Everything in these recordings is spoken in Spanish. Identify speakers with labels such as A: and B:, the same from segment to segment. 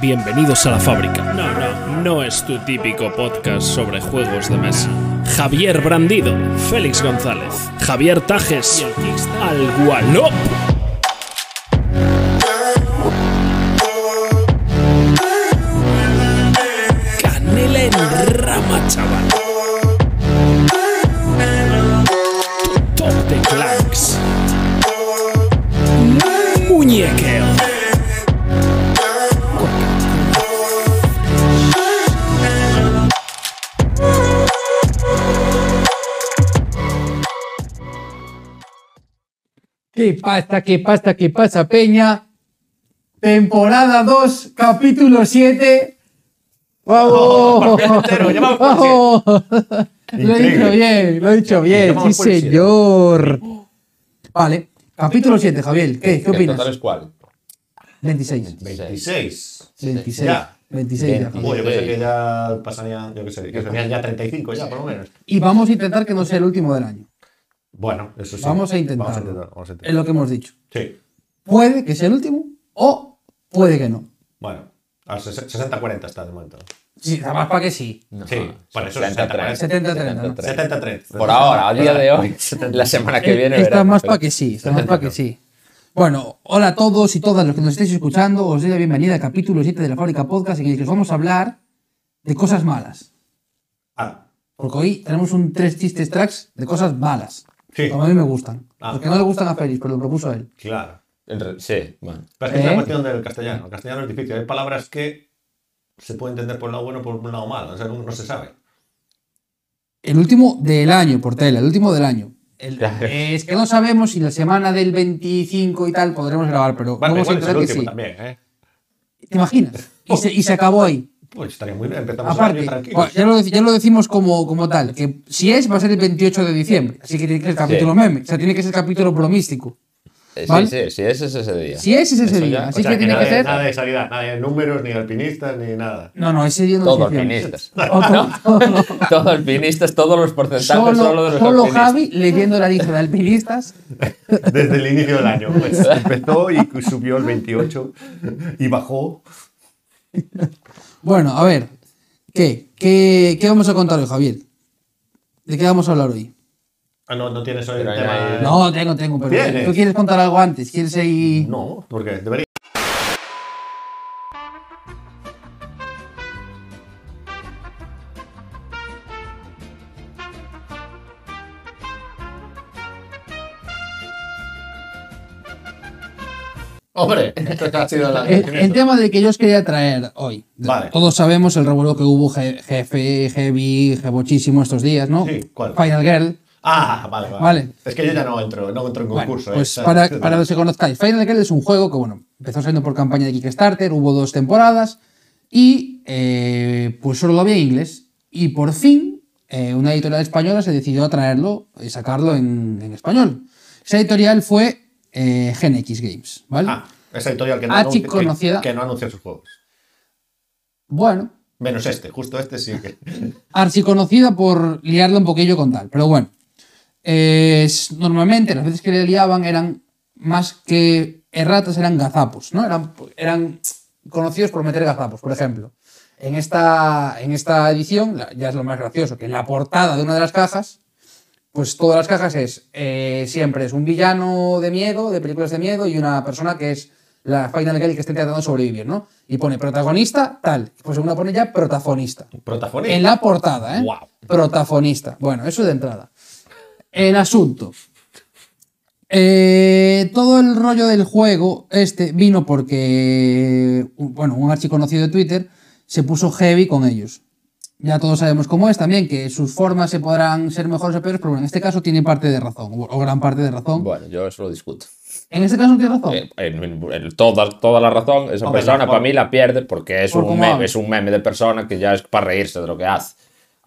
A: Bienvenidos a la fábrica. No, no, no es tu típico podcast sobre juegos de mesa. Javier Brandido, Félix González, Javier Tajes, Al Gualop. Canela en rama, chaval. Top de Clanks. Muñequeo.
B: ¿Qué pasa, qué pasa, qué pasa, Peña? Temporada 2, capítulo 7. ¡Vamos!
C: por fin entero, ya vamos por
B: ¡Vamos! Lo he dicho
C: Increíble.
B: bien, lo he dicho bien, sí,
C: vamos por el siete.
B: señor. Vale, capítulo 7, Javier. ¿Qué, qué
D: ¿Qué total
B: opinas?
D: es cuál?
B: 26.
D: 26.
B: 26.
D: Ya.
B: 26 ya.
D: Bueno, yo pensé que ya pasaría, yo qué sé, que serían ya 35 ya, por lo menos.
B: Y vamos a intentar que no sea el último del año.
D: Bueno, eso sí.
B: Vamos a intentarlo.
D: Vamos a intentar. Vamos a
B: Es
D: intentar.
B: lo que hemos dicho.
D: Sí.
B: Puede que sea el último o puede que no.
D: Bueno, al 60-40 está de momento.
B: Sí, además para que sí.
D: Sí, por eso
C: 73.
D: 60-40.
B: 70-30.
D: 73.
C: Por ahora, al día de hoy, la semana que viene.
B: Eh, Está
C: veremos,
B: más
C: pero-
B: para que sí, está más para que sí. Bueno, hola a todos y todas los que nos estéis escuchando. Os doy la bienvenida al capítulo 7 de la Fábrica Podcast en el que os vamos a hablar de cosas malas.
D: Ah,
B: Porque hoy tenemos un tres chistes tracks de cosas malas.
D: Sí.
B: Como a mí me gustan.
D: Ah.
B: Los que no le gustan a Félix, pero lo propuso él.
D: claro.
C: En re- Sí, bueno.
D: Pero es que es
B: ¿Eh?
D: una cuestión del castellano. El castellano es difícil. Hay palabras que se puede entender por un lado bueno o por un lado malo. O sea, no, no se sabe.
B: El último del año, Portela, el último del año. El-
C: Claro.
B: es que no sabemos si la semana del 25 y tal podremos grabar, pero
D: Bueno,
B: vamos a
D: igual es
B: intentar
D: el
B: que
D: último
B: sí.
D: también, ¿eh?
B: ¿Te imaginas? Y se, y se acabó ahí.
D: Pues estaría muy bien. Empezamos el año
B: Aparte, pues,
D: tranquilos.
B: ya lo, dec- ya lo decimos como, como tal, que si es, va a ser el 28 de diciembre. Así que tiene que ser capítulo meme, o sea, tiene que ser capítulo promístico.
C: Eh,
B: ¿Vale?
C: Sí, sí, sí, ese es ese día.
B: Si es, es ese
C: Eso
B: día.
C: ya,
B: Así
D: o sea,
B: que tiene
D: nada
B: que
D: de-
B: ser.
D: Nada de salida, nada de números, ni alpinistas, ni nada.
B: No, no, ese día no
C: Todos
B: se hacía.
C: alpinistas.
B: Otro- otro-
C: Todos alpinistas, todos los porcentajes, solo, de
B: Solo,
C: los
B: solo
C: alpinistas.
B: Javi leyendo la lista de alpinistas.
D: Desde el inicio del año. Pues empezó y subió el 28 y bajó.
B: Bueno, a ver, ¿qué? ¿Qué, qué vamos a contar hoy, Javier? ¿De qué vamos a hablar hoy?
D: Ah, no, no tienes hoy
C: Pero
D: el
C: ya
D: tema.
C: hay-
D: de-
B: No, tengo, tengo, pero
D: ¿Tienes?
C: eh.
B: ¿tú quieres contar algo antes? ¿Quieres ahí...?
D: No, porque debería.
C: Hombre, esto ha sido la.
B: El, el tema del que yo os quería traer hoy.
D: Vale.
B: Todos sabemos el revuelo que hubo je- jefe, heavy, jebochísimo estos días, ¿no?
D: Sí, ¿cuál?
B: Final Girl.
D: Ah, vale, vale,
B: Vale.
D: Es que yo ya no entro, no entro en
B: Bueno,
D: concurso. ¿eh?
B: pues
D: Ya-
B: para, para los que conozcáis, Final Girl es un juego que, bueno, empezó saliendo por campaña de Kickstarter, hubo dos temporadas y eh, pues solo lo había en inglés. Y por fin, eh, una editorial española se decidió a traerlo y sacarlo en, en español. Esa editorial fue eh, Gen X Games, ¿vale?
D: Ah, esa editorial que no,
B: Ah,
D: anuncia,
B: chico,
D: que-
B: conocida.
D: que no anuncia sus juegos.
B: Bueno,
D: Menos este, justo este sí que.
B: archiconocida por liarla un poquillo con tal. Pero bueno, es, normalmente las veces que le liaban eran más que erratas, eran gazapos, ¿no? Eran, eran conocidos por meter gazapos, por ejemplo. En esta, en esta edición, la- ya es lo más gracioso, que en la portada de una de las cajas, pues todas las cajas es, eh, siempre es un villano de miedo, de películas de miedo, y una persona que es la Final Girl que está intentando sobrevivir, ¿no? Y pone protagonista, tal. Pues una pone ya protagonista.
D: Protagonista.
B: En la portada, ¿eh?
D: Guau.
B: Protagonista. Bueno, eso de entrada. El asunto. Eh, todo el rollo del juego este vino porque, un- bueno, un archiconocido de Twitter se puso heavy con ellos. Ya todos sabemos cómo es también, que sus formas se podrán ser mejores o peores, pero bueno, en este caso tiene parte de razón, o- o gran parte de razón.
C: Bueno, yo eso lo discuto.
B: En este caso no tiene razón.
C: Eh, en- en- en toda, toda la razón, esa
D: Hombre,
C: persona
D: no, por-
C: para mí la pierde porque es,
B: por
C: un
B: cómo
C: meme,
B: habla.
C: es un meme de persona que ya es para reírse de lo que hace.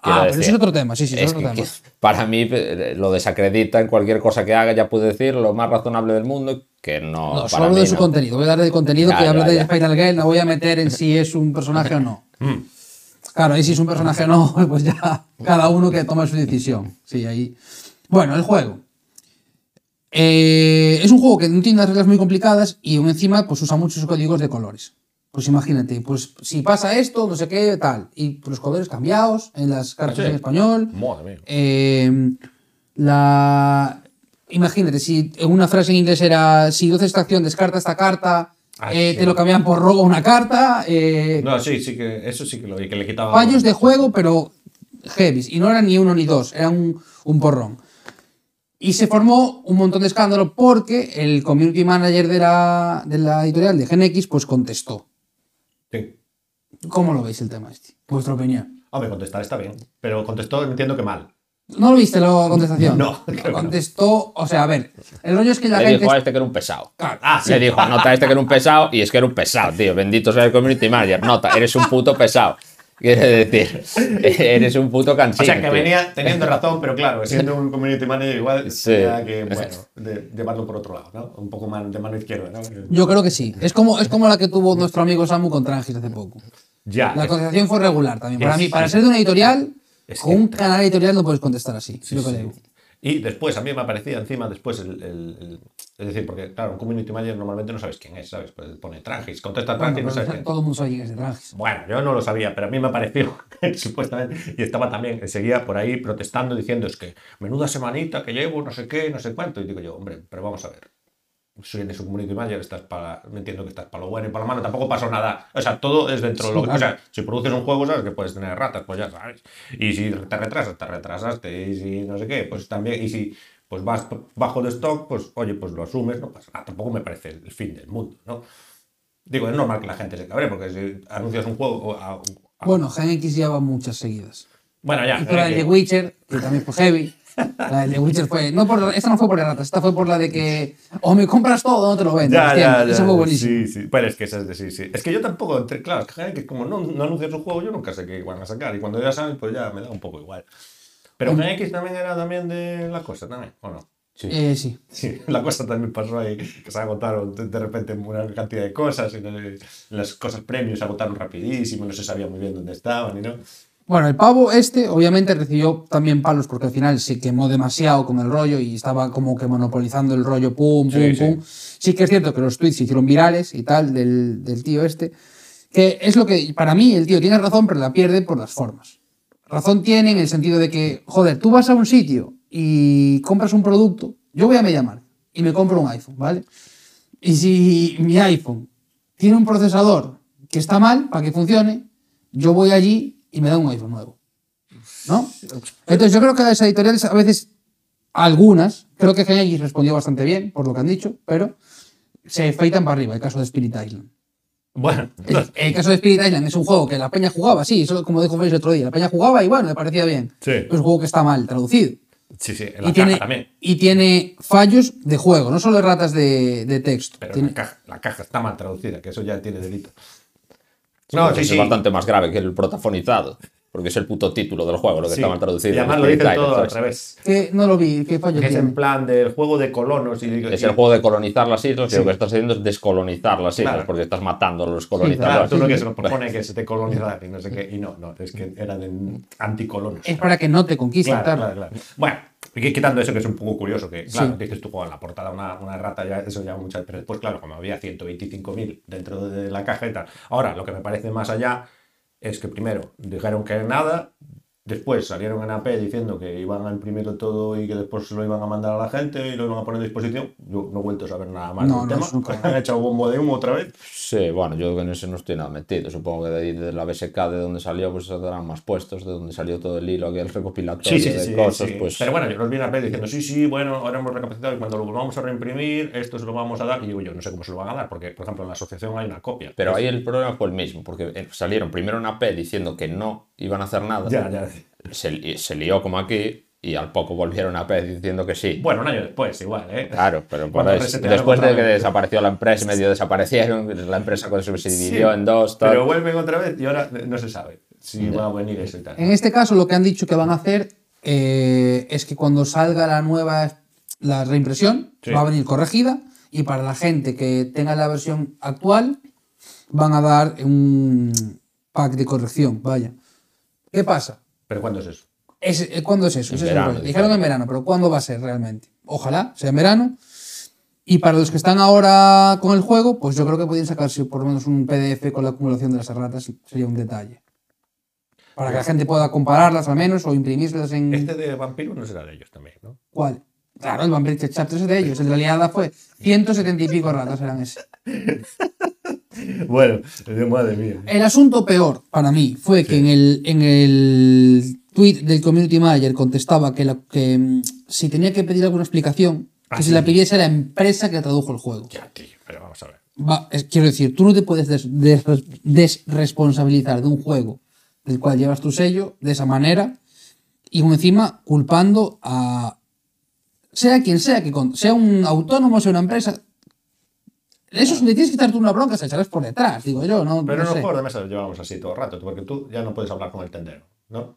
C: Quiero
B: ah, pero eso
C: decir,
B: es otro tema, sí, sí, eso es
C: es
B: otro
C: que-
B: tema.
C: que para mí eh, lo desacredita en cualquier cosa que haga, ya puede decir lo más razonable del mundo, que no.
B: No,
C: para
B: solo
C: mí
B: de su
C: no.
B: contenido. Voy a darle de contenido
C: Ya,
B: que
C: ya,
B: habla de
C: ya. Mm.
B: Final Girl. No voy a meter en si es un personaje o no. Claro, ahí si es un personaje o no, pues ya cada uno que toma su decisión. Sí, ahí. Bueno, el juego. Eh, es un juego que no tiene unas reglas muy complicadas y aún encima pues usa muchos códigos de colores. Pues imagínate, pues si pasa esto, no sé qué, tal. Y pues, los colores cambiados en las cartas
D: Sí.
B: en español.
D: Madre mía.
B: Eh, la... Imagínate, si en una frase en inglés era si haces esta acción, descarta esta carta,
D: Ay,
B: eh,
D: Ah, sí.
B: te lo cambian por robo una carta, eh,
D: No, sí, sí que eso sí que lo vi, que le quitaba.
B: fallos de juego, pero heavies. Y no eran ni uno ni dos, era un, un porrón. Y se formó un montón de escándalo porque el community manager de la, de la editorial de GenX pues contestó.
D: Sí.
B: ¿Cómo lo veis el tema este? Vuestra opinión.
D: Hombre, contestar está bien. Pero contestó, entiendo que mal.
B: ¿No lo viste la contestación?
D: No, creo que no.
B: Contestó, o sea, a ver, el rollo es que la
C: Le
B: gente...
C: dijo a este que era un pesado.
B: Claro,
D: Ah, sí.
C: Le dijo, anota a este que era un pesado, y es que era un pesado, tío. Bendito sea el community manager. Nota, eres un puto pesado. Quiere decir, eres un puto cansino.
D: o sea, que
C: tío.
D: venía teniendo razón, pero claro, siendo un community manager igual,
C: Sí.
D: tenía que, bueno, de- llevarlo por otro lado, ¿no? Un poco más de mano izquierda, ¿no?
B: Yo creo que sí. Es como, es como la que tuvo nuestro amigo Samu con Trangis hace poco.
D: Ya.
B: La
D: Ah, es-
B: contestación fue regular también. Para
D: Es-
B: mí, para ser de una editorial,
D: Es
B: con un canal editorial no puedes contestar así.
D: Sí,
B: yo
D: sí.
B: creo.
D: Y después, a mí me aparecía encima después el, el- el- Es decir, porque claro, un community manager normalmente no sabes quién es, ¿sabes? Pues pone trajes, contesta
B: Bueno, pues
D: trajes,
B: pero
D: no sabes quién.
B: todo el mundo sabe quién es de Trangis.
D: Pues, Bueno, yo no lo sabía, pero a mí me apareció, supuestamente, y estaba también, seguía por ahí protestando diciendo, es que menuda semanita que llevo, no sé qué, no sé cuánto. Y digo yo, hombre, pero vamos a ver. Si eres un community manager, estás para, me entiendo que estás para lo bueno y para lo malo, tampoco pasó nada. O sea, todo es dentro de lo que. O sea, si produces un juego, sabes que puedes tener ratas, pues ya sabes. Y si te retrasas, te retrasaste. Y si no sé qué, pues también. Y si pues vas p- bajo de stock, pues oye, pues lo asumes, no pasa nada. Tampoco me parece el fin del mundo, ¿no? Digo, es normal que la gente se cabre, porque si anuncias un juego. o a- a-
B: Bueno, Gen X lleva muchas seguidas.
D: bueno, Ah. ya.
B: Y con la
D: eh,
B: de
D: que-
B: The Witcher, que también fue heavy. La de The Witcher fue. No por, esta no fue por la rata, esta fue por la de que. O me compras todo o no te lo vendo.
D: Ya, ya, ya,
B: Eso fue buenísimo.
D: Sí, sí. Pero es que esas de sí, sí. Es que yo tampoco, entre, claro, es que, Haneke, como no, no anuncia su juego, yo nunca sé qué van a sacar. Y cuando ya saben, pues ya me da un poco igual. Pero
B: Em.
D: GX también era también de la cosa, también, ¿o no?
C: Sí.
B: Eh, sí.
D: Sí, la cosa también pasó ahí, que se agotaron de, de repente una cantidad de cosas, y no sé, las cosas premios se agotaron rapidísimo, no se sabía muy bien dónde estaban, y no.
B: Bueno, el pavo este obviamente recibió también palos porque al final se quemó demasiado con el rollo y estaba como que monopolizando el rollo, pum, pum,
D: Sí, sí.
B: pum. Sí que es cierto que los tweets se hicieron virales y tal del, del tío este, que es lo que para mí el tío tiene razón, pero la pierde por las formas. Razón tiene en el sentido de que, joder, tú vas a un sitio y compras un producto, yo voy a Mediamar y me compro un iPhone, ¿vale? Y si mi iPhone tiene un procesador que está mal para que funcione, yo voy allí y me da un iPhone nuevo. ¿No? Entonces yo creo que las editoriales a veces, algunas, creo que GNX respondió bastante bien por lo que han dicho, pero se feitan para arriba el caso de Spirit Island.
D: Bueno,
B: El, el caso de Spirit Island es un juego que la peña jugaba, sí, eso como dijo Félix el otro día, la peña jugaba y bueno, le parecía bien.
D: Sí.
B: Pero es un juego que está mal traducido
D: sí, sí, en la
B: y
D: caja
B: tiene,
D: también.
B: y tiene fallos de juego, no solo ratas de, de texto.
D: Pero
B: Tiene-
D: la, caja, la caja está mal traducida, que eso ya tiene delito. No,
C: Pues
D: sí,
C: es
D: sí.
C: bastante más grave que el protagonizado, porque es el puto título del juego lo que
D: Sí.
C: está mal traducido.
D: Y además
C: en
D: lo dicen
C: Spirit
D: todo
C: Island,
D: al revés.
C: ¿sabes?
B: que no lo vi, qué fallo
D: Que es
B: tiene.
D: en plan del juego de colonos. Y,
C: Es el juego de colonizar las islas y
D: Sí.
C: lo que estás haciendo es descolonizar las islas
D: Claro.
C: porque estás matando a los
D: Claro,
C: colonizadores.
D: tú lo que se nos propone que se te colonizar y no sé qué. Y no, no, es que era de anticolonos.
B: Es para que no te conquisten.
D: Claro,
B: claro.
D: claro, claro. Bueno, y que- quitando eso que es un poco curioso, que claro,
B: Sí.
D: dices tú con la portada una, una rata, ya, eso ya muchas veces. Pues claro, como había 125.000 dentro de la cajeta. Ahora, lo que me parece más allá es que primero dijeron que nada, después salieron en AP diciendo que iban a imprimir todo y que después se lo iban a mandar a la gente y lo iban a poner a disposición. Yo no he vuelto a saber nada más
B: No,
D: del
B: no,
D: tema.
B: eso nunca.
D: Han echado bombo de humo otra vez.
C: Sí, bueno, yo en eso no estoy nada metido. Supongo que de ahí, de la BSK, de donde salió, pues saldrán más puestos, de donde salió todo el hilo, aquel recopilatorio
D: Sí, sí,
C: de
D: sí,
C: cosas,
D: sí.
C: pues.
D: Pero bueno, yo los vi en la peli diciendo, sí, sí, bueno, ahora hemos recapacitado y cuando lo volvamos a reimprimir, esto se lo vamos a dar. Y digo yo, no sé cómo se lo van a dar, porque, por ejemplo, en la asociación hay una copia.
C: Pero ahí el problema fue el mismo, porque eh, salieron primero una P diciendo que no iban a hacer nada,
D: Ya, ya.
C: Se, li- se lió como aquí, y al poco volvieron a P diciendo que sí.
D: Bueno, un año después, igual, ¿eh?
C: Claro, pero por
D: Cuando
C: eso-
D: resetearon
C: después
D: otra
C: de que
D: vez.
C: desapareció la empresa, medio desaparecieron, la empresa con- se
D: Sí,
C: dividió en dos, tal.
D: Pero vuelven otra vez y ahora eh, no se sabe si va a venir eso y tal.
B: En este caso, lo que han dicho que van a hacer eh, es que cuando salga la nueva la reimpresión,
D: Sí.
B: va a venir corregida. Y para la gente que tenga la versión actual, van a dar un pack de corrección. Vaya. ¿Qué pasa?
D: ¿Pero cuándo es eso?
B: Es, eh, ¿Cuándo es eso?
C: En
B: Ese es el
C: verano,
B: rollo.
C: dijeron.
B: Dijeron en verano, pero ¿cuándo va a ser realmente? Ojalá sea en verano. Y para los que están ahora con el juego, pues yo creo que podían sacarse por lo menos un PDF con la acumulación de las erratas, sería un detalle. Para que la gente pueda compararlas al menos o imprimirlas en...
D: Este de vampiro no será de ellos también, ¿no?
B: ¿Cuál? Claro, el Vampire Chapter Chapters es de ellos. En realidad fue 170 y pico ratas eran ese.
D: Bueno, madre mía.
B: El asunto peor para mí fue que en el, en el tweet del community manager contestaba que, la- que, mm, si tenía que pedir alguna explicación, que
D: Ah,
B: se
D: sí.
B: la pidiese a la empresa que tradujo el juego.
D: Ya, tío, pero vamos a ver.
B: Va, es- quiero decir, tú no te puedes des- des- desresponsabilizar de un juego del cual llevas tu sello de esa manera y aún encima culpando a sea quien sea que con- sea un autónomo, sea una empresa. Eso es donde tienes que estar tú una bronca, se echarás por detrás, digo yo, no, no
D: Pero en los
B: sé.
D: juegos de mesa los llevamos así todo el rato, porque tú ya no puedes hablar con el tendero, ¿no?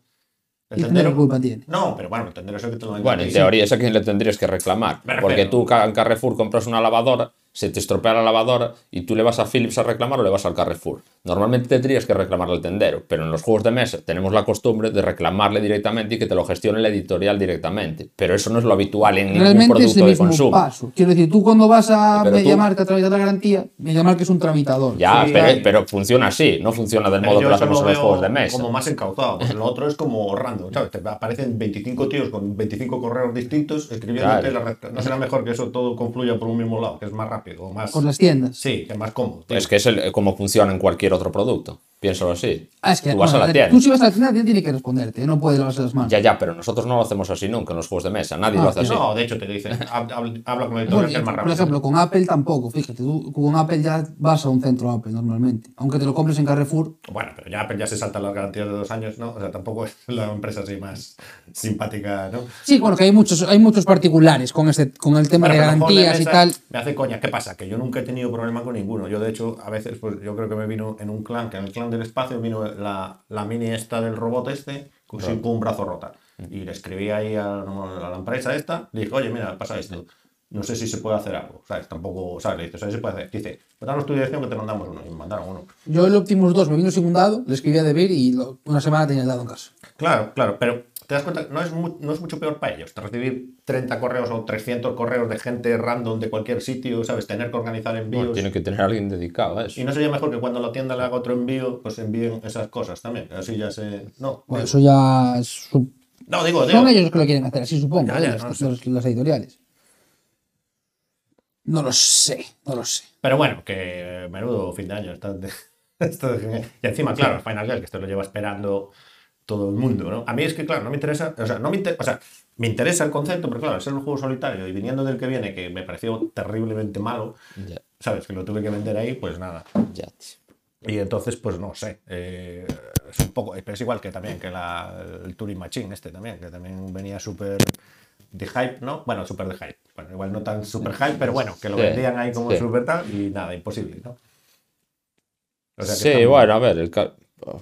B: ¿Y tendero qué culpa tiene?
D: No, pero bueno, el tendero es el que te lo da
C: Bueno, en teoría es a quien le tendrías que reclamar.
D: Me
C: Porque
D: refiero.
C: tú ca- en Carrefour compras una lavadora, se te estropea la lavadora y tú le vas a Philips a reclamar o le vas al Carrefour. Normalmente tendrías que reclamarle al tendero, pero en los juegos de mesa tenemos la costumbre de reclamarle directamente y que te lo gestione la editorial directamente. Pero eso no es lo habitual en ningún
B: Realmente es el
C: producto de
B: mismo
C: consumo.
B: paso. Quiero decir, tú cuando vas a
C: Pero tú-
B: MediaMarkt a tramitar la garantía, MediaMarkt es un tramitador.
C: Ya,
B: Sí,
C: pero,
B: claro.
C: pero funciona así, no funciona del modo que lo hacemos en los juegos de mesa.
D: Como más encauzado, porque lo otro es como random, ¿sabes? Te aparecen 25 tíos con 25 correos distintos escribiéndote.
C: Claro.
D: la re- No será mejor que eso todo confluya por un mismo lado, que es más rápido, o más.
B: Por las tiendas.
D: Sí, que es más cómodo. tío.
C: Es que es el- como funciona en cualquier otro producto. Piénsalo así.
B: Ah, es que,
C: tú vas
B: bueno,
C: a
B: ver,
C: la tienda.
B: Tú si vas a la tienda, la tienda tiene que responderte, no puede lavarse las manos.
C: Ya, ya, pero nosotros no lo hacemos así nunca en los juegos de mesa. Nadie lo
B: Ah,
C: hace así.
D: No, de hecho te dicen, hab- hab- habla con el
B: Bueno,
D: editorial que es más
B: por
D: rápido.
B: ejemplo, con Apple tampoco, fíjate, tú con Apple ya vas a un centro Apple normalmente, aunque te lo compres en Carrefour.
D: Bueno, pero ya, pero ya se saltan las garantías de dos años, ¿no? O sea, tampoco es la empresa así más simpática, ¿no?
B: Sí, bueno, que hay muchos, hay muchos particulares con, este, con el tema
D: Bueno,
B: de
D: pero los juegos de
B: garantías y
D: mesa
B: tal.
D: Me hace coña. ¿Qué pasa? Que yo nunca he tenido problema con ninguno. Yo, de hecho, a veces, pues yo creo que me vino en un clan, que en el clan del espacio vino la, la mini esta del robot este, con, sí, con un brazo rota. Y le escribí ahí a, a la empresa esta, le dije, oye, mira, pasa esto. No sé si se puede hacer algo. ¿Sabes? Tampoco, ¿sabes? Le dije, ¿sabes si se puede hacer? Dice, "Pues danos tu dirección que te mandamos uno. Y me mandaron uno.
B: Yo el Optimus 2 me vino sin un dado, le escribí a Debir y lo- una semana tenía el dado en casa.
D: Claro, claro, pero te das cuenta, que no es, mu- no es mucho peor para ellos. Recibir 30 correos o 300 correos de gente random de cualquier sitio, ¿sabes? Tener que organizar envíos.
C: Bueno, tiene que tener a alguien dedicado a eso.
D: Y no sería mejor que cuando la tienda le haga otro envío, pues envíen esas cosas también. Así ya se. No,
B: Bueno,
D: digo-
B: eso ya es su-
D: no digo, digo.
B: Son ellos los que lo quieren hacer, así supongo,
D: Ya, ya,
B: ¿eh?
D: no
B: las,
D: lo
B: las- las editoriales. No lo sé, no lo sé.
D: Pero bueno, que menudo fin de año. está de- está de- y encima, claro, el Final Girl, que esto lo lleva esperando todo el mundo, ¿no? A mí es que, claro, no me interesa, o sea, no me inter- o sea, me interesa el concepto, pero claro, al ser un juego solitario y viniendo del que viene, que me pareció terriblemente malo,
C: Ya,
D: ¿sabes? Que lo tuve que vender ahí, pues nada.
C: ya, tío.
D: Y entonces, pues no sé. eh, es un poco. Pero es igual que también que la, el Turing Machine, este también, que también venía súper de hype, ¿no? Bueno, súper de hype. Bueno, igual no tan súper hype, pero bueno, que lo
C: Sí,
D: vendían ahí como
C: sí.
D: súper tal y nada, imposible, ¿no? O sea que
C: sí,
D: está muy-
C: bueno, a ver, el ca-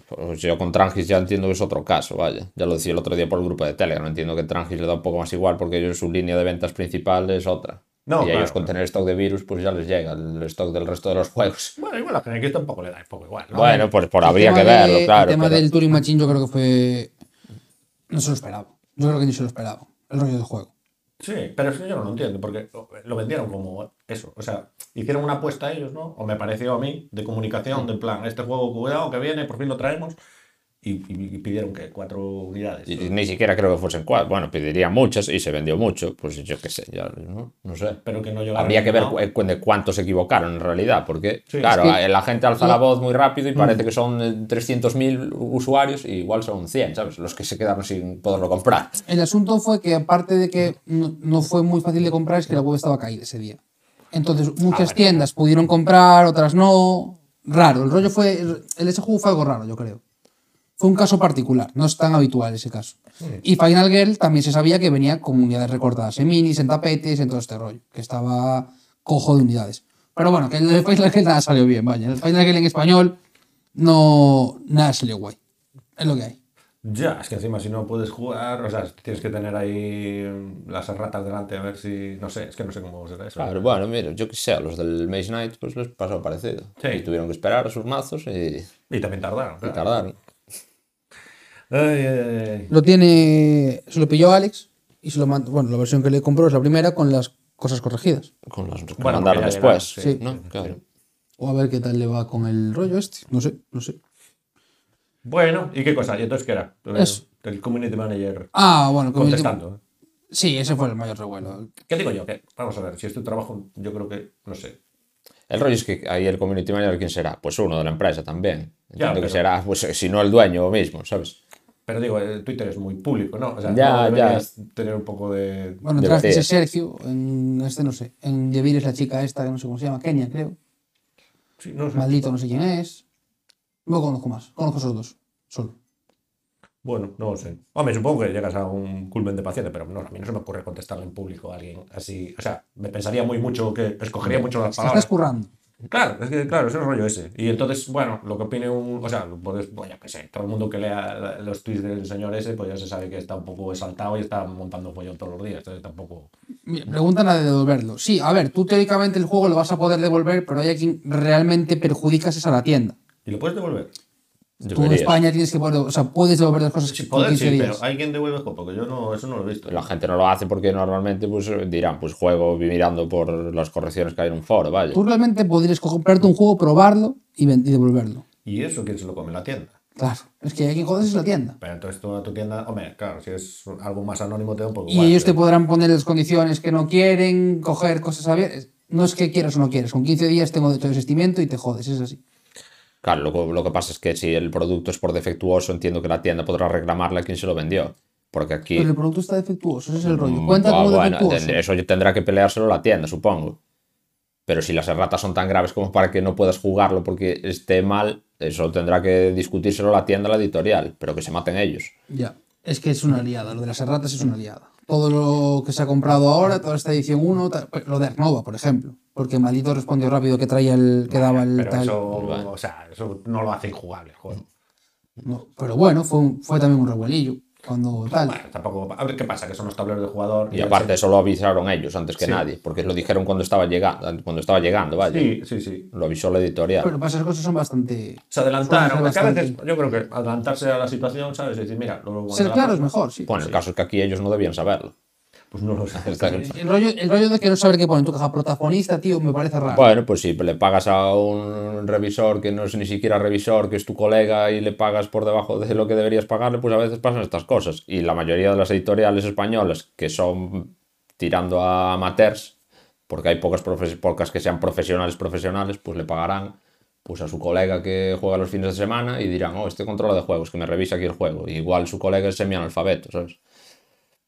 C: pues yo con Trangis ya entiendo que es otro caso, vaya. Ya lo decía el otro día por el grupo de Telegram, entiendo que Trangis le da un poco más igual porque ellos su línea de ventas principal es otra.
D: No,
C: y a ellos
D: claro.
C: con tener stock de virus, pues ya les llega el stock del resto de los juegos.
D: Bueno, igual a Genekis tampoco le da un poco igual, ¿no?
C: Bueno, pues por
B: El
C: habría
B: tema
C: que
B: de-
C: verlo, claro.
B: El tema
C: pero-
B: del Turing Machine yo creo que fue... No se lo esperaba. Yo creo que ni se lo esperaba. El rollo del juego.
D: Sí, pero eso yo no lo entiendo, porque lo- lo vendieron como eso. O sea, hicieron una apuesta a ellos, ¿no? O me pareció a mí, de comunicación, del plan, este juego, cuidado, que viene, por fin lo traemos. Y, y- y pidieron que cuatro unidades.
C: y- y ni siquiera creo que fuesen cuatro. Bueno, pediría muchas y se vendió mucho. Pues yo qué sé, ya no, no sé.
D: Pero que no llegaron.
C: Habría que ver
D: ¿no?
C: cu- cu- de cuántos se equivocaron en realidad, porque
D: Sí,
C: claro,
B: es que-
C: eh, la gente alza la
B: Sí.
C: voz muy rápido y parece que son eh, 300.000 usuarios y igual son 100, ¿sabes? Los que se quedaron sin poderlo comprar.
B: El asunto fue que aparte de que no, no fue muy fácil de comprar, es que la web estaba caída ese día. Entonces muchas tiendas pudieron comprar, otras no. Raro, el rollo fue... El, ese juego fue algo raro, yo creo. Fue un caso particular, no es tan habitual ese caso. Y Final Girl también se sabía que venía con unidades recortadas en minis, en tapetes, en todo este rollo, que estaba cojo de unidades. Pero bueno, que el de Final Girl nada salió bien, vaya. El Final Girl en español no nada salió guay. Es lo que hay.
D: Ya, es que encima si no puedes jugar, o sea, tienes que tener ahí mm, las ratas delante a ver si. No sé, es que no sé cómo será eso.
C: Claro, bueno, mira, yo que sé, a los del Maze Knight pues les pasó parecido.
D: Sí.
C: Y tuvieron que esperar a sus mazos y,
D: Y también tardaron.
C: y
D: claro.
C: tardaron.
D: Ay, ay, ay.
B: Lo tiene. Se lo pilló Alex y se lo mandó. Bueno, la versión que le compró es la primera con las cosas corregidas.
C: Con las que
D: Bueno,
C: mandaron
D: porque ya
C: después.
D: llegaron,
B: sí.
C: ¿no? Claro.
B: O a ver qué tal le va con el rollo este. No sé, no sé.
D: Bueno, ¿y qué cosa? ¿Y entonces qué era?
B: Eso.
C: Pues
D: El community manager
B: Ah, bueno, community-
D: contestando.
B: Sí, ese fue el mayor revuelo.
D: ¿Qué digo yo? Que, vamos a ver, si es tu trabajo, yo creo que, no sé.
C: El rollo es que ahí el community manager, ¿quién será? Pues uno de la empresa también. Entiendo
D: Ya, pero-
C: que será, pues, si no el dueño mismo, ¿sabes?
D: Pero digo, eh, Twitter es muy público, ¿no? O sea,
C: Ya,
D: no
C: ya.
D: deberías tener un poco de...
B: Bueno,
C: Divertido.
B: traje ese Sergio, en este no sé, en Yevir es la chica esta, que no sé cómo se llama, Kenia, creo.
D: Sí, no sé.
B: Maldito, no sé quién es. No conozco más, conozco esos dos, solo.
D: Bueno, no lo sé. Hombre, supongo que llegas a un culmen de paciente, pero no, a mí no se me ocurre contestarle en público a alguien así. O sea, me pensaría muy mucho que escogería mucho las
B: Te estás
D: palabras.
B: currando.
D: Claro, es que, claro, es el rollo ese. Y entonces, bueno, lo que opine un. O sea, pues, bueno, ya que sé, todo el mundo que lea la- los tweets del señor ese, pues ya se sabe que está un poco exaltado y está montando follón todos los días. Entonces tampoco.
B: Mira, Preguntan a devolverlo. Sí, a ver, tú teóricamente el juego lo vas a poder devolver, pero hay a quien realmente perjudicas es a la tienda.
D: ¿Y lo puedes devolver?
B: Tú en
C: Deberías.
B: España tienes que poder, o sea, puedes devolver las cosas en
D: Joder,
B: 15
D: sí,
B: días.
D: pero alguien devuelve el juego, porque yo no, eso no lo he visto.
C: La gente no lo hace porque normalmente pues, dirán, pues juego mirando por las correcciones que hay en un foro, vaya.
B: Tú realmente podrías comprarte un juego, probarlo y, ven- y devolverlo.
D: ¿Y eso quién se lo come? La tienda.
B: Claro, es que hay quien jodes es la tienda.
D: Pero entonces toda tu tienda. Hombre, claro, si es algo más anónimo, te da un poco
B: Y
D: igual,
B: ellos
D: pero-
B: te podrán poner las condiciones que no quieren, coger cosas abiertas. No es que quieras o no quieras, con 15 días tengo derecho de desistimiento y te jodes, es así.
C: Claro, lo, que- lo que pasa es que si el producto es por defectuoso, entiendo que la tienda podrá reclamarle a quien se lo vendió. Porque aquí...
B: Pero el producto está defectuoso, ese es el rollo.
C: Mm,
B: Cuenta
C: ah,
B: como
C: bueno,
B: defectuoso.
C: eso ya tendrá que peleárselo la tienda, supongo. Pero si las erratas son tan graves como para que no puedas jugarlo porque esté mal, eso tendrá que discutírselo la tienda, la editorial, pero que se maten ellos.
B: Ya, es que es una liada, lo de las erratas es una liada. Todo lo que se ha comprado ahora, toda esta edición 1, tal, pues, lo de Arnova, por ejemplo, porque maldito respondió rápido que traía el que daba el
D: Pero
B: tal. Pues
D: eso, o sea, eso no lo hace injugable el juego.
B: No, pero bueno, fue, un- fue también un revuelillo cuando tal.
D: Bueno, tampoco. A ver qué pasa, que son los tableros de jugador.
C: Y aparte
D: el-
C: eso lo avisaron ellos antes que
D: Sí.
C: nadie, porque lo dijeron cuando estaba llegando, cuando estaba llegando, vaya.
D: Sí, sí, sí.
C: Lo avisó la editorial.
B: Pero para esas cosas son bastante.
D: Se adelantaron.
B: Son
D: porque a veces,
B: bastante.
D: yo creo que adelantarse a la situación, ¿sabes? Y decir, mira, luego. cuando
B: Ser
D: la
B: claro es
D: pasa-
B: mejor, sí.
C: bueno, el caso es que aquí ellos no debían saberlo.
D: Pues no lo sé.
B: El rollo, el rollo de que no saber qué ponen tu caja protagonista, tío, me parece raro.
C: Bueno, pues si le pagas a un revisor que no es ni siquiera revisor, que es tu colega y le pagas por debajo de lo que deberías pagarle, pues a veces pasan estas cosas. Y la mayoría de las editoriales españolas que son tirando a amateurs, porque hay pocas, profes- pocas que sean profesionales profesionales, pues le pagarán pues a su colega que juega los fines de semana y dirán, oh, este controla de juegos, que me revisa aquí el juego. Y igual su colega es semianalfabeto, ¿sabes?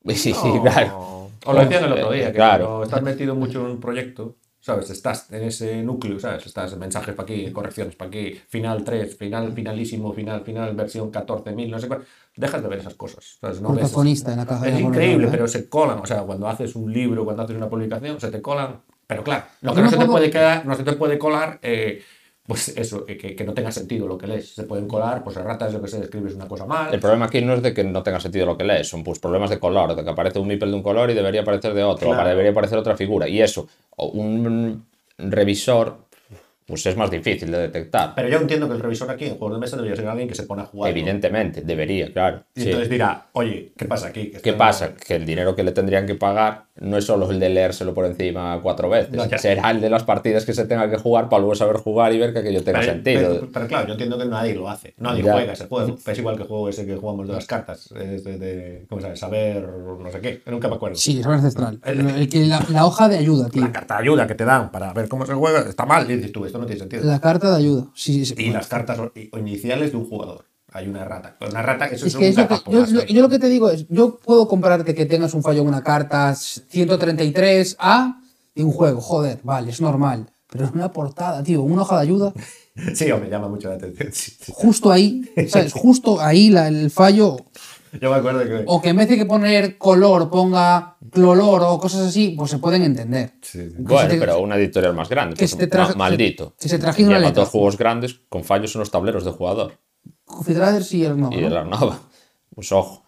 C: Y, claro.
D: O lo decían el otro día, que
C: Claro.
D: cuando estás metido mucho en un proyecto, ¿sabes? Estás en ese núcleo, ¿sabes? Estás mensajes para aquí, correcciones para aquí, final 3, final finalísimo, final, final, versión 14.000, no sé cuál. Dejas de ver esas cosas, ¿sabes? No ves-
B: protagonista en la caja. de
D: Es
B: la
D: increíble,
B: moneda, ¿eh?
D: pero se colan. O sea, cuando haces un libro, cuando haces una publicación, se te colan. Pero claro, lo que
B: Yo
D: no
B: me
D: se te
B: acuerdo-
D: puede quedar, no se te puede colar, eh, pues eso, que, que- que no tenga sentido lo que lees. Se pueden colar, pues ratas, yo que sé, escribes una cosa mal.
C: El problema aquí no es de que no tenga sentido lo que lees, son pues problemas de color, de que aparece un meeple de un color y debería aparecer de otro,
D: Claro.
C: o debería aparecer otra figura. Y eso, o un revisor, pues es más difícil de detectar.
D: Pero yo entiendo que el revisor aquí en juegos de mesa debería ser alguien que se pone a jugar. ¿no?
C: Evidentemente, debería, claro.
D: Y
C: sí.
D: entonces eh, dirá, oye, ¿qué pasa aquí? Que
C: ¿Qué
D: esto no-
C: pasa? Que el dinero que le tendrían que pagar no es solo el de leérselo por encima cuatro veces,
D: No, ya.
C: será el de las partidas que se tenga que jugar para luego saber jugar y ver que aquello tenga
D: Pero,
C: sentido.
D: pero- pero claro, yo entiendo que nadie lo hace. Nadie
C: Ya.
D: juega ese juego. Es igual que el juego ese que jugamos de las cartas. es de, de- ¿Cómo sabes? Saber, no sé qué. Nunca me acuerdo.
B: Sí, es ancestral. El que la, la hoja de ayuda, tío.
D: La carta de ayuda que te dan para ver cómo se juega está mal. Y dices tú, esto no tiene sentido.
B: La carta de ayuda. Sí, sí, sí.
D: Y las cartas o- i- iniciales de un jugador. Hay una rata. Pero Una rata, eso
B: Es
D: es,
B: que
D: un
B: es lo que-
D: gazapo,
B: yo,
D: las
B: yo-
D: veis.
B: yo lo que te digo es, yo puedo comprarte que tengas un fallo en una carta 133A de un juego, joder, vale, es normal. Pero en una portada, tío, una hoja de ayuda,
D: Sí, me llama mucho la atención. sí, sí.
B: justo ahí, ¿sabes? Justo ahí la- el fallo.
D: Yo me acuerdo que.
B: O que en vez de que poner color ponga clolor o cosas así, pues se pueden entender.
D: Sí, sí.
B: Que se
C: Bueno,
B: te-
C: pero una editorial más grande.
B: que
D: Este
C: pues,
B: se te traje-
C: ma- maldito.
B: que se trajera una
C: Lleva
B: letra.
C: dos juegos grandes con fallos en los tableros de jugador.
B: Coffee Traders y el no.
C: Y de
B: ¿no?
C: la nova. Pues ojo.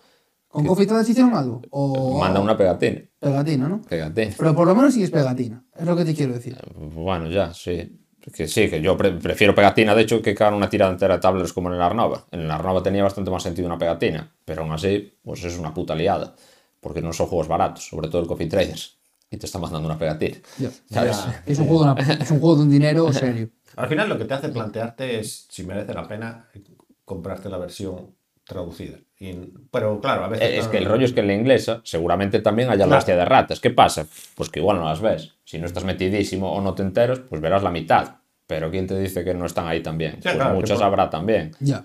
B: ¿Con Coffee Traders hicieron algo?
D: Oh.
B: O
C: Manda una pegatina.
B: pegatina, ¿no?
C: Pegatina.
B: Pero por lo menos sí es pegatina, es lo que te quiero decir.
C: Bueno, ya, sí. Que sí, que yo pre- prefiero pegatina, de hecho, que cagar una tirada entera de tableros como en el Arnova. En el Arnova tenía bastante más sentido una pegatina, pero aún así, pues es una puta liada. Porque no son juegos baratos, sobre todo el Coffee Traders. y te está mandando una pegatina.
B: Ya.
C: ¿Sabes?
D: Ya.
B: Es un juego de, una- es un juego de un dinero serio.
D: Al final lo que te hace plantearte es si merece la pena comprarte la versión traducida. Y- pero claro, a veces...
C: Eh, Es
D: no-
C: que el rollo es que en la inglesa seguramente también haya la
D: Claro.
C: hostia de ratas. ¿Qué pasa? Pues que igual no las ves. Si no estás metidísimo o no te enteras, pues verás la mitad. Pero ¿quién te dice que no están ahí también? Pues
D: claro, que
C: muchas
D: por-
C: habrá también.
B: Ya.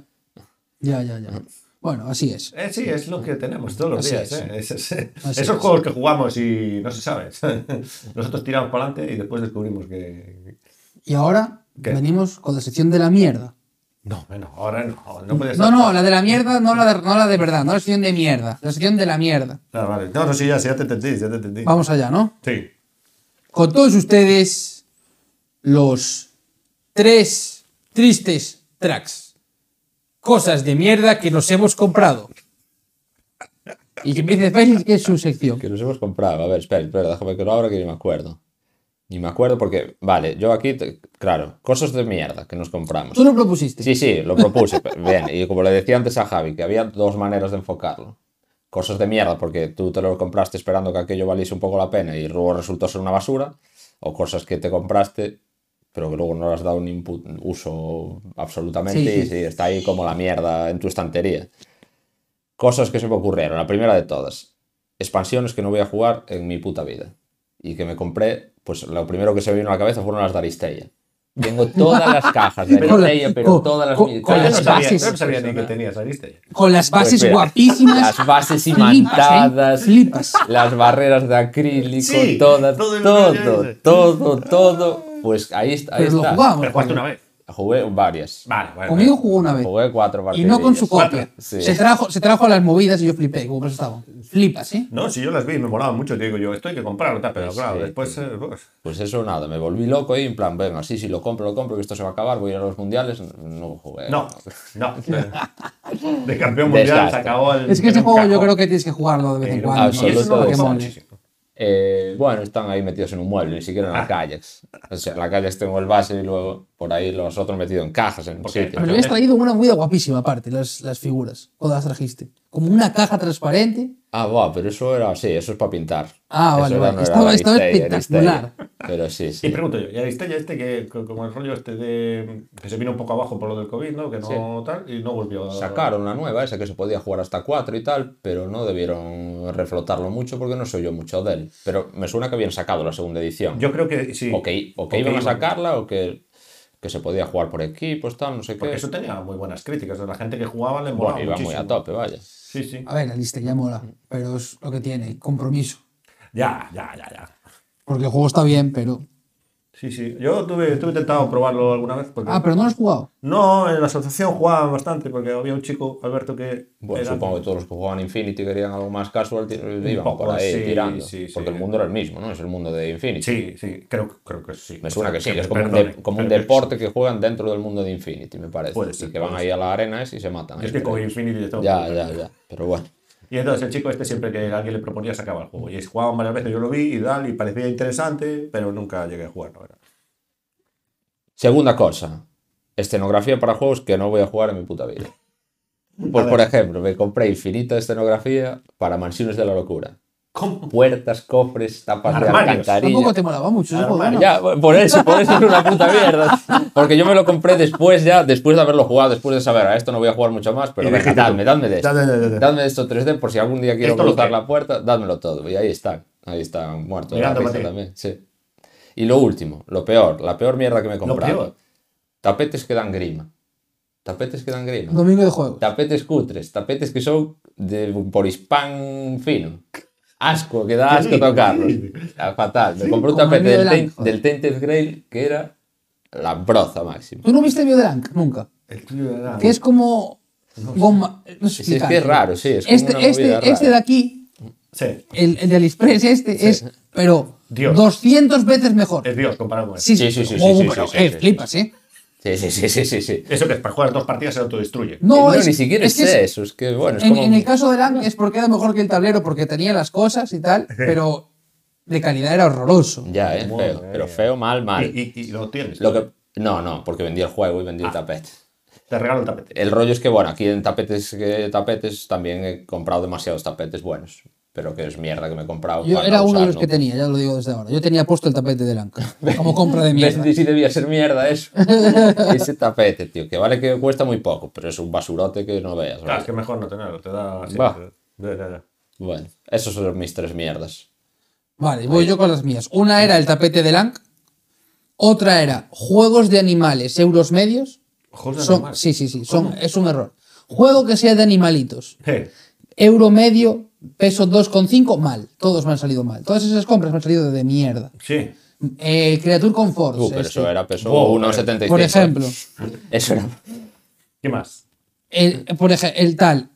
B: Ya, ya, ya.
C: Mm.
B: Bueno, así es.
D: Eh, sí, es lo que tenemos todos los
B: Así
D: días.
B: es.
D: ¿eh? Es- es-
B: Así
D: esos
B: es.
D: juegos que jugamos y no se sabe. Nosotros tiramos para adelante y después descubrimos que...
B: Y ahora
D: ¿Qué?
B: venimos con la sección de la mierda.
D: No, bueno, ahora no. No, puede
B: No,
D: ser.
B: no, la de la mierda, no la de, no la de verdad, no la sección de mierda, la sección de la mierda.
D: Ah, vale. No, no, sí, ya, sí, ya te entendí, ya te entendí.
B: Vamos allá, ¿no?
D: Sí.
B: Con todos ustedes, los tres tristes tracks. Cosas de mierda que nos hemos comprado. Y que empiece Félix, que es su sección.
C: Que nos hemos comprado. A ver, espera, espera, déjame que lo abra que ni me acuerdo. Ni me acuerdo porque, vale, yo aquí, te- claro, cosas de mierda que nos compramos.
B: Tú lo propusiste.
C: Sí, sí, lo propuse. pe- Bien, y como le decía antes a Javi, que había dos maneras de enfocarlo. Cosas de mierda, porque tú te lo compraste esperando que aquello valiese un poco la pena y luego resultó ser una basura. O cosas que te compraste, pero que luego no le has dado un input- uso absolutamente
B: Sí,
C: y
B: sí.
C: sí, está ahí como la mierda en tu estantería. Cosas que se me ocurrieron. La primera de todas. Expansiones que no voy a jugar en mi puta vida. Y que me compré, pues lo primero que se me vino a la cabeza fueron las de Aristella. Tengo todas las cajas de
B: Pero-
C: Aristella, pero
B: con-
C: todas las...
B: con-
C: mil-
B: con
D: Yo
C: todas
D: no
B: las
C: las-
B: bases.
D: sabía,
B: pues,
D: yo no sabía ni que tenías, ¿viste?
B: Con las
C: Pues
B: bases
C: mira,
B: guapísimas.
C: Las bases
B: flipas, ¿eh?
C: imantadas.
B: Flipas.
C: Las barreras de acrílico,
D: Sí,
C: todas,
D: todo
C: todo,
D: el rollo
C: todo,
D: ese.
C: todo, Pues ahí, está- ahí
B: Pero lo
C: está.
B: jugamos.
D: Pero jugaste una vez.
C: Jugué varias.
D: Vale, vale.
B: Conmigo jugó una vez.
C: Jugué cuatro
B: Y
C: partidas.
B: no con su copia.
D: Vale,
C: sí.
B: Se, trajo, se trajo las movidas y yo flipé, como por eso estaban. Flipas, ¿eh?
D: No, si yo las vi y me molaban mucho, te digo yo, esto hay que comprarlo, tal, pero
C: Pues
D: claro,
C: sí.
D: después... eh, pues,
C: Pues eso nada, me volví loco y en plan, venga, sí, sí, lo compro, lo compro, que esto se va a acabar, voy a ir a los mundiales. No jugué.
D: no, no. De campeón mundial se
C: Desastre.
D: acabó el...
B: Es que ese
D: en un
B: juego yo
D: cajón.
B: creo que tienes que jugarlo de vez en
D: Eh,
B: cuando. ¿no?
D: y eso no lo
B: Que
C: absoluto.
D: jugaba
B: mole.
D: muchísimo.
C: Eh, bueno, están ahí metidos en un mueble, ni siquiera en
D: Ah.
C: las calles. O sea, en las calles tengo el base y luego por ahí los otros metidos en cajas, en
D: Porque-
C: sitios.
B: Pero habías traído una movida guapísima aparte, las, las figuras. Cuando las trajiste. Como una caja transparente.
C: Ah, va, pero eso era, sí, eso es para pintar.
B: Ah,
C: Eso
B: vale,
C: era-
B: vale.
C: no era
B: Estaba-
C: la
B: estaba
C: Aristella,
B: espectacular.
C: Aristella. Pero sí, sí.
D: Y pregunto yo, y Aristella este que co- como el rollo este de que se vino un poco abajo por lo del COVID, ¿no? Que no tal, y no volvió a
C: Sacaron la nueva, esa que se podía jugar hasta 4 y tal, pero no debieron reflotarlo mucho porque no soy yo mucho de él. Pero me suena que habían sacado la segunda edición.
D: Yo creo que sí.
C: o que, o que
D: Ok,
C: iban
D: iban.
C: a sacarla o que, que se podía jugar por equipos, tal, no sé qué.
D: Porque eso tenía muy buenas críticas. La gente que jugaba le molaba
C: bueno, iba muy
D: muchísimo.
C: a tope, vaya.
D: Sí, sí.
B: A ver, la lista ya mola. Pero es lo que tiene, compromiso.
D: Ya, ya, ya, ya.
B: Porque el juego está bien, pero.
D: Sí, sí. Yo tuve, estuve intentado probarlo alguna vez. Porque...
B: Ah, pero no lo has jugado.
D: No, en la asociación jugaban bastante porque había un chico, Alberto, que.
C: Bueno,
D: era-
C: supongo que todos los que jugaban Infinity querían algo más casual, ti- iban
D: poco,
C: por ahí
D: sí,
C: tirando.
D: sí, sí.
C: porque el mundo era el mismo, ¿no? Es el mundo de Infinity.
D: Sí, sí, creo, creo que sí.
C: Me suena que sí,
D: me
C: es como un,
D: perdonen,
C: de- como un
D: creo que
C: deporte que juegan dentro del mundo de Infinity, me parece.
D: Puede
C: y
D: ser,
C: que van
D: puede
C: ahí a la arena esa y se matan.
D: sí. Es
C: ahí,
D: que
C: creo.
D: con Infinity de todo.
C: Ya, ya, ya. Pero bueno.
D: Y entonces el chico este siempre que alguien le proponía sacaba el juego. Y jugaban varias veces, yo lo vi y tal, y parecía interesante, pero nunca llegué a jugar, la verdad.
C: Segunda cosa. Escenografía para juegos que no voy a jugar en mi puta vida. Pues, por ejemplo, me compré infinita escenografía para mansiones de la locura.
D: ¿Cómo?
C: Puertas, cofres, tapas
D: Armarios.
C: de alcantarilla.
B: Tampoco te molaba mucho ese juego, ¿no?
C: Ya, por eso, por eso es una puta mierda. Porque yo me lo compré después ya, después de haberlo jugado, después de saber, a esto no voy a jugar mucho más, pero
D: Y
C: venga,
D: dijiste tú,
C: dadme, dadme de esto.
D: "Dadme, dadme, dadme".
C: Dadme de esto 3D por si algún día quiero
D: Esto lo
C: cruzar
D: quiero.
C: la puerta, dádmelo todo. Y ahí están, ahí están muertos de la
D: Mirando
C: risa
D: para ti.
C: también, sí. Y lo último, lo peor, la peor mierda que me he comprado.
D: peor.
C: Tapetes que dan grima. Tapetes que dan grima.
B: Domingo de juego.
C: Tapetes cutres, tapetes que son de polispán fino. Asco, que da asco tocarlos. Ah, Fatal. Me compré un
B: como el
C: tapete
B: mío
C: del,
B: del
C: Ten-
B: Anjo.
C: del Tainted Grail que era la broza máxima.
B: ¿Tú no viste Biodelank? Nunca.
D: El tuyo era-
B: Que es como. Goma. No sé
C: Sí, es
B: explicar.
C: que es raro, sí. Es como una
B: Este,
C: movida
B: este,
C: rara.
B: este de aquí,
D: Sí,
B: el, el de Aliexpress, este, es. Pero.
D: Dios.
B: 200 veces mejor.
D: es Dios comparado con él.
B: Sí, sí,
C: Sí,
B: sí. sí,
C: Eh, sí, sí, sí, sí,
B: pero,
C: sí,
B: eh,
C: sí, sí.
B: flipas, ¿eh?
C: Sí, sí, sí, sí, sí. sí.
D: Eso que es para jugar dos partidas se autodestruye.
C: Eh, No,
B: No, es,
C: ni siquiera
B: es
C: es,
B: que es-
C: eso. Es que, bueno, es
B: en,
C: como...
B: en el caso de Lang es porque era mejor que el tablero, porque tenía las cosas y tal, pero de calidad era horroroso.
C: Ya, eh,
D: Madre
C: feo. Pero
D: mía.
C: feo, mal, mal.
D: Y, Ah. y- y lo tienes.
C: Lo que... No, no, porque vendí el juego y vendí el tapete.
D: Te regalo el
C: Eh,
D: tapete.
C: El rollo es que, bueno, aquí en tapetes, que- tapetes también he comprado demasiados tapetes buenos. pero que es mierda que me he comprado.
B: Yo
C: para
B: era uno de
C: usar,
B: los
C: ¿no?
B: que tenía, ya lo digo desde ahora. Yo tenía puesto el tapete de Lanca como compra de mierda.
C: ¿Ves? Sí debía ser mierda eso. Ese tapete, tío, que vale que cuesta muy poco, pero es un basurote que no veas.
D: Claro,
C: ¿vale?
D: es que mejor no tenerlo, te da. sí,
C: Va.
D: te- ya, ya, ya.
C: Bueno, esos son mis tres mierdas.
B: Vale, voy yo con las mías. Una era el tapete de Lank. Otra era juegos de animales, euros medios.
D: Juegos de
B: Son-
D: animales.
B: sí, sí, sí. Son, es un error. Juego que sea de animalitos.
D: Eh,
B: Euro medio, peso 2,5, mal. Todos me han salido mal. Todas esas compras me han salido de mierda.
D: sí.
B: Eh, Creature con Force.
C: Uh, pero
B: este.
C: eso era peso
D: Wow,
C: 1,75.
B: Por ejemplo.
C: Eso era.
D: ¿Qué más?
B: El, por ejemplo, el tal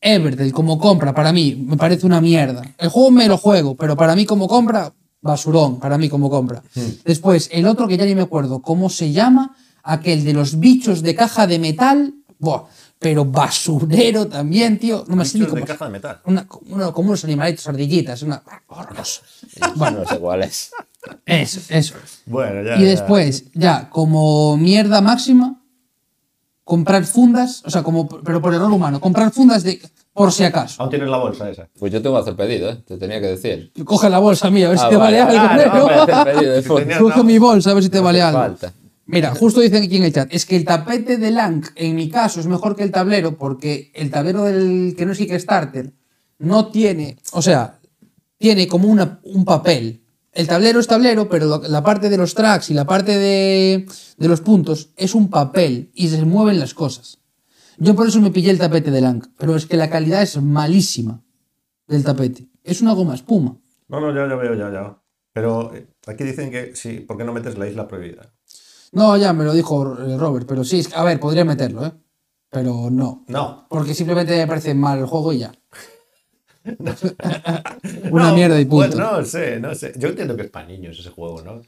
B: Everdell como compra, para mí, me parece una mierda. El juego me lo juego, pero para mí como compra, basurón, para mí como compra. Después, el otro que ya ni me acuerdo cómo se llama, aquel de los bichos de caja de metal, buah, pero basurero también, tío. No me sé ni
D: Bichos
B: cómo.
D: de caja de metal.
B: Una, una- como unos animalitos, ardillitas, una. horroroso.
C: Bueno, no sé cuál es.
B: Eso, eso.
D: Bueno, ya.
B: Y
D: ya.
B: después, ya, como mierda máxima, comprar fundas, o sea, como, pero por error humano, comprar fundas de, por si acaso.
D: Aún tienes la bolsa esa.
C: Pues yo tengo que hacer pedido, ¿eh? Te tenía que decir.
B: Coge la bolsa mía, a ver si
C: Ah,
B: te vale,
C: vale,
B: algo.
C: claro,
B: ¿no?
C: vale, hacer pedido de
D: Si
C: fondo.
D: tenías-
B: Coge mi bolsa, a ver si te vale
C: hace
B: algo.
C: falta.
B: Mira, justo dicen aquí en el chat, es que el tapete de Lang, en mi caso, es mejor que el tablero, porque el tablero del que no es Kickstarter no tiene, o sea, tiene como una, un papel. El tablero es tablero, pero lo- la parte de los tracks y la parte de, de los puntos es un papel y se mueven las cosas. Yo por eso me pillé el tapete de Lang, pero es que la calidad es malísima del tapete. Es una goma espuma.
D: No, no, ya, ya veo, ya, ya. Pero eh, aquí dicen que sí, ¿por qué no metes la isla prohibida?
B: No, ya me lo dijo eh, Robert, pero sí, es que- a ver, podría meterlo, ¿eh? Pero no.
D: No.
B: Porque simplemente me parece mal el juego y ya. Una mierda y punto.
D: Bueno, no sé, no sé. Yo entiendo que es para niños ese juego, ¿no?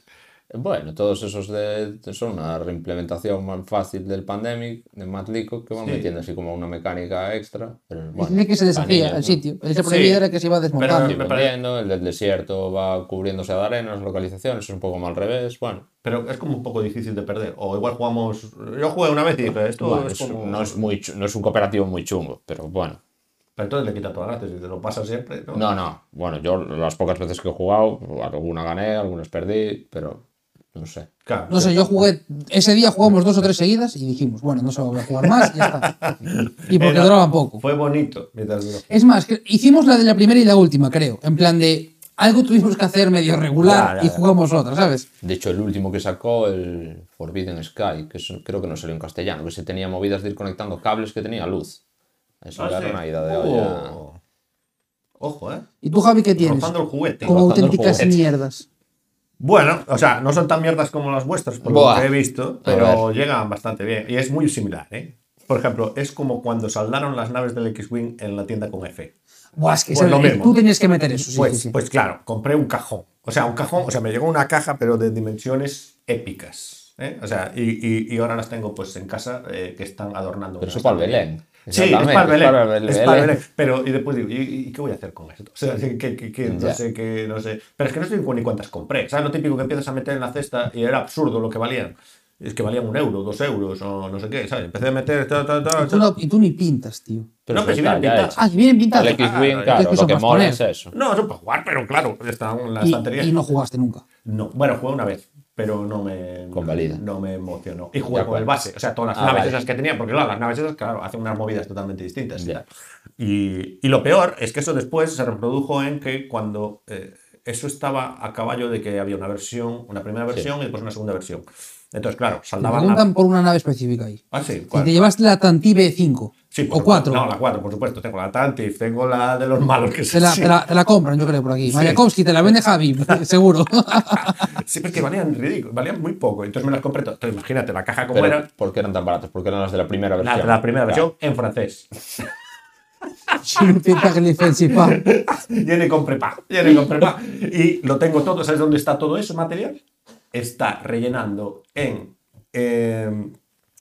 C: Bueno, todos esos de, son una reimplementación más fácil del Pandemic, de Matt Leacock, que van
D: Sí.
C: metiendo así como una mecánica extra. Pero bueno,
B: Dice que se
C: para niños,
B: desafía
C: ¿no?
B: el sitio. El se prohibido
D: Sí,
B: era que se iba desmontando.
C: Sí,
D: me
C: va
D: parece-
C: hundiendo, el del desierto va cubriéndose de arenas, localizaciones, es un poco más al revés. Bueno,
D: Pero es como un poco difícil de perder. O igual jugamos. Yo jugué una vez y dije, esto
C: bueno,
D: es
C: es-
D: como.
C: no, es muy, chu- no es un cooperativo muy chungo, pero bueno.
D: Pero entonces le quita toda la gracia. Si te lo pasa siempre, ¿no?
C: No, no. Bueno, yo las pocas veces que he jugado, alguna gané, algunas perdí, pero no sé.
D: Claro.
B: No sé, yo jugué. Ese día jugamos dos o tres seguidas y dijimos, bueno, no se va a jugar más y ya está. Y porque
D: Era-
B: duraban poco.
D: Fue bonito mientras duró.
B: Es más, que hicimos la de la primera y la última, creo. En plan de algo tuvimos que hacer medio regular
D: Ya, ya,
B: y
D: ya.
B: jugamos otra, ¿sabes?
C: De hecho, el último que sacó, el Forbidden Sky, que es- creo que no salió en castellano, que se tenía movidas de ir conectando cables que tenía luz. Eso era una ida de olla.
D: Ah, Oh. Ojo, ¿eh?
B: ¿Y tú, Javi, qué tienes?
D: Rozando el juguete.
B: Como
C: rozando el
B: auténticas
C: juguete.
B: mierdas.
D: Bueno, o sea, no son tan mierdas como las vuestras, por
C: Buah.
D: lo que he visto, pero llegan bastante bien. Y es muy similar, ¿eh? Por ejemplo, es como cuando saldaron las naves del X-Wing en la tienda con F.
B: Buah, es que
D: Pues lo
B: ¿sabes?
D: mismo.
B: tú tenías que meter eso. Sí,
D: pues,
B: sí, sí.
D: pues claro, compré un cajón. O sea, un cajón, o sea, me llegó una caja, pero de dimensiones épicas. ¿eh? O sea, y, y- y ahora las tengo pues en casa eh, que están adornando.
C: Pero eso
D: unas
C: para el
D: también.
C: Belén.
D: Sí, es
C: Exactamente,
D: para el Belén. Es para el
C: Belén.
D: Belén. Pero, y después digo, ¿y, y qué voy a hacer con esto? O sea, que, que- que no
C: Ya.
D: sé, que no sé. Pero es que no sé ni cuántas compré. ¿Sabes lo típico que empiezas a meter en la cesta y era absurdo lo que valían? Es que valían un euro, dos euros o no sé qué, ¿sabes? Empecé a meter... ta, ta,
B: Y
D: ta,
B: tú,
D: ta.
B: no- y tú ni pintas, tío.
C: Pero
D: No,
C: eso
D: pero si
C: está
D: vienen
C: ya
D: pintadas.
C: hecho.
B: Ah, que vienen pintadas.
C: El X-Wing,
D: Ah,
B: es
C: claro,
B: que
C: lo
B: son
C: que
B: más
C: mola
B: poner.
C: es eso.
D: No, eso para jugar, pero claro, está en la
B: Ah, Y,
D: estantería.
B: y no jugaste nunca.
D: No, bueno, jugué una vez, pero no me,
C: Convalida.
D: no me emocionó. Y jugué
C: Ya,
D: con el base, o sea, todas las
C: Ah,
D: naves
C: vale.
D: esas que tenía, porque claro, las naves esas, claro, hacen unas movidas totalmente distintas. y
C: Ya.
D: tal. Y, y lo peor es que eso después se reprodujo en que cuando eh, eso estaba a caballo de que había una versión, una primera versión y después una segunda versión. Entonces, claro,
B: Te
D: saldaban la...
B: preguntan por una nave específica ahí.
D: Ah,
B: Si
D: sí, ¿cuál?
B: te llevaste la Tantive 5
D: Sí, por
B: o
D: supuesto.
B: 4,
D: No, la 4, por supuesto. Tengo la Tantif, tengo la de los malos que
B: te, la,
D: sí.
B: te la- te la compran, yo creo, por aquí.
D: Sí.
B: Mayakovsky te la vende Javi, seguro.
D: Sí, pero es que valían ridículo, valían muy poco. Entonces me las compré todas. Entonces, imagínate, la caja como
C: Pero,
D: era,
C: ¿Por qué eran tan baratos? Porque eran las de la primera
D: La,
C: versión.
D: la primera
C: Claro.
D: versión en francés.
B: Significa que le fensipa.
D: Viene con prepa, viene con prepa. Y lo tengo todo. ¿Sabes dónde está todo eso material? Está rellenando en. eh,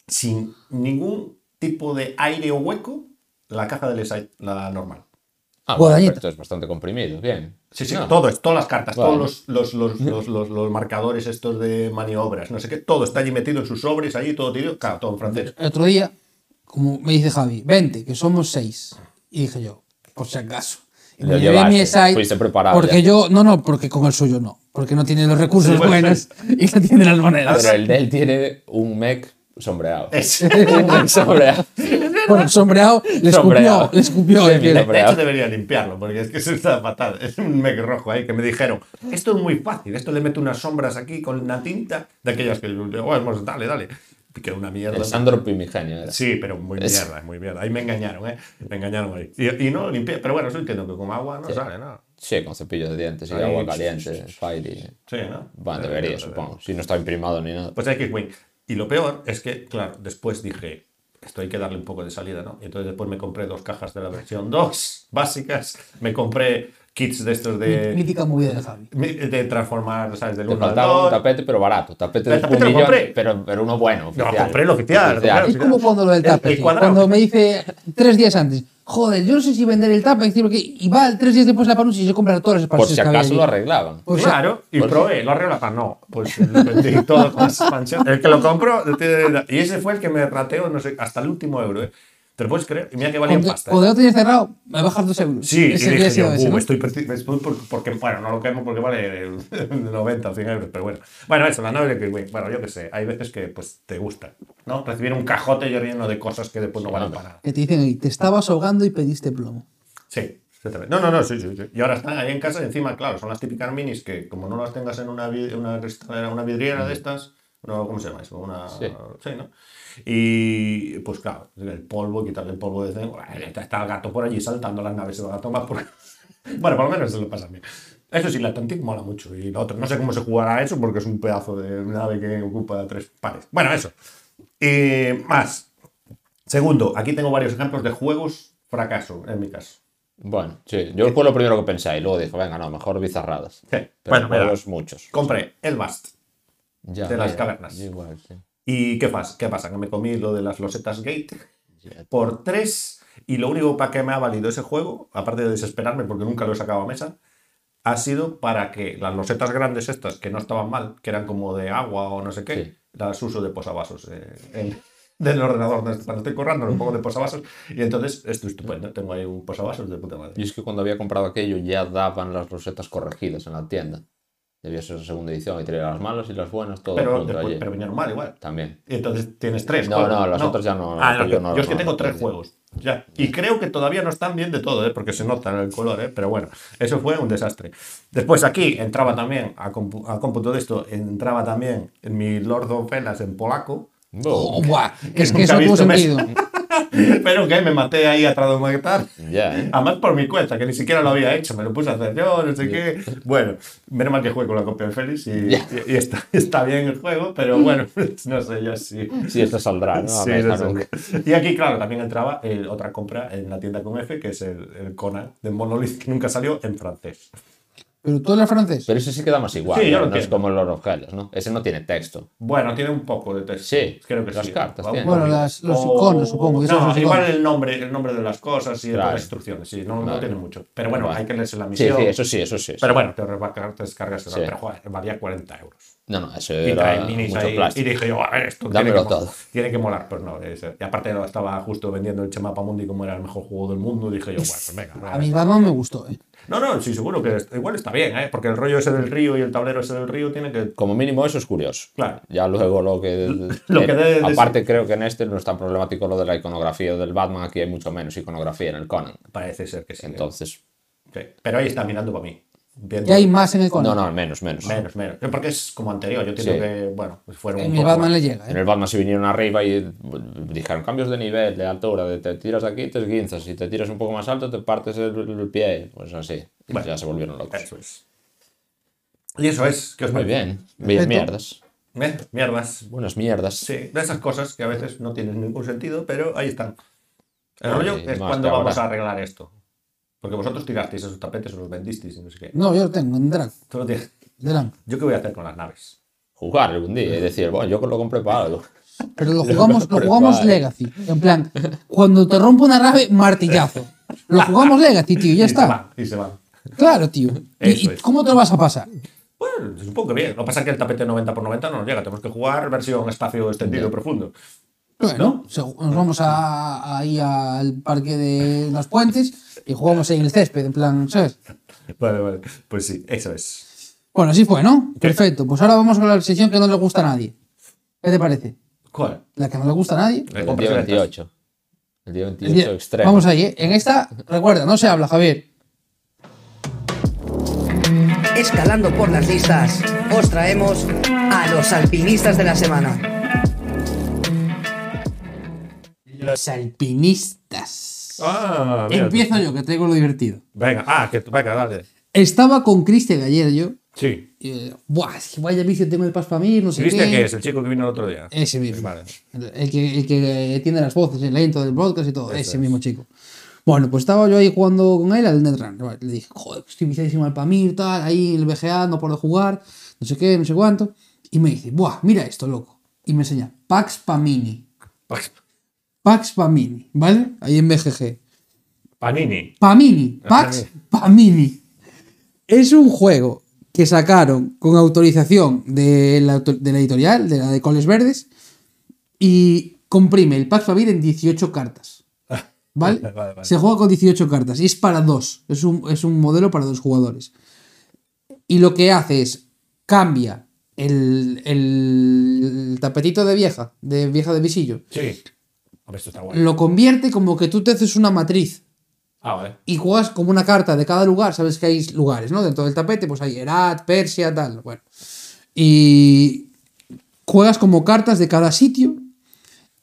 D: sin ningún tipo de aire o hueco, la caja del Esai, la normal.
C: Ah, bueno,
B: Guadañita.
C: pero esto es bastante comprimido, bien.
D: Sí, sí,
C: No,
D: todo es, todas las cartas,
C: Ah. Vale.
D: todos los, los, los, los, los- los marcadores estos de maniobras, no sé qué, todo está allí metido en sus sobres, allí todo tirado, claro, todo en francés.
B: El otro día, como me dice Javi, vente, que somos 6. Y dije yo, por si acaso.
C: Lo
B: llevé
C: llevaste,
B: mi site
C: fuiste preparado
B: Porque
C: ya.
B: yo, no, no, porque con el suyo no. Porque no tiene los recursos
D: Sí, bueno,
B: buenos y no tiene las monedas.
C: Pero el de él tiene un mech sombreado.
D: Es-
C: un mech sombreado.
B: Por el sombreado, le escupió,
C: Sombreado.
B: le escupió.
C: Sí,
B: es que-
C: mira.
D: De
C: Hombre,
D: hecho, debería limpiarlo, porque es que eso está fatal. Es un mec rojo ahí que me dijeron: Esto es muy fácil, esto le meto unas sombras aquí con una tinta de aquellas que. Oh, hermoso, dale, dale. Que una mierda.
C: El Sandro Primigenio era.
D: Sí, pero muy mierda, muy mierda. Ahí me engañaron, ¿eh? Me engañaron ahí. Y, y no lo limpié, pero bueno, eso entiendo que con agua no sale nada.
C: Sí, con cepillo de dientes y
D: Ahí,
C: agua
D: sí,
C: caliente, fire.
D: Sí, ¿no? Eh,
C: Bueno, debería, supongo. Si no está imprimado ni nada.
D: Pues X-Wing. Y lo peor es que, claro, después dije, esto hay que darle un poco de salida, ¿no? Y entonces después me compré dos cajas de la versión 2 básicas, me compré kits de estos
C: Mm,
D: de,
B: Mítica movida de Javi.
D: de transformar, ¿sabes? Del
C: Te
D: 1 al
C: faltaba un
D: 2.
C: tapete, pero barato. Tapete
D: El
C: de
D: tapete
C: un
D: lo
C: millón,
D: compré.
C: pero, pero uno bueno. Oficial.
D: compré el oficial,
C: Oficial.
D: claro.
B: Es como cuando lo del
D: El- el
B: Tapec.
D: cuadrado.
B: Cuando me dice tres días antes, joder, yo no sé si vender el Tapec, tío, porque- y va tres días después a la panuncia y se compra todas las
C: Por
B: parches
C: si
B: que había
C: acaso
B: allí.
C: lo arreglaban.
B: Por si-
D: claro, y
C: Pues
D: probé, lo arregla para no. Pues lo vendí todo con las expansiones. El que lo compró. Y ese fue el que me rateó, no sé, hasta el último euro, ¿eh? ¿Te lo puedes creer? Y mira que valía en
B: Cuando,
D: pasta. ¿eh?
B: cuando no tenía cerrado, me bajas dos euros.
D: Sí,
B: Ese
D: y
B: día ha
D: dije
B: sido
D: yo,
B: ese,
D: "Uh,
B: ¿no?
D: estoy, perci- estoy por- porque, bueno, no lo quemo porque vale eh, 90 o 100 euros, pero bueno. Bueno, eso, la novela que, bueno, yo qué sé, hay veces que pues te gusta, ¿no? Recibir un cajote yo lleno de cosas que después no valen para nada.
B: Que te dicen ahí, te estabas ahogando y pediste plomo.
D: Sí, exactamente. No, no, no, sí, sí, sí. Y ahora están ahí en casa y encima, claro, son las típicas minis que como no las tengas en una, vid- una, cristalera- una vidriera de estas, no, ¿cómo se llama eso? Una, sí. ¿no? Y pues claro, el polvo, quitarle el polvo de dentro, está, está el gato por allí saltando las naves, se van a tomar por... bueno, por lo menos se lo pasa bien. Eso sí, la Tantic mola mucho y la otra, no sé cómo se jugará eso porque es un pedazo de nave que ocupa tres pares. Bueno, eso. Y más. Segundo, aquí tengo varios ejemplos de juegos fracaso, en mi caso.
C: Bueno, sí. Yo fue lo primero que pensé y luego dije, venga, no, mejor bizarradas. Pero
D: bueno, mira.
C: juegos muchos.
D: Compré el Bast.
C: Ya,
D: De las cavernas.
C: yo Igual, sí.
D: ¿Y qué, pas- qué pasa? Que me comí lo de las losetas Gate por tres. Y lo único para que me ha valido ese juego, aparte de desesperarme porque nunca lo he sacado a mesa, ha sido para que las losetas grandes estas, que no estaban mal, que eran como de agua o no sé qué,
C: Sí.
D: las uso de posavasos eh, en- del ordenador. Cuando estoy currando, lo pongo de posavasos. Y entonces esto es estupendo. Tengo ahí un posavasos de puta madre.
C: Y es que cuando había comprado aquello ya daban las rosetas corregidas en la tienda. Debía ser la segunda edición y tenía las malas y las buenas, todo
D: Pero,
C: junto
D: después-
C: allí.
D: pero vinieron mal igual.
C: También.
D: Y entonces tienes tres.
C: No,
D: juegos,
C: no, las otras ya no,
D: Ah,
C: las que yo
D: yo,
C: no
D: yo es que
C: las
D: tengo
C: conozco,
D: tres
C: sí.
D: juegos. Ya. Y creo que todavía no están bien de todo, ¿eh? porque se nota el color, ¿eh? pero bueno, eso fue un desastre. Después aquí entraba también, a, compu- a cómputo de esto, entraba también en mi Lord of Velas en polaco,
B: Oh,
C: Boom.
B: buah, es que
D: Nunca
B: eso
D: he
B: tuvo
D: visto
B: sentido.
D: pero que me maté ahí a tradumatar.
C: Ya, ¿eh?
D: Además por mi cuenta, que ni siquiera lo había hecho, me lo puse a hacer yo, no sé qué. Bueno, menos mal que jugué con la copia de Félix y,
C: Ya.
D: y- y está, está bien el juego, pero bueno, no sé yo si...
C: Sí, esto saldrá, ¿no? A
D: Sí,
C: ver,
D: no sé.
C: Ah, claro.
D: Y aquí, claro, también entraba eh, otra compra en la tienda con F, que es el, el Conan de Monolith, que nunca salió en francés.
B: Pero tú eres francés.
C: Pero ese sí que da más igual,
D: Sí, yo
C: ¿no?
D: lo
C: No es
D: entiendo.
C: como el Lord of Hellas, ¿no? Ese no tiene texto.
D: Bueno, tiene un poco de texto.
C: Sí,
D: creo que
C: las
D: sí.
C: cartas
D: Va un
C: tiene.
D: poco.
B: Bueno, las- los
D: O-
B: iconos, supongo que son
D: no,
B: los
D: igual
B: iconos.
D: el nombre, el nombre de las cosas y
C: Claro.
D: las instrucciones. Sí, no, no
C: Vale.
D: tiene mucho. Pero bueno,
C: Vale.
D: hay que leerse la
C: Sí,
D: misión.
C: sí, eso sí, eso sí.
D: Pero
C: sí.
D: bueno, te, rebacar- te descargas el
C: Sí.
D: pero joder, valía 40 euros.
C: No, no, eso
D: Y
C: era
D: trae minis
C: mucho
D: ahí. Y
C: plástico.
D: dije yo, a ver, esto
C: Dámelo
D: tiene, que, mo-
C: todo.
D: tiene que molar. Pues no, ese- y aparte lo estaba justo vendiendo el Chemapa Mundi como era el mejor juego del mundo. Dije yo, bueno, pues venga.
B: A mí Batman me gustó, eh.
D: No, no, sí, seguro que est- igual está bien, ¿eh? Porque el rollo ese del río y el tablero ese del río tiene que...
C: Como mínimo eso es curioso.
D: Claro.
C: Ya luego lo que...
D: Lo que de- de-
C: aparte creo que en este no es tan problemático lo de la iconografía del Batman, aquí hay mucho menos iconografía en el Conan.
D: Parece ser que sí. ¿eh?
C: Entonces...
D: Sí. Pero ahí está mirando para mí. Viendo-
B: Ya hay más en el
C: No,
B: Conan.
C: no, menos, menos.
D: Menos, menos. Eh, Porque es como anterior, yo entiendo
C: Sí.
D: que, bueno, pues fueron
B: En
D: un
B: el
D: poco
B: Batman
D: más.
B: le llega,
C: En
B: eh.
C: el Batman se vinieron arriba y mm, dijeron cambios de nivel, de altura, de te tiras aquí, te esguinzas, si te tiras un poco más alto te partes el, el pie, pues así. Y
D: Bueno.
C: ya se volvieron locos.
D: Eso es. Y eso es, que os
C: Muy
D: parece?
C: bien.
B: Perfecto.
C: Mierdas.
D: ¿Eh? Mierdas.
C: Buenas mierdas.
D: Sí, de esas cosas que a veces no tienen ningún sentido, pero ahí están. El
C: Ay,
D: rollo
C: más
D: es
C: que
D: cuando vamos
C: ahora.
D: a arreglar esto. Porque vosotros tirasteis esos tapetes, os los vendisteis y no sé qué.
B: No, yo lo tengo, en Drag.
D: Solo te-
B: Delan.
D: ¿Yo qué voy a hacer con las naves?
C: Jugar algún día y decir, bueno, yo lo compré para algo.
B: Pero lo jugamos, lo
C: Pero
B: jugamos
C: vale.
B: Legacy. En plan, cuando te rompo una nave, martillazo. Lo jugamos Legacy, tío, ya
D: y Se
B: está.
D: van, y se van.
B: Claro, tío. ¿Y,
D: Eso
B: y
D: es.
B: cómo te lo vas a pasar?
D: Bueno, supongo que bien. Lo que pasa es que el tapete 90 por 90 no nos llega. Tenemos que jugar versión espacio extendido profundo.
B: Bueno, seg- nos vamos a, ahí al parque de los puentes y jugamos ahí en el césped, en plan, ¿sabes?
D: Vale, vale. Pues sí, eso es.
B: Bueno, así fue, ¿no? Perfecto. Pues ahora vamos con la sección que no le gusta a nadie. ¿Qué te parece?
D: ¿Cuál?
B: La que no le gusta a nadie.
C: El día 28. El día 28
B: Bien,
C: extremo.
B: Vamos ahí, ¿eh? En esta, recuerda, no se habla, Javier.
E: Escalando por las listas, os traemos a los alpinistas de la semana.
B: Los alpinistas.
D: Ah, mira.
B: Empiezo yo, que traigo lo divertido.
D: Venga, ah, que venga, dale.
B: Estaba con Cristian ayer yo.
D: Sí.
B: y, eh, Buah, es que vaya vicio tengo el pas para mí, no sé
D: ¿Cristian
B: qué.
D: qué es? El chico que vino el otro día.
B: Ese mismo.
D: Vale.
B: El, que, el que tiene las voces, el lento del podcast y todo. ese mismo chico. Bueno, pues estaba yo ahí jugando con él al Netrunner. Vale, Le dije, joder, estoy viciadísimo al Pamir, tal, ahí en el BGA, no puedo jugar, no sé qué, no sé cuánto. Y me dice, buah, mira esto, loco. Y me enseña, Pax Pamini. Pax Pamini, ¿vale? Ahí en BGG.
D: Panini.
B: Pamini, Pax Pamini. Es un juego que sacaron con autorización de la, auto- de la editorial, de la de Coles Verdes, y comprime el Pax Pamini en 18 cartas. ¿Vale?
D: Ah, Vale, vale, vale.
B: Se juega con 18 cartas y es para dos. Es un, es un modelo para dos jugadores. Y lo que hace es cambia el, el tapetito de vieja, de vieja de visillo,
D: Sí. Hombre, esto está guay.
B: lo convierte como que tú te haces una matriz
D: Ah, vale.
B: y juegas como una carta de cada lugar, sabes que hay lugares, ¿no? Dentro del tapete, pues hay Herat, Persia, tal, bueno. Y juegas como cartas de cada sitio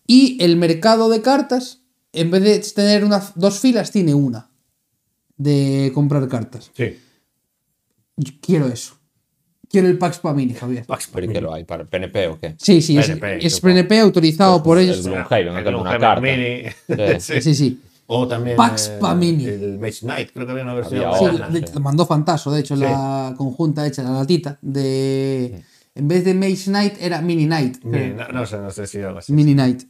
B: y el mercado de cartas, en vez de tener una- dos filas, tiene una de comprar cartas.
D: Sí.
B: Yo quiero eso. Quiero el Pax Pamini, Javier.
C: ¿Pero qué lo hay? ¿Para PNP o qué?
B: Sí, sí, es,
D: PNP,
B: es
D: supongo.
B: PNP autorizado por
C: el
B: ellos.
D: El
C: Gloomhaven, aquel de una
D: Gloomhaven
C: carta.
D: Mini.
C: Sí.
B: Sí, sí.
D: O también.
B: Pax
D: eh,
B: Pamini.
D: El Mage Knight, creo que había una versión.
C: Había
B: Sí,
C: otra.
D: buena.
B: de-
C: sí.
B: lo mandó Fantaso, de hecho,
D: Sí. Mm.
B: la conjunta hecha, la latita, de... En vez de Mage Knight era Mini Knight.
D: Mini, No, no sé, no sé si algo así.
B: Mini Knight.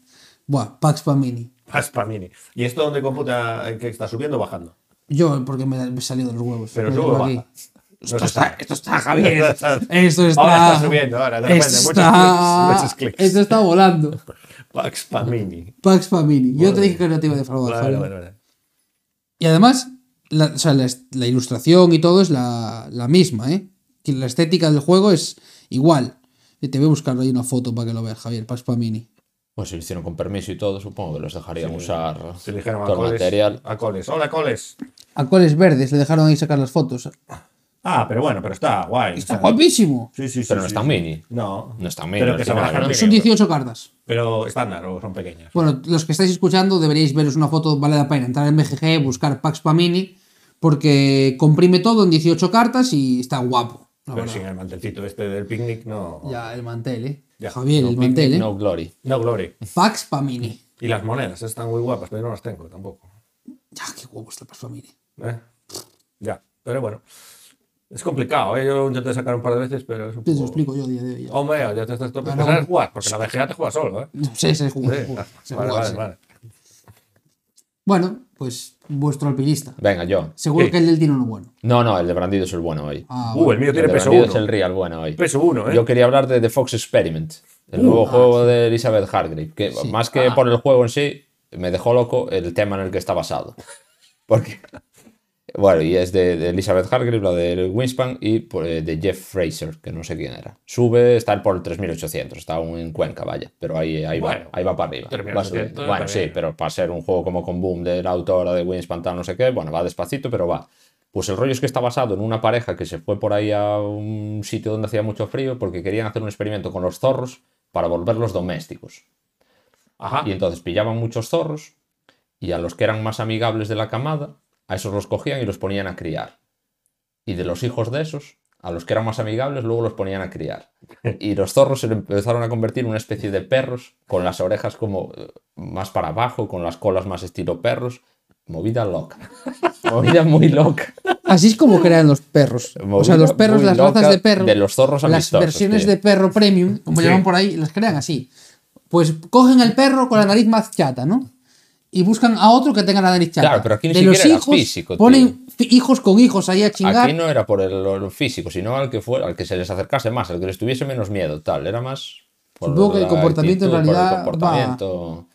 B: Buah, Pax para Mini.
D: Pax Pamini. ¿Y esto dónde computa eh, que está subiendo o bajando?
B: Yo, porque me, me salió de los huevos.
D: Pero
B: me
D: sube
B: lo
D: o
B: aquí.
D: baja.
B: Esto,
D: se
B: está,
D: sabe.
B: esto está, Javier.
D: Ahora está-
B: Esto está...
D: ahora está subiendo, ahora, de repente,
B: esto
D: muchos
B: está-
D: clics, muchos clics.
B: Esto está volando.
D: Pax Pamini.
B: Pax para Mini. Yo te
D: Madre.
B: dije que no te iba a defraudar,
D: Vale,
B: Javier.
D: vale, vale.
B: Y además, la, o sea, la, est- la ilustración y todo es la, la misma, ¿eh? Que La estética del juego es igual. Y Te voy a buscar ahí una foto para que lo veas, Javier, Pax Pamini.
C: Pues si lo hicieron con permiso y todo, supongo que los dejarían usar
D: Se le dijeron a
C: todo el
D: Coles.
C: material.
D: A Coles. Hola, Coles.
B: A cuáles verdes le dejaron ahí sacar las fotos.
D: Ah, pero bueno, pero está guay.
B: Está guapísimo.
D: Sí, sí, sí.
C: Pero no
D: sí,
C: es tan
D: sí.
C: mini.
D: No.
C: No es tan mini,
D: Pero que se
C: al final,
D: barajan
C: ¿no?
D: bien,
B: Son 18 cartas.
D: Pero estándar o son pequeñas.
B: Bueno, los que estáis escuchando deberíais veros una foto, vale la pena entrar en BGG, buscar Pax Pamini, porque comprime todo en 18 cartas y está guapo. La
D: pero
B: verdad.
D: sin el mantelcito este del picnic, no.
B: Ya, el mantel, ¿eh?
D: Ya,
B: Javier,
D: no,
B: el mantel, ¿eh?
C: No Glory.
D: No, Glory.
B: Pax Pamini.
D: Y las monedas están muy guapas, pero yo no las tengo tampoco.
B: Ya, qué guapo está Pax Pamini.
D: ¿eh? Ya, pero bueno. Es complicado, ¿eh? Yo lo intenté sacar un par de veces, pero es un
B: Te lo
D: poco-
B: explico yo a día de hoy. ya.
D: Hombre, ya te estás topando.
B: Ahora
D: sabes
B: voy.
D: jugar, porque la VGA te juega solo, ¿eh?
B: No sé, se jugó.
D: Sí.
B: se jugó, se
D: Vale,
B: jugó,
D: vale,
B: sí. Ah,
D: vale.
B: Bueno, pues vuestro alpinista.
C: Venga, yo.
B: Seguro
D: Sí.
B: que el del tiene uno bueno.
C: No, no, el de Brandido es el bueno hoy.
B: Ah,
D: Uh,
B: bueno.
D: el mío
C: El de
D: tiene peso
C: Brandido es el
D: 1.
C: real bueno hoy.
D: Peso 1, ¿eh? Uh, ah,
C: Yo quería hablar de The Fox Experiment, el nuevo juego de Elizabeth Hargrave, que más que por el juego en sí, me dejó loco el tema en el que está basado. Porque, bueno, y es de, de Elizabeth Hargrave, la de Wingspan, y por- eh, de Jeff Fraser, que no sé quién era. Sube, está él por el 3800, está aún en Cuenca, vaya, pero ahí, ahí,
D: Bueno,
C: va, ahí va para arriba.
D: 3800
C: va subiendo.
D: está
C: bueno, sí,
D: bien.
C: pero para ser un juego como con Boom de la autora de Wingspan, tal, no sé qué, bueno, va despacito, pero va. Pues el rollo es que está basado en una pareja que se fue por ahí a un sitio donde hacía mucho frío porque querían hacer un experimento con los zorros para volverlos domésticos.
D: Ajá.
C: Y entonces pillaban muchos zorros y a los que eran más amigables de la camada, a esos los cogían y los ponían a criar. Y de los hijos de esos, a los que eran más amigables, luego los ponían a criar. Y los zorros se empezaron a convertir en una especie de perros, con las orejas como eh, más para abajo, con las colas más estilo perros. Movida loca. Movida muy loca.
B: Así es como crean los perros. o sea,
C: Movida
B: los perros,
C: muy
B: las
C: loca
B: razas de perro.
C: de los zorros
B: Las
C: amistosos,
B: versiones
C: tío.
B: de perro premium, como
D: Sí.
B: llaman por ahí, las crean así. Pues cogen al perro con la nariz más chata, ¿no? Y buscan a otro que tenga la nariz chata.
C: Claro, pero aquí ni
B: de
C: siquiera
B: los
C: era
B: hijos,
C: físico, tío.
B: Ponen fi- hijos con hijos ahí a chingar.
C: Aquí no era por el, lo físico, sino al que, fue, al que se les acercase más, al que les tuviese menos miedo, tal. Era más Por
B: Supongo que el
C: la
B: comportamiento en
C: actitud, por el
B: realidad va-
C: comportamiento.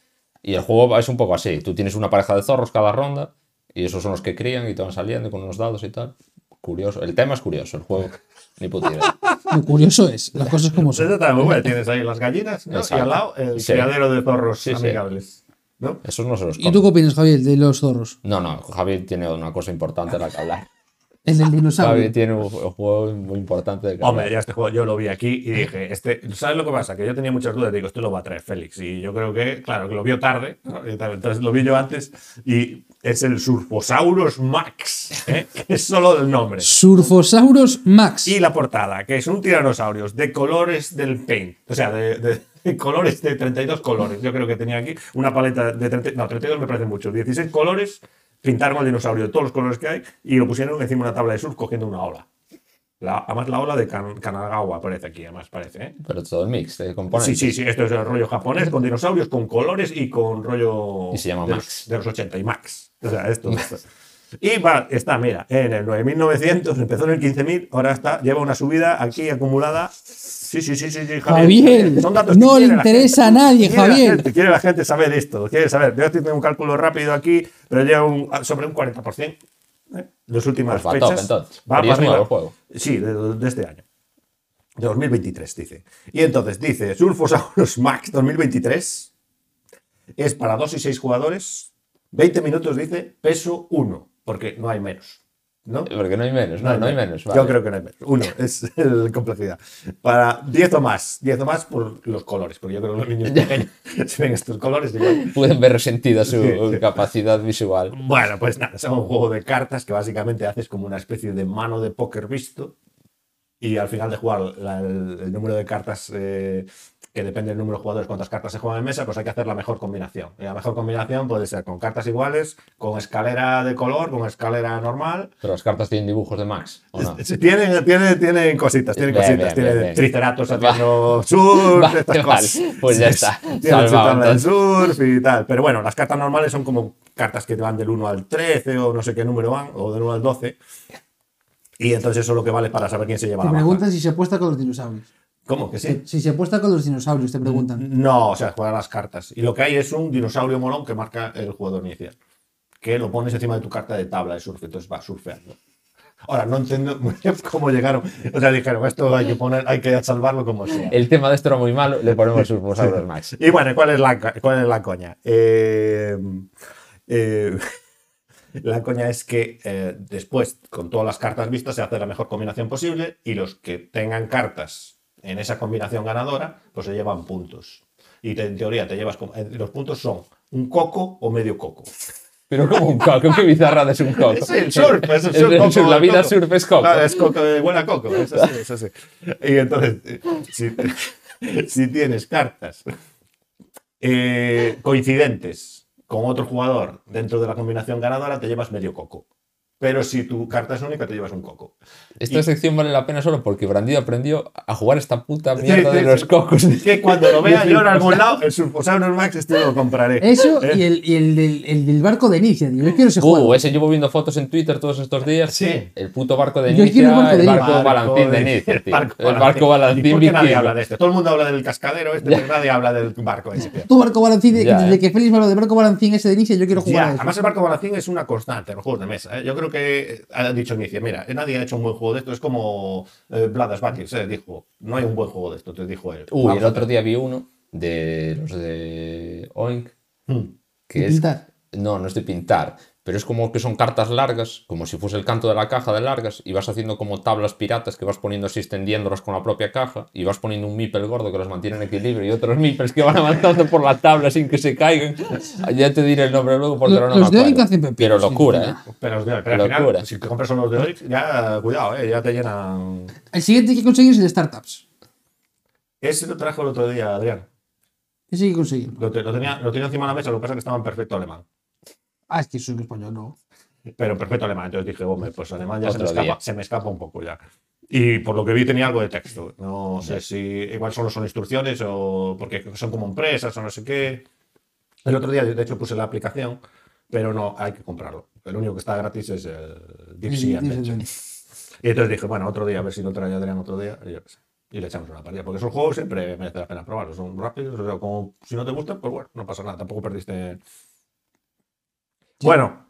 C: Y el juego es un poco así. Tú tienes una pareja de zorros cada ronda y esos son los que crían y te van saliendo con unos dados y tal. Curioso. El tema es curioso, el juego. Ni puta idea.
B: Lo curioso es, las cosas como son.
D: Eso está muy Pues bueno. Tienes ahí las gallinas ¿no? y
C: Exacto.
D: al lado el
C: Sí.
D: criadero de zorros
C: Sí, sí.
D: amigables. ¿no?
C: Esos no se los
B: ¿Y tú qué
C: come.
B: opinas, Javier, de los zorros?
C: No, no, Javi tiene una cosa importante de la que hablar.
B: El del
C: Javi
B: dinosaurio.
C: tiene un un juego muy importante de que
D: Hombre,
C: hablar.
D: ya este juego yo lo vi aquí y dije, este, ¿sabes lo que pasa? Que yo tenía muchas dudas, digo, esto lo va a traer Félix. Y yo creo que, claro, que lo vio tarde, ¿no? Y tal, entonces lo vi yo antes y es el Surfosaurus Max, ¿eh? que es solo el nombre.
B: Surfosaurus Max.
D: Y la portada, que es un tiranosaurio de colores del paint, o sea, de, de- de colores de 32 colores. Yo creo que tenía aquí una paleta de 30, no, 32 me parece mucho, 16 colores, pintaron al dinosaurio de todos los colores que hay y lo pusieron encima de una tabla de surf cogiendo una ola. La, además, la ola de Kan- Kanagawa aparece aquí, además parece. ¿eh?
C: Pero todo es mix de componentes.
D: Sí, sí, sí, esto es el rollo japonés, con dinosaurios, con colores y con rollo.
C: Y se llama
D: de
C: Max.
D: Los, de los 80 y Max. O sea, esto. Y va, está, mira, en el 9.900, empezó en el 15.000, ahora está, lleva una subida aquí acumulada. Sí, sí, sí, sí, sí,
B: Javier, no
D: que
B: le
D: quiere la
B: interesa
D: gente.
B: a nadie,
D: Quiere la
B: Javier.
D: gente, quiere la gente saber esto, quiere saber. Yo estoy tengo un cálculo rápido aquí, pero lleva un- sobre un 40%. ¿eh? Las últimas
C: Pues va top,
D: fechas.
C: entonces.
D: Va
C: Pero ya
D: para
C: es nuevo
D: arriba.
C: el juego.
D: Sí, de- de este año. 2023, dice. Y entonces dice, Surfosaurus Max 2023 es para 2 y 6 jugadores, 20 minutos dice, peso 1, porque no hay menos. ¿No?
C: Porque no hay menos, Eh, no, no hay menos. vale.
D: Yo creo que no hay menos. Uno es la complejidad. Para 10 o más, 10 o más por los colores, porque yo creo que los niños pequeños se ven estos colores igual.
C: Pueden ver resentida su
D: Sí, sí.
C: capacidad visual.
D: Bueno, pues nada, es un juego de cartas que básicamente haces como una especie de mano de póker visto y al final de jugar la- el, el número de cartas, eh, que depende del número de jugadores, cuántas cartas se juegan en mesa, pues hay que hacer la mejor combinación. Y la mejor combinación puede ser con cartas iguales, con escalera de color, con escalera normal.
C: Pero las cartas tienen dibujos de Max, ¿o no?
D: Sí, Tienen, tienen, tienen cositas, tienen
C: Bien,
D: cositas.
C: bien,
D: tienen
C: bien, bien.
D: triceratops haciendo surf,
C: Vale,
D: estas
C: vale.
D: cosas.
C: Pues ya está,
D: Tienen su
C: salvado,
D: tabla del
C: entonces.
D: surf y tal. Pero bueno, las cartas normales son como cartas que van del 1 al 13 o no sé qué número van, o del 1 al 12. Y entonces eso es lo que vale para saber quién se lleva
B: Te
D: la baja.
B: preguntan si se apuesta con los dinosaurios.
D: ¿Cómo que sí?
B: Si se apuesta con los dinosaurios, te
C: Mm,
B: preguntan.
D: No, o sea, jugar a las cartas. Y lo que hay es un dinosaurio molón que marca el jugador inicial. Que lo pones encima de tu carta de tabla de surf, entonces va surfeando. Ahora, no entiendo muy bien cómo llegaron. O sea, dijeron, esto hay que poner, hay que salvarlo como sea.
C: El tema de esto era muy malo, le ponemos Surfosaurus Max.
D: Y bueno, ¿cuál es la, co- cuál es la coña? Eh, eh, la coña es que eh, después, con todas las cartas vistas, se hace la mejor combinación posible y los que tengan cartas en esa combinación ganadora, pues se llevan puntos. Y te- en teoría te llevas como- eh, los puntos son un coco o medio coco.
C: Pero como un coco, qué bizarra de un coco.
D: Es el surf, es el surf.
C: el
D: coco,
C: surf, la
D: el
C: vida
D: coco.
C: surf es coco.
D: Claro, es coco, eh, buena coco, eso sí, eso sí. Y entonces, eh, si, si tienes cartas eh, coincidentes con otro jugador dentro de la combinación ganadora, te llevas medio coco. Pero si tu carta es única, te llevas un coco.
C: Esta
D: y-
C: sección vale la pena solo porque Brandido aprendió a jugar esta puta mierda
D: Sí,
C: de
D: sí,
C: los
D: sí.
C: cocos.
D: Que cuando lo vea yo en algún lado, el Surfosaurus Max, este lo compraré.
B: Eso
D: Eh,
B: y el, y el del, el del barco de Nietzsche. Digo, yo quiero ese
C: Uh,
B: juego.
C: ese llevo viendo fotos en Twitter todos estos días.
D: Sí.
C: El puto barco de
B: Yo
C: Nietzsche,
B: quiero
C: el
B: el barco
C: barco,
B: de
D: Barco
C: balancín de
D: de-
C: Nietzsche. tío.
D: barco
C: El barco
D: ¿Y
C: balancín
D: por qué nadie
C: vikingo.
D: habla de esto? Todo el mundo habla del cascadero este, pero nadie habla del barco este. ese. tío.
B: Tu barco balancín, de-
C: Ya, eh.
B: desde que Félix me habló de barco balancín ese de Nietzsche, yo quiero
D: Ya,
B: jugar a eso.
D: además el barco balancín es una constante en los juegos de mesa. ¿eh? Yo creo que ha dicho Nietzsche, mira, nadie ha hecho un buen juego de esto. Es como eh, Vladas Bakis, eh, dijo, no hay un buen juego de esto, te dijo él.
C: Uy,
D: Vamos
C: el
D: a
C: otro día vi uno de los de Oink.
D: ver. Mm.
C: Que
B: ¿De
C: es,
B: Hmm. pintar?
C: No, no es de pintar. Pero es como que son cartas largas, como si fuese el canto de la caja de largas, y vas haciendo como tablas piratas que vas poniendo así, extendiéndolas con la propia caja, y vas poniendo un mipel gordo que los mantiene en equilibrio, y otros mipels que van avanzando por la tabla sin que se caigan. Ah, Ya te diré el nombre luego porque
B: Lo-
C: ahora no
B: los
C: me
B: de
C: acuerdo.
B: Oink hacen pepinos,
C: Pero locura,
B: sí,
C: ¿eh?
D: Pero, los de- pero al
C: Locura.
D: final, si te compras solo los de hoy, ya, cuidado, eh, ya te llenan.
B: El siguiente que conseguir es el de startups.
D: Ese lo trajo el otro día, Adrián.
B: Ese hay que conseguirlo.
D: Lo, te- lo tenía, lo tenía encima de la mesa, lo que pasa es que estaba en perfecto alemán.
B: Ah, es que soy español, no.
D: Pero en perfecto alemán. Entonces dije, hombre, pues alemán ya se me,
C: Otro día.
D: escapa, se me escapa un poco ya. Y por lo que vi tenía algo de texto. No sé si igual solo son instrucciones o porque son como empresas o no sé qué. El otro día, de hecho, puse la aplicación, pero no, hay que comprarlo. El único que está gratis es el Deep Sea
B: Dice
D: Adventure.
B: Johnny.
D: Y entonces dije, bueno, otro día, a ver si lo trae Adrián otro día. y yo qué sé. y le echamos una partida. Porque esos juegos siempre merece la pena probarlos. Son rápidos, o sea, como si no te gustan, pues bueno, no pasa nada, tampoco perdiste. Bueno,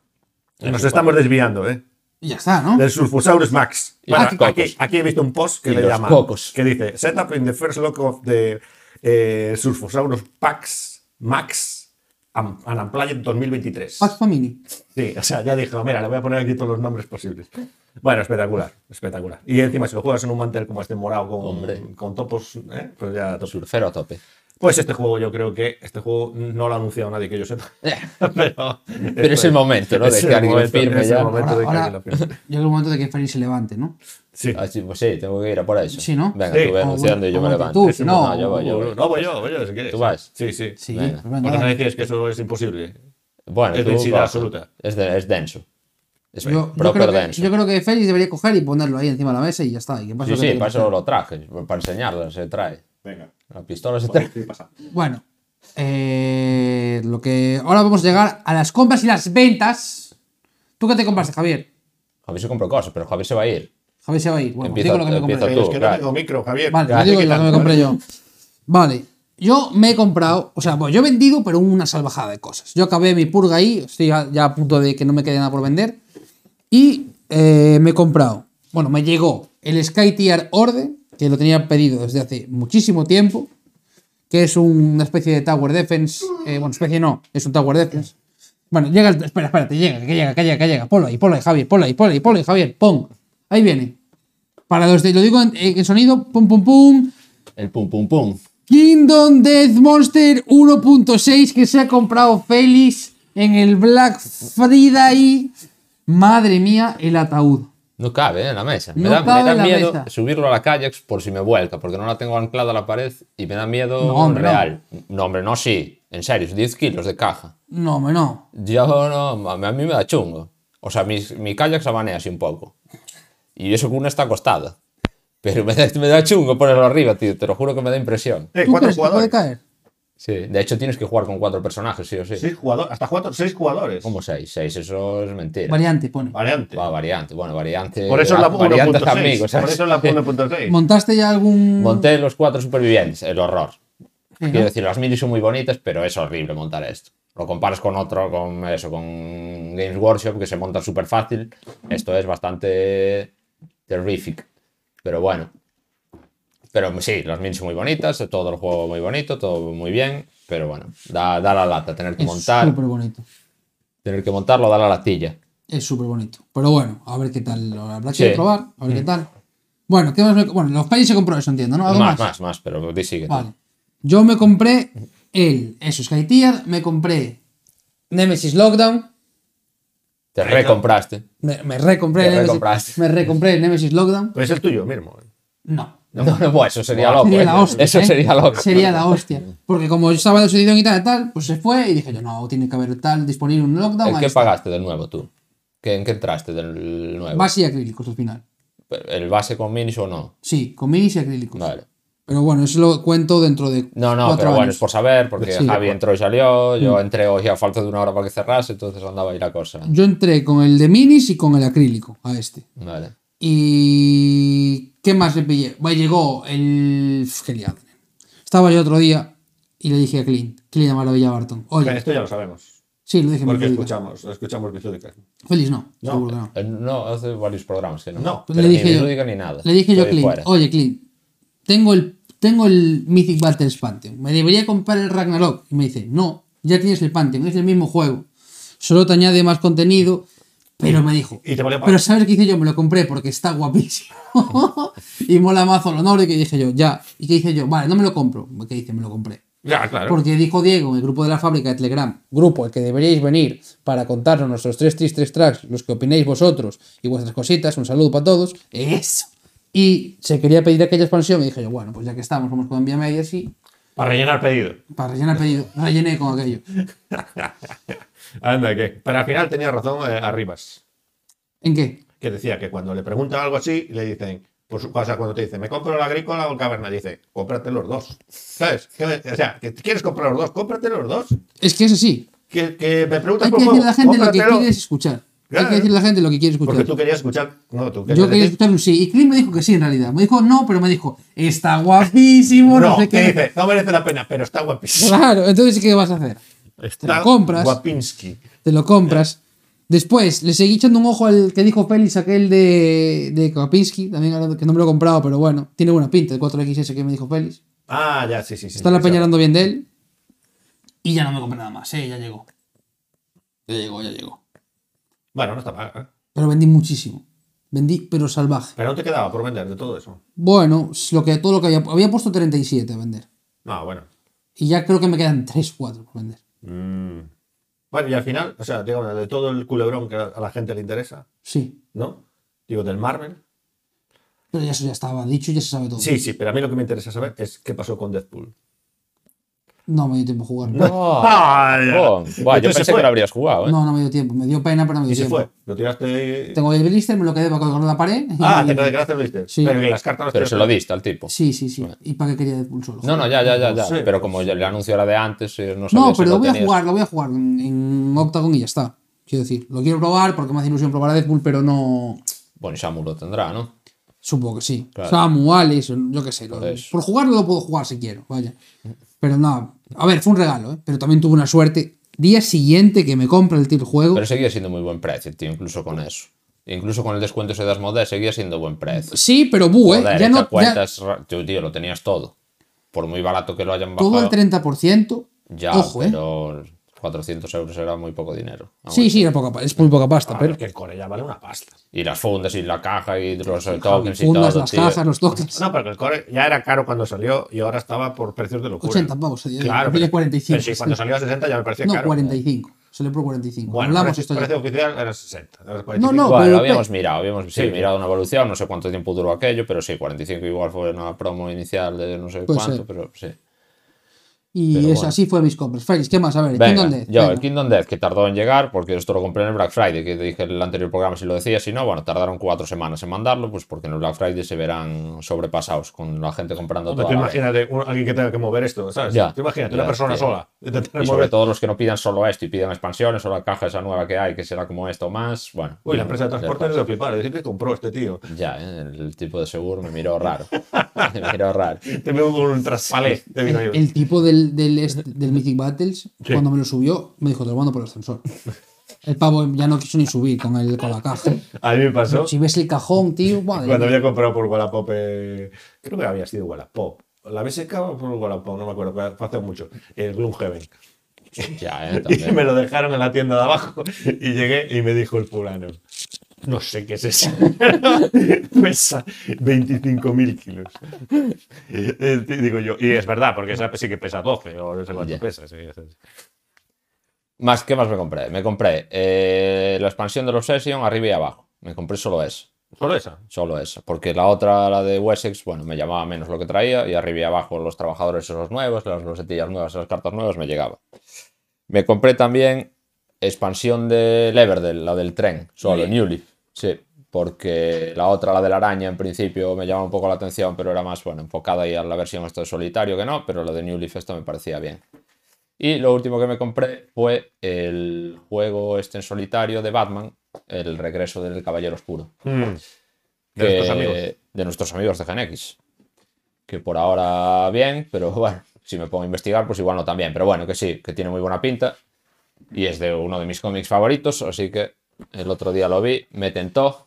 D: nos
C: Eso,
D: estamos desviando, ¿eh?
B: Y ya está, ¿no?
D: Del Sulfusaurus Max.
C: Y
D: Bueno,
C: los cocos.
D: aquí, aquí he visto un post que
C: Y
D: le
C: los
D: llama.
C: cocos.
D: Que dice: Set up in the first lock of the eh, Sulfusaurus Pax Max and and Unplugged 2023.
C: Ah,
B: Pax Family.
D: Sí, o sea, ya dijo, mira, le voy a poner aquí todos los nombres posibles. Bueno, espectacular, espectacular. Y encima, si lo juegas en un mantel como este morado con,
C: Hombre.
D: con topos, ¿eh? pues ya topos.
C: Surfero a tope.
D: Pues este juego, yo creo que este juego no lo ha anunciado nadie que yo sepa. Pero,
C: Eh. Pero es el momento, ¿no? De
D: es
C: que
D: el
C: alguien
D: momento,
C: firme
D: es
C: ya.
D: el momento
B: Ahora,
D: de que
B: ahora
D: alguien lo firme.
B: llega el momento de que Félix se levante, ¿no?
D: Sí.
C: Ah, sí, pues sí, tengo que ir a por eso.
B: Sí, ¿no?
C: Venga,
D: Sí.
C: tú ve
D: Ah,
C: anunciando y yo me
B: aguanta
C: levanto.
B: tú,
C: Eso,
B: no.
C: no, yo voy, yo voy.
D: No, voy yo, voy yo, si quieres.
C: ¿Tú vas?
D: Sí, sí.
B: Sí,
C: Venga.
B: pues venga,
D: Porque no
B: dale.
D: decías que eso es imposible.
C: Bueno,
D: Es
C: tú
D: densidad
C: vas.
D: absoluta.
C: Es, de- es denso. Es
B: Yo, yo,
C: proper
B: creo que,
C: denso.
B: yo creo que Félix debería coger y ponerlo ahí encima de la mesa y ya está. Y que pase
C: Sí,
B: lo que
C: sí,
B: tenga
C: para
B: que
C: eso lo traje, para enseñarlo, se trae.
D: Venga.
C: La pistola se trae.
B: pasar. Bueno, eh, lo que ahora vamos a llegar a las compras y las ventas. ¿Tú qué te compraste, Javier?
C: Javier se compró cosas, pero Javier se va a ir.
B: Javier se va a ir. Bueno,
C: Empieza-
B: digo lo que me
C: empieza
B: compré.
C: tú,
D: Es que no
C: claro.
D: tengo micro, Javier.
B: Vale,
D: Ya,
B: te digo
D: ¿qué
B: lo que
D: tal?
B: me compré yo. Vale, yo me he comprado, o sea, bueno, yo he vendido, pero una salvajada de cosas. Yo acabé mi purga ahí, estoy ya, ya a punto de que no me quede nada por vender. Y eh, me he comprado, bueno, me llegó el Sky Tier Orde, que lo tenía pedido desde hace muchísimo tiempo, que es una especie de Tower Defense. eh, bueno, especie no, es un Tower Defense. Bueno, llega, el- espera, espera, te llega, que llega, que llega, que llega. Ponlo ahí, ponlo ahí, Javier, ponlo ahí, ponlo ahí, ponlo ahí, Javier, pon. Ahí viene. Para los de, lo digo en, en sonido, pum, pum, pum.
C: El pum pum pum.
B: Kingdom Death Monster 1.6 que se ha comprado Félix en el Black Friday. Madre mía, el ataúd.
C: No cabe ¿eh? en la mesa. me
B: No
C: da, me
B: cabe
C: da
B: en la
C: miedo
B: mesa.
C: subirlo a la kayak por si me vuelca, porque no la tengo anclada a la pared y me da miedo
B: No, hombre,
C: real. No. hombre, no, sí. En serio, es 10 kilos de caja.
B: No, hombre, no.
C: Yo no, a mí- a mí me da chungo. O sea, mi, mi kayak se abanea así un poco. Y eso que una está acostada. Pero me da, me da chungo ponerlo arriba, tío. Te lo juro que me da impresión.
D: Eh,
B: ¿Tú
D: cuatro
B: crees que puede
D: jugadores.
B: caer?
C: Sí. De hecho, tienes que jugar con cuatro personajes, sí o sí.
D: Seis jugadores. Hasta cuatro, seis jugadores.
C: ¿Cómo seis? Seis, eso es mentira.
B: Variante, pone.
D: Variante.
C: Va, variante. Bueno, variante.
D: Por
B: Eh, ah,
D: eso es la
C: variante es
D: 1.6.
C: amigo,
D: Por
C: ¿sabes?
D: eso es la 1.6.
B: ¿Montaste ya algún.?
C: Monté los cuatro supervivientes, el horror.
B: Sí, ¿no?
C: Quiero decir, las minis son muy bonitas, pero es horrible montar esto. Lo comparas con otro, con eso, con Games Workshop, que se monta súper fácil. Esto es bastante terrific. Pero bueno. Pero sí, las minis son muy bonitas, todo el juego muy bonito, todo muy bien. Pero bueno, da, da la lata tener que
B: Es
C: montar.
B: súper bonito.
C: Tener que montarlo da la latilla.
B: Es súper bonito. Pero bueno, a ver qué tal. Habrá que
C: Sí.
B: probar, a ver qué tal. Bueno, ¿qué más me- Bueno, los Félix se compró eso, entiendo, ¿no?
C: Más,
B: ¿Algo
C: más, más, pero di sigue. tú.
B: Vale. Yo me compré el eso, Skytier, me compré Nemesis Lockdown,
C: Te recompraste.
B: me, me recompré
C: Te
B: el Nemesis,
C: recompraste.
B: me recompré el Nemesis Lockdown.
D: Pues es el tuyo mismo.
B: No.
C: No, no, bueno, eso sería loco.
B: Sería
C: ¿eh?
B: la hostia.
C: Eso
B: ¿eh?
C: sería loco.
B: Sería la hostia. Porque como yo estaba decidido y tal y tal, pues se fue y dije yo, no, tiene que haber tal disponible un lockdown.
C: ¿En
B: ahí
C: qué
B: está.
C: pagaste del nuevo tú? ¿Qué- ¿En qué entraste del nuevo?
B: Base y acrílicos al final.
C: ¿El base con minis o no?
B: Sí, con minis y acrílicos.
C: Vale.
B: Pero bueno, eso lo cuento dentro de
C: No, no,
B: cuatro
C: pero bueno,
B: años.
C: es por saber, porque
B: Sí. Mm.
C: Javi entró y salió, yo entré hoy a falta de una hora para que cerrase, entonces andaba ahí la cosa.
B: Yo entré con el de minis y con el acrílico a este.
C: Vale.
B: ¿Y qué más le pillé? Bueno, llegó el... qué liado. Estaba yo otro día y le dije a Clint, Clint Maravilla Barton,
D: Bueno,
B: oye,
D: esto ya lo sabemos.
B: sí, lo dije en mi
D: Porque
B: podcast.
D: escuchamos, escuchamos Bizúdicas.
B: Feliz no,
D: No,
B: seguro que no.
C: Eh, No, hace varios programas que no.
D: No.
C: Pero
B: Pues le
C: ni
B: dije yo,
C: Lúdica ni nada.
B: le dije yo a
C: Estoy
B: Clint,
C: fuera.
B: oye Clint, tengo el, tengo el Mythic Battles Pantheon, me debería comprar el Ragnarok. Y me dice, no, ya tienes el Pantheon, es el mismo juego, solo te añade más contenido, pero me dijo,
D: Y te valió
B: Pero
D: para.
B: ¿sabes qué hice yo? Me lo compré porque está guapísimo. y mola mazo lo noble que dije yo, ya. ¿Y qué hice yo? Vale, no me lo compro. ¿Qué hice? Me lo compré.
D: Ya, claro.
B: Porque dijo Diego en el grupo de la fábrica de Telegram, grupo al que deberíais venir para contarnos nuestros tres tristes tracks, los que opinéis vosotros y vuestras cositas, un saludo para todos, eso. Y se quería pedir aquella expansión y dije yo, bueno, pues ya que estamos, vamos con Vía Media, sí,
D: Para rellenar pedido.
B: para rellenar pedido, rellené con aquello.
D: Anda, que. Pero al final tenía razón eh, Arribas,
B: ¿En qué?
D: que decía que cuando le preguntan algo así, le dicen. Pues, o sea, cuando te dicen, ¿me compro la agrícola o el caverna? Dice, cómprate los dos. ¿Sabes? Que me- o sea, que quieres comprar los dos, cómprate los dos.
B: Es que es así,
D: Que, que me preguntas
B: hay
D: por
B: que
D: juego,
B: decirle a la gente lo que
D: cómpratelo.
B: quieres escuchar. Hay que decirle a la gente lo que quiere escuchar.
D: Porque tú querías escuchar. No, tú querías
B: Yo quería
D: decir-
B: escuchar un sí. Y Clint me dijo que sí, en realidad. Me dijo no, pero me dijo, está guapísimo, no,
D: No,
B: sé
D: ¿qué
B: qué.
D: dice? No merece la pena, pero está guapísimo.
B: Claro, entonces, ¿qué vas a hacer?
C: Este,
D: Está
B: compras.
D: Guapinsky.
B: Te lo compras. Después, le seguí echando un ojo al que dijo Félix, aquel de, de Kapinski, también ahora que no me lo he comprado, pero bueno, tiene buena pinta, el 4XS que me dijo Félix.
D: Ah, ya, sí, sí. sí
B: Está la
D: sí,
B: peña
D: sí.
B: hablando bien de él. Y ya no me compré nada más, eh, ya llegó. Ya llegó, ya llegó.
D: Bueno, no está mal. ¿eh?
B: Pero vendí muchísimo. Vendí, pero salvaje.
D: Pero no te quedaba por vender de todo eso.
B: Bueno, lo que, todo lo que había, había puesto 37 a vender.
D: No, bueno.
B: Y ya creo que me quedan 3, 4 por vender.
D: Mm. Bueno, y al final, o sea, digamos, de todo el culebrón que a la gente le interesa,
B: Sí.
D: ¿no? Digo, del Marvel.
B: Pero ya eso ya estaba dicho, ya se sabe todo.
D: Sí, sí, pero a mí lo que me interesa saber es qué pasó con Deadpool.
B: No me dio tiempo a jugar. No,
C: Oh,
D: ¡Ay!
C: buah, yo
D: Ah, Entonces se
C: pensé
D: fue.
C: que lo habrías jugado, ¿eh?
B: Ah, no, me dio tiempo. Me dio pena, pero no me
D: Y
B: dio
D: se
B: tiempo.
D: fue. Lo tiraste.
B: Tengo el blister, me lo quedé para colgarlo en la pared. y-
D: Ah, te lo desgraste, lo diste.
B: Sí.
D: Pero que las cartas las
C: Pero
D: tiraste.
C: se lo diste al tipo.
B: Sí, sí, sí. ¿Y para qué quería Deadpool solo?
C: No, no, ya, ya, ya, ya.
D: Sí,
C: pero como ya le anunció era de antes, eh, no sabía
B: No,
C: si
B: pero
C: lo
B: lo voy a
C: tenías.
B: jugar, lo voy a jugar en, en Octagon y ya está. Quiero decir, lo quiero probar porque me hace ilusión probar a Deadpool, pero no.
C: Bueno, Shamu lo tendrá, ¿no?
B: Supongo que sí.
C: Claro.
B: Samu, Alex, yo qué sé. lo-
C: Pues-
B: por jugarlo lo puedo jugar si quiero, vaya. Pero no, a ver, fue un regalo, ¿eh? pero también tuve una suerte. Día siguiente que me compra el tío el juego,
C: Pero seguía siendo muy buen precio, tío, incluso con eso. Incluso con el descuento ese de Asmodee seguía siendo buen precio.
B: Sí, pero bu, ¿eh?
C: Joder,
B: ya
C: echa
B: no, ya
C: cuentas, ra- tío, tío, lo tenías todo. Por muy barato que lo hayan bajado.
B: todo al 30%.
C: Ya,
B: ojo, ¿eh?
C: pero 400 euros era muy poco dinero. Aún
B: sí, sí, era poca, pa- es muy poca pasta,
D: Ah,
B: pero
D: pero es que el core ya vale una pasta.
C: Y las fundas y la caja y los
B: Javi,
C: tokens y
B: fundas,
C: todo,
B: las
C: tío.
B: cajas, los toques.
D: No, pero que el core ya era caro cuando salió y ahora estaba por precios de locura.
B: 80 pavos, eh,
D: Claro,
B: valía
D: pero,
B: 45,
D: pero sí, cuando
B: sí.
D: salió a 60 ya me parecía
B: No,
D: caro.
B: 45. Se le por 45.
D: Bueno,
B: Hablamos
D: precio,
B: esto ya.
D: precio oficial era 60. ahora
B: No,
D: 45.
B: no,
C: Bueno,
B: pero-
C: habíamos mirado, habíamos sí,
D: Sí.
C: mirado una evolución, no sé cuánto tiempo duró aquello, pero sí, 45 igual fue una promo inicial de no sé
B: Puede
C: cuánto,
B: ser.
C: pero sí.
B: Y
C: pero
B: eso,
C: bueno.
B: así fue mis compras. Félix, ¿qué más? A ver,
C: Venga,
B: Kingdom Death,
C: yo,
B: venga.
C: el Kingdom Death, que tardó en llegar, porque esto lo compré en el Black Friday, que te dije en el anterior programa si lo decía, si no, bueno, tardaron cuatro semanas en mandarlo, pues porque en el Black Friday se verán sobrepasados con la gente comprando
D: Hombre,
C: todo.
D: tú imagínate un- alguien que tenga que mover esto, ¿sabes?
C: Ya.
D: Tú imagínate
C: Ya,
D: una persona
C: tío.
D: sola. Intentar
C: Y sobre
D: mover todo.
C: todo los que no pidan solo esto y pidan expansiones o la caja esa nueva que hay, que será como esto o más, bueno.
D: Uy, la empresa de
C: ya
D: transporte es de flipar. Decir que compró este tío.
C: Ya, ¿eh? el tipo de seguro me miró raro. me miró raro.
D: Te veo con un traspalé. Te
B: El,
D: vino ahí.
B: el tipo del, del, est- del Mythic Battles, cuando me lo subió, me dijo, te lo mando por el ascensor. El pavo ya no quiso ni subir con, el, con la caja.
D: A mí me pasó
B: Si ves el cajón, tío, madre
D: cuando
B: mía.
D: había comprado por Wallapop. eh, creo que había sido Wallapop. La BSK o por Wallapop, no me acuerdo, pero fue hace mucho. El Gloomhaven.
C: Ya, ¿eh?
D: Y
C: También.
D: me lo dejaron en la tienda de abajo. Y llegué y me dijo el fulano. No sé qué es eso. Pesa 25.000 kilos. Eh, y digo yo. Y es verdad, porque esa sí que pesa 12 o no sé cuánto
C: Ya.
D: pesa. sí, sí, sí.
C: Más, ¿Qué más me compré? Me compré eh, la expansión del Obsession arriba y abajo. Me compré solo eso.
D: Solo esa.
C: Solo esa. Porque la otra, la de Wessex, bueno, me llamaba menos lo que traía y arriba y abajo los trabajadores esos nuevos, las rosetillas nuevas, las cartas nuevas, me llegaba. Me compré también expansión de Everdell, la del tren, solo, New Leaf. Sí, porque la otra, la de la araña, en principio me llamaba un poco la atención, pero era más, bueno, enfocada y a la versión esto de solitario que no, pero la de New Leaf esto me parecía bien. Y lo último que me compré fue el juego este en solitario de Batman, El regreso del Caballero Oscuro
D: Mm. De
C: Hmm. que-
D: nuestros amigos.
C: De nuestros amigos de GenX. Que por ahora bien, pero bueno, si me pongo a investigar, pues igual no tan bien. Pero bueno, que sí, que tiene muy buena pinta. Y es de uno de mis cómics favoritos, así que el otro día lo vi, me tentó.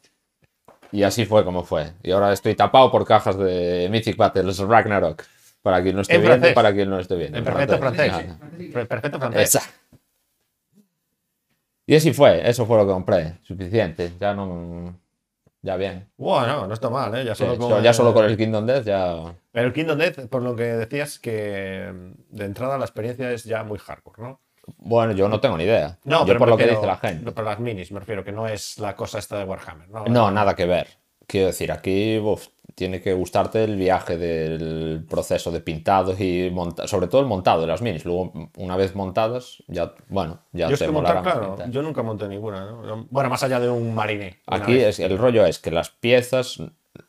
C: Y así fue como fue. Y ahora estoy tapado por cajas de Mythic Battles Ragnarok. Para quien no esté
D: En
C: viendo,
D: francés.
C: para quien no esté viendo.
D: En
C: en
D: perfecto francés.
C: Ah,
D: sí. Pre- Perfecto francés.
C: esa. Y así fue, eso fue lo que compré. Suficiente, ya no. Ya bien.
D: Bueno, no está mal, ¿eh? Ya
C: Sí,
D: solo,
C: so-
D: con,
C: ya solo con el Kingdom Death ya.
D: Pero el Kingdom Death, por lo que decías, que mm, de entrada la experiencia es ya muy hardcore, ¿no?
C: Bueno, yo no tengo ni idea.
D: No,
C: yo
D: pero
C: por
D: me
C: lo que
D: refiero-
C: dice la gente.
D: Por las minis, me refiero, que no es la cosa esta de Warhammer, ¿no?
C: No, nada que ver. Quiero decir, aquí uf, tiene que gustarte el viaje del proceso de pintado y monta- sobre todo el montado de las minis. Luego, una vez montadas, ya, bueno, ya
D: Yo es
C: te
D: que montar,
C: molará más
D: claro,
C: pintar.
D: yo nunca monté ninguna, ¿no? ¿no? Bueno, más allá de un mariné. una
C: Aquí
D: vez.
C: es, el rollo es que las piezas,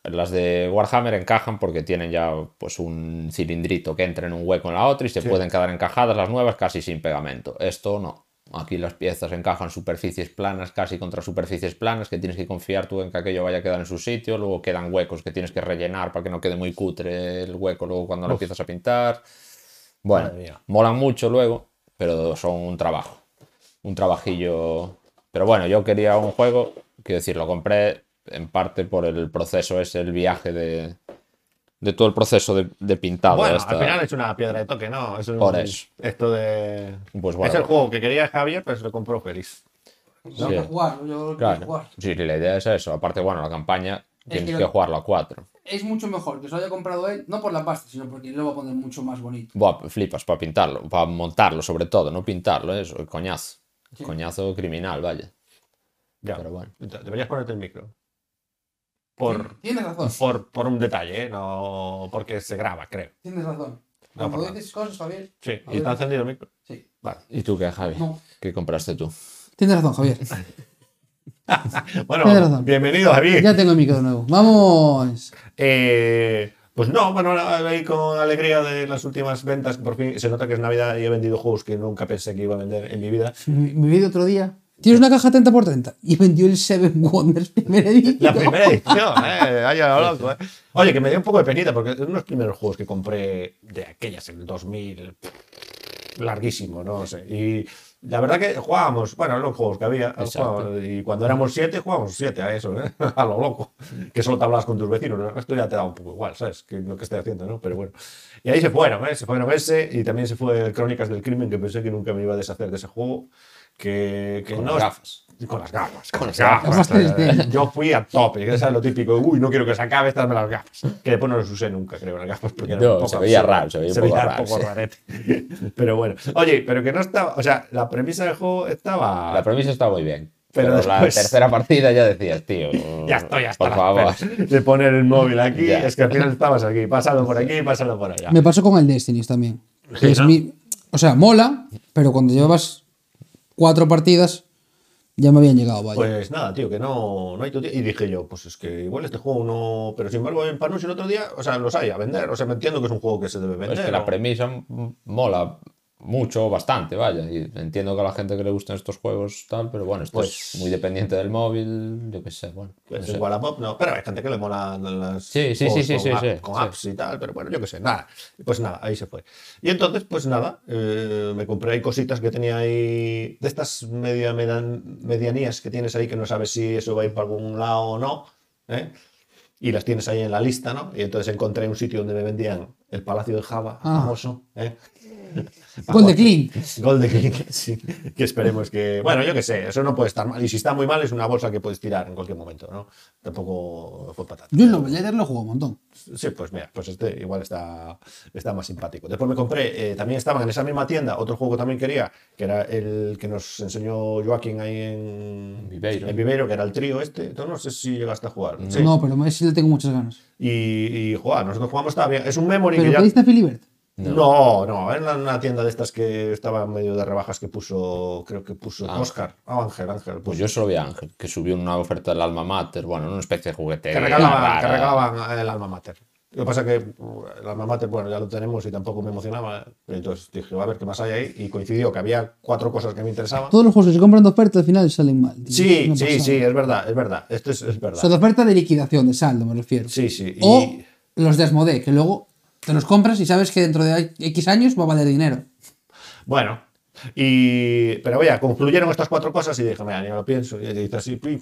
C: las de Warhammer encajan porque tienen ya pues un cilindrito que entra en un hueco en la otra y se pueden quedar encajadas las nuevas casi sin pegamento. Esto no. Aquí las piezas encajan superficies planas, casi contra superficies planas, que tienes que confiar tú en que aquello vaya a quedar en su sitio. Luego quedan huecos que tienes que rellenar para que no quede muy cutre el hueco luego cuando lo empiezas a pintar. Bueno,
D: Madre mía.
C: molan mucho luego, pero son un trabajo. Un trabajillo. Pero bueno, yo quería un juego, quiero decir, lo compré en parte por el proceso, es el viaje de, de todo el proceso de, de pintado.
D: Bueno,
C: hasta-
D: al final es una piedra de toque, ¿no? Es un-
C: Por eso.
D: Esto de.
C: Pues bueno.
D: Es el juego que quería Javier, pero se lo compró Félix.
B: Yo
C: Sí.
B: que jugar, yo que
C: Claro.
B: jugar.
C: Sí, sí, la idea es eso. Aparte, bueno, la campaña tienes
B: que-
C: que, jugarlo a cuatro.
B: Es mucho mejor que se lo haya comprado él, no por la pasta, sino porque lo va a poner mucho más bonito.
C: Buah, flipas para pintarlo, para montarlo sobre todo, no pintarlo, eso, el coñazo.
B: Sí.
C: Coñazo criminal, vaya.
D: Ya.
C: Pero bueno.
D: Te- Deberías ponerte el micro. Por,
B: Tienes razón,
D: por, por un detalle, ¿eh? No porque se graba, creo.
B: tienes razón.
D: No,
B: Cuando
D: perdón.
B: dices cosas, Javier.
D: Sí.
B: A
D: ¿Y está
B: ver.
D: encendido el micro?
B: Sí.
D: Vale.
C: ¿Y tú qué, Javi?
B: No.
C: ¿Qué compraste tú?
B: Tienes razón, Javier. Tienes
D: Bueno,
B: razón.
D: bienvenido, Javier.
B: Ya tengo el micro de nuevo. Vamos.
D: Eh, pues no, bueno, ahora ahí con alegría de las últimas ventas, que por fin se nota que es Navidad y he vendido juegos que nunca pensé que iba a vender en mi vida.
B: Mi, mi vídeo otro día. Tienes una caja 30 por 30 y vendió el Seven Wonders primera edición.
D: La primera edición, eh, haya lo loco, eh. Oye, que me dio un poco de penita porque es uno de los primeros juegos que compré de aquellas en el 2000, pff, larguísimo, no sé. Y la verdad que jugábamos, bueno, los juegos que había,
C: Exacto.
D: jugábamos, y cuando éramos siete, jugábamos siete a eso, ¿eh? a lo loco. Que solo te hablabas con tus vecinos, el resto ya te da un poco igual, ¿sabes? Que lo que estoy haciendo, ¿no? Pero bueno. Y ahí se fueron, ¿eh? Se fueron ese y también se fue el Crónicas del Crimen, que pensé que nunca me iba a deshacer de ese juego. Que, que
C: Con
D: no
C: las
D: es-
C: gafas.
D: Con las gafas. Con las
B: gafas.
D: gafas.
B: Las gafas 3D.
D: Yo fui a tope, que es lo típico. Uy, no quiero que se acabe, estas me las gafas. Que después no las usé nunca, creo, las gafas. Porque era
C: No,
D: un poco
C: se veía
D: absurdo.
C: raro, se veía un poco raro, sí.
D: rarete. Pero bueno. Oye, pero que no estaba. O sea, la premisa del juego estaba.
C: La premisa está muy bien.
D: Pero
C: Pero,
D: después-
C: la tercera partida ya decías, tío.
D: Ya estoy hasta
C: Por
D: las
C: favor.
D: peras de poner el móvil aquí.
C: Ya.
D: Es que al final estabas aquí, pasando por aquí, pasando por allá.
B: Me pasó con el Destiny también. Que es
D: ¿no?
B: mi- o sea, mola, pero cuando llevabas cuatro partidas ya me habían llegado, vaya.
D: Pues nada, tío, que no, no hay tu Y dije yo, pues es que igual este juego no. Pero sin embargo, en Panus el otro día, o sea, los hay a vender. O sea, me entiendo que es un juego que se debe vender.
C: Pues Es que
D: o-
C: la premisa m- mola mucho, bastante, vaya. Y entiendo que a la gente que le gustan estos juegos tal, pero bueno, esto
D: Pues-
C: es muy dependiente del móvil, yo qué sé, bueno. no
D: Pues
C: sé.
D: igual a Pop, no, pero hay gente que le mola las
C: Sí, sí,
D: juegos
C: sí,
D: con,
C: sí,
D: app-
C: sí, sí,
D: con
C: sí.
D: apps y tal, pero bueno, yo qué sé, nada. Pues nada, ahí se fue. Y entonces, pues nada, eh, me compré ahí cositas que tenía ahí, de estas media, medan- medianías que tienes ahí que no sabes si eso va a ir para algún lado o no, ¿eh? y las tienes ahí en la lista, ¿no? Y entonces encontré un sitio donde me vendían el Palacio de Java,
B: Ah.
D: famoso, ¿eh?
B: Gol de Clint.
D: Gol de Clint, sí. Que esperemos que. Bueno, yo qué sé, eso no puede estar mal. Y si está muy mal, es una bolsa que puedes tirar en cualquier momento, ¿no? Tampoco fue patata.
B: Yo en los Leader lo juego un montón.
D: Sí, pues mira, pues este igual está, está más simpático. Después me compré, eh, también estaban en esa misma tienda, otro juego que también quería, que era el que nos enseñó Joaquín ahí en
C: En Viveiro.
D: en Viveiro, que era el trío este. Entonces, no sé si llegaste a jugar. Sí.
B: Mm. No, pero me- sí le tengo muchas ganas.
D: Y, y joder, nosotros jugamos, estaba bien. Es un memory
B: Pero
D: que ya.
B: pediste a Filibert.
D: No, no, era una tienda de estas que estaba en medio de rebajas que puso, creo que puso Oscar, Ah, Ángel, Ángel,
C: Pues
D: puso.
C: yo solo vi a Ángel, que subió una oferta del alma mater, bueno, una especie de juguete.
D: que, regalaban, que regalaban el alma mater. Lo que pasa es que uh, el alma mater, bueno, ya lo tenemos y tampoco me emocionaba. eh. Entonces dije, a ver qué más hay ahí. Y coincidió que había cuatro cosas que me interesaban.
B: Todos los juegos que se compran de oferta al final salen mal. tío.
D: Sí,
B: Una
D: sí,
B: pasada.
D: sí, es verdad, es verdad. Esto es, es
B: O
D: verdad.
B: sea, de oferta de liquidación, de saldo, me refiero.
D: Sí, sí. Y,
B: O los de Asmodee, que luego te los compras y sabes que dentro de X años va a valer dinero.
D: Bueno, y, pero vaya, concluyeron estas cuatro cosas y dije, mira, ni me lo pienso. Y, hice así, pi.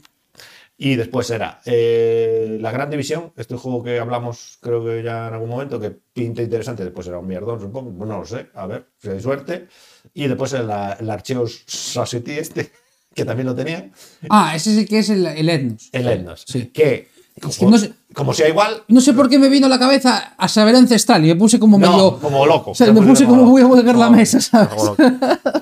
D: y después era eh, La Gran División, este juego que hablamos creo que ya en algún momento, que pinta interesante, después era un mierdón, supongo, no lo sé, a ver, si hay suerte. Y después el, el Archeos Society este, que también lo tenía,
B: Ah, ese sí que es el, el Etnos.
D: el Etnos,
B: Sí.
D: que, como,
B: que no sé-
D: como sea igual,
B: No sé por qué me vino a la cabeza a saber ancestral y me puse como
D: No,
B: medio.
D: como loco.
B: O sea, me puse como voy a volcar la mesa, ¿sabes?
D: Como loco.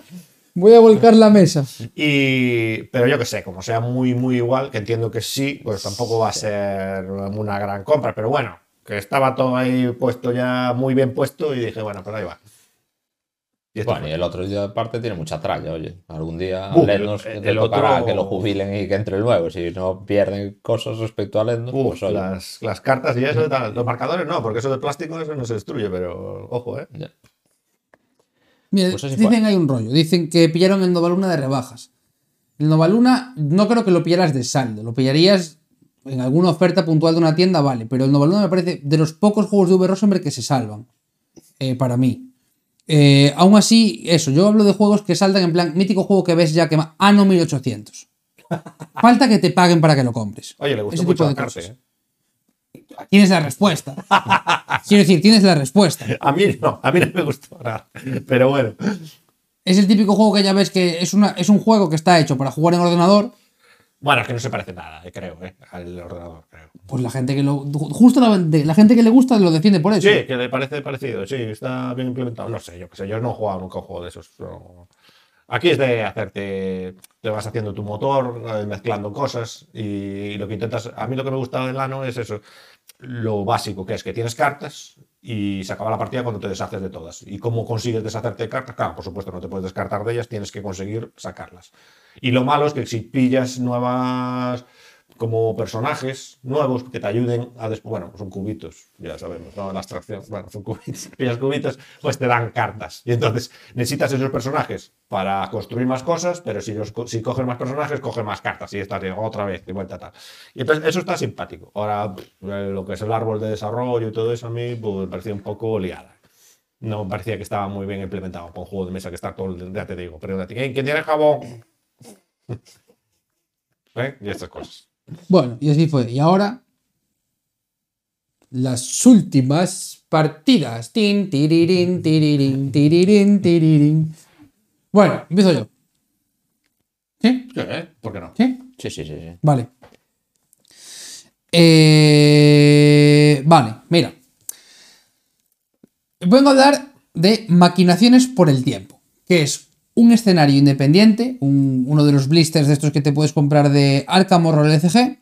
B: Voy a volcar la mesa.
D: Y, pero yo que sé, como sea muy, muy igual, que entiendo que sí, pues tampoco va a ser una gran compra, pero bueno, que estaba todo ahí puesto ya muy bien puesto y dije, bueno, pues ahí va. Y esto
C: Bueno, y el otro día aparte tiene mucha tralla, oye. Algún día
D: Uh,
C: Lennos
D: el-
C: le
D: el
C: tocará
D: otro-
C: que lo jubilen y que entre el nuevo. Si no pierden cosas respecto a Lennos,
D: Uf,
C: pues oye,
D: las, las cartas y eso y tal. Los marcadores no, porque eso de plástico eso no se destruye, pero ojo, ¿eh?
C: ya.
B: Mira,
C: Pues es igual.
B: dicen hay un rollo. Dicen que pillaron el Novaluna de rebajas. El Novaluna no creo que lo pillaras de saldo. Lo pillarías en alguna oferta puntual de una tienda, vale. Pero el Novaluna me parece de los pocos juegos de V Rosenberg que se salvan. eh, para mí. Eh, aún así, eso. Yo hablo de juegos que saltan en plan mítico juego que ves ya que ah, ma- Ano 1800. Falta que te paguen para que lo compres.
D: Oye, le gustó
B: Ese
D: mucho ¿eh?
B: tipo
D: la
B: de
D: carte.
B: cosas.
D: ¿eh?
B: Tienes la respuesta. Quiero decir, tienes la respuesta.
D: A mí no, a mí no me gustó nada. Pero bueno.
B: Es el típico juego que ya ves que es, una, es un juego que está hecho para jugar en ordenador.
D: Bueno, es que no se parece nada, eh, creo, eh, al ordenador, creo.
B: Pues la gente que lo. Justo la, de- la gente que le gusta lo defiende por eso.
D: Sí, que le parece parecido, sí, está bien implementado. No sé, yo qué sé, yo no he jugado nunca a un juego de esos. pero- Aquí es de hacerte, te vas haciendo tu motor, eh, mezclando cosas y lo que intentas, a mí lo que me gusta del ano es eso, lo básico que es que tienes cartas y se acaba la partida cuando te deshaces de todas. ¿Y cómo consigues deshacerte de cartas? Claro, por supuesto, no te puedes descartar de ellas, tienes que conseguir sacarlas. Y lo malo es que si pillas nuevas como personajes nuevos que te ayuden a después, bueno, son cubitos, ya sabemos, ¿no? La abstracción, bueno, son cubitos, pillas cubitos, pues te dan cartas. Y entonces necesitas esos personajes para construir más cosas, pero si, los, co- si coges más personajes, coges más cartas y estás de otra vez, de vuelta, tal. Y entonces eso está simpático. Ahora, pff, lo que es el árbol de desarrollo y todo eso a mí, pues me parecía un poco liada. No me parecía que estaba muy bien implementado para un juego de mesa que está todo, el- ya te digo, pero ya te- "Ey, ¿quién tiene jabón? ¿Eh? Y estas cosas.
B: Bueno, y así fue. Y ahora. Las últimas partidas. Tin, tirirín, tirirín, tirirín, tirirín. Bueno, empiezo yo. ¿Sí?
D: ¿Eh? ¿Por qué no?
B: ¿Sí?
C: Sí, sí, sí. sí.
B: Vale. Eh, vale, mira. Vengo a hablar de Maquinaciones por el Tiempo, que es un escenario independiente, un- uno de los blisters de estos que te puedes comprar de Arkham Horror LCG,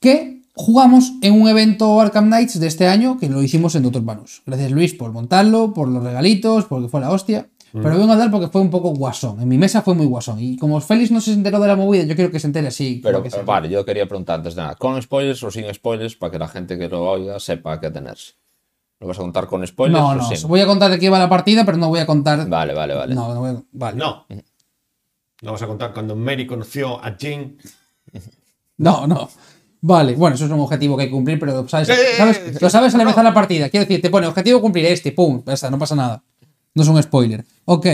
B: que jugamos en un evento Arkham Knights de este año que lo hicimos en Doctor Banús. Gracias Luis por montarlo, por los regalitos, porque fue la hostia. Pero vengo a hablar porque fue un poco guasón. En mi mesa fue muy guasón. Y como Félix no se enteró de la movida, yo quiero que se entere así.
C: Pero eh,
B: como que se-
C: vale, yo quería preguntar antes de nada, ¿con spoilers o sin spoilers? Para que la gente que lo oiga sepa a qué tenerse. ¿Lo vas a contar con spoilers
B: No,
C: o
B: no,
C: sin?
B: os voy a contar de qué iba la partida, pero no voy a contar.
C: Vale, vale, vale.
B: No, no voy a- Vale. No,
D: No. No vas a contar cuando Mary conoció a Jim.
B: no. Vale, bueno, eso es un objetivo que hay que cumplir, pero ¿sabes?
D: Eh, eh,
B: ¿sabes?
D: eh,
B: lo sabes al
D: no,
B: empezar la partida. Quiero decir, te pone objetivo cumplir este, pum, ya está, no pasa nada. No es un spoiler. Ok,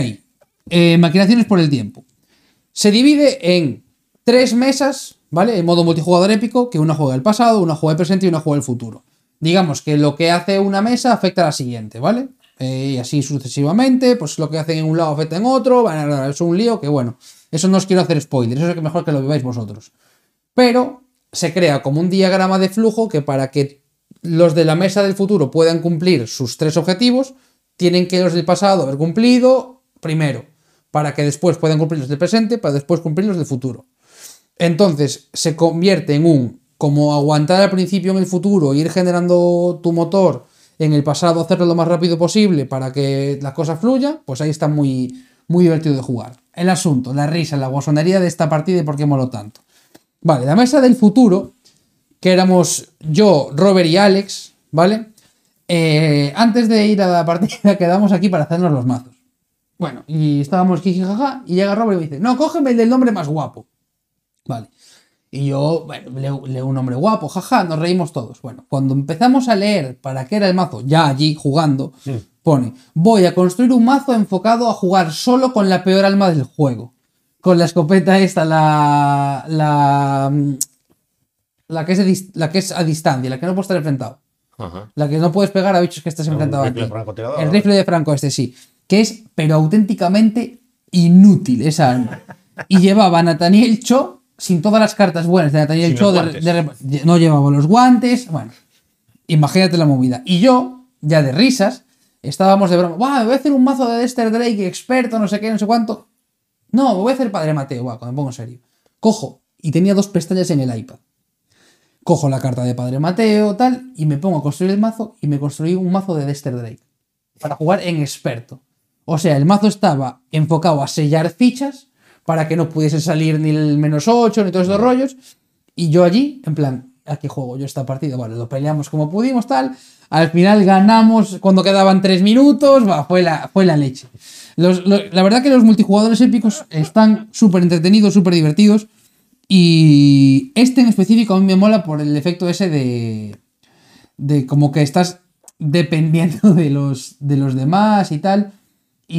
B: eh, maquinaciones por el tiempo. Se divide en tres mesas, ¿vale? En modo multijugador épico, que una juega el pasado, una juega el presente y una juega el futuro. Digamos que lo que hace una mesa afecta a la siguiente, ¿vale? Eh, y así sucesivamente, pues lo que hacen en un lado afecta en otro, van a- es un lío que bueno, eso no os quiero hacer spoilers, eso es que mejor que lo viváis vosotros. Pero se crea como un diagrama de flujo que para que los de la mesa del futuro puedan cumplir sus tres objetivos, tienen que los del pasado haber cumplido primero, para que después puedan cumplir los del presente, para después cumplir los del futuro. Entonces se convierte en un como aguantar al principio en el futuro, ir generando tu motor en el pasado, hacerlo lo más rápido posible para que las cosas fluyan, pues ahí está muy, muy divertido de jugar. El asunto, la risa, la guasonería de esta partida y por qué moló tanto. Vale, la mesa del futuro, que éramos yo, Robert y Alex, ¿vale? Eh, antes de ir a la partida quedamos aquí para hacernos los mazos. Bueno, y estábamos jijijaja y llega Robert y me dice, no, cógeme el del nombre más guapo. Vale. Y yo, bueno, leo, leo un hombre guapo, jaja, nos reímos todos. Bueno, cuando empezamos a leer para qué era el mazo, ya allí jugando, pone, voy a construir un mazo enfocado a jugar solo con la peor alma del juego. Con la escopeta esta, la... La, la, que, es de dis- la que es a distancia, la que no puedes estar enfrentado.
C: Ajá.
B: La que no puedes pegar a bichos que estás enfrentado a
D: rifle
B: ti.
D: francotirador.
B: El rifle de Franco, este sí. Que es, pero auténticamente inútil esa arma. Y llevaba a Nathaniel Cho sin todas las cartas buenas de Nathaniel
D: Sin
B: Cho.
D: los
B: de-
D: guantes.
B: de- de- no llevaba los guantes. Bueno, imagínate la movida. Y yo, ya de risas, estábamos de broma. ¡Buah, me voy a hacer un mazo de Dexter Drake experto, no sé qué, no sé cuánto! No, me voy a hacer Padre Mateo, guau, cuando me pongo serio. Cojo, y tenía dos pestañas en el iPad. Cojo la carta de Padre Mateo, tal, y me pongo a construir el mazo y me construí un mazo de Dexter Drake. Para jugar en experto. O sea, el mazo estaba enfocado a sellar fichas para que no pudiese salir ni el menos 8 ni todos esos rollos. Y yo allí, en plan, ¿a qué juego yo esta partida? Bueno, lo peleamos como pudimos, tal. Al final ganamos cuando quedaban tres minutos, bah, fue, la, fue la leche. Los- lo- la verdad que los multijugadores épicos están súper entretenidos, súper divertidos. Y este en específico a mí me mola por el efecto ese de, de como que estás dependiendo de los, de los demás y tal.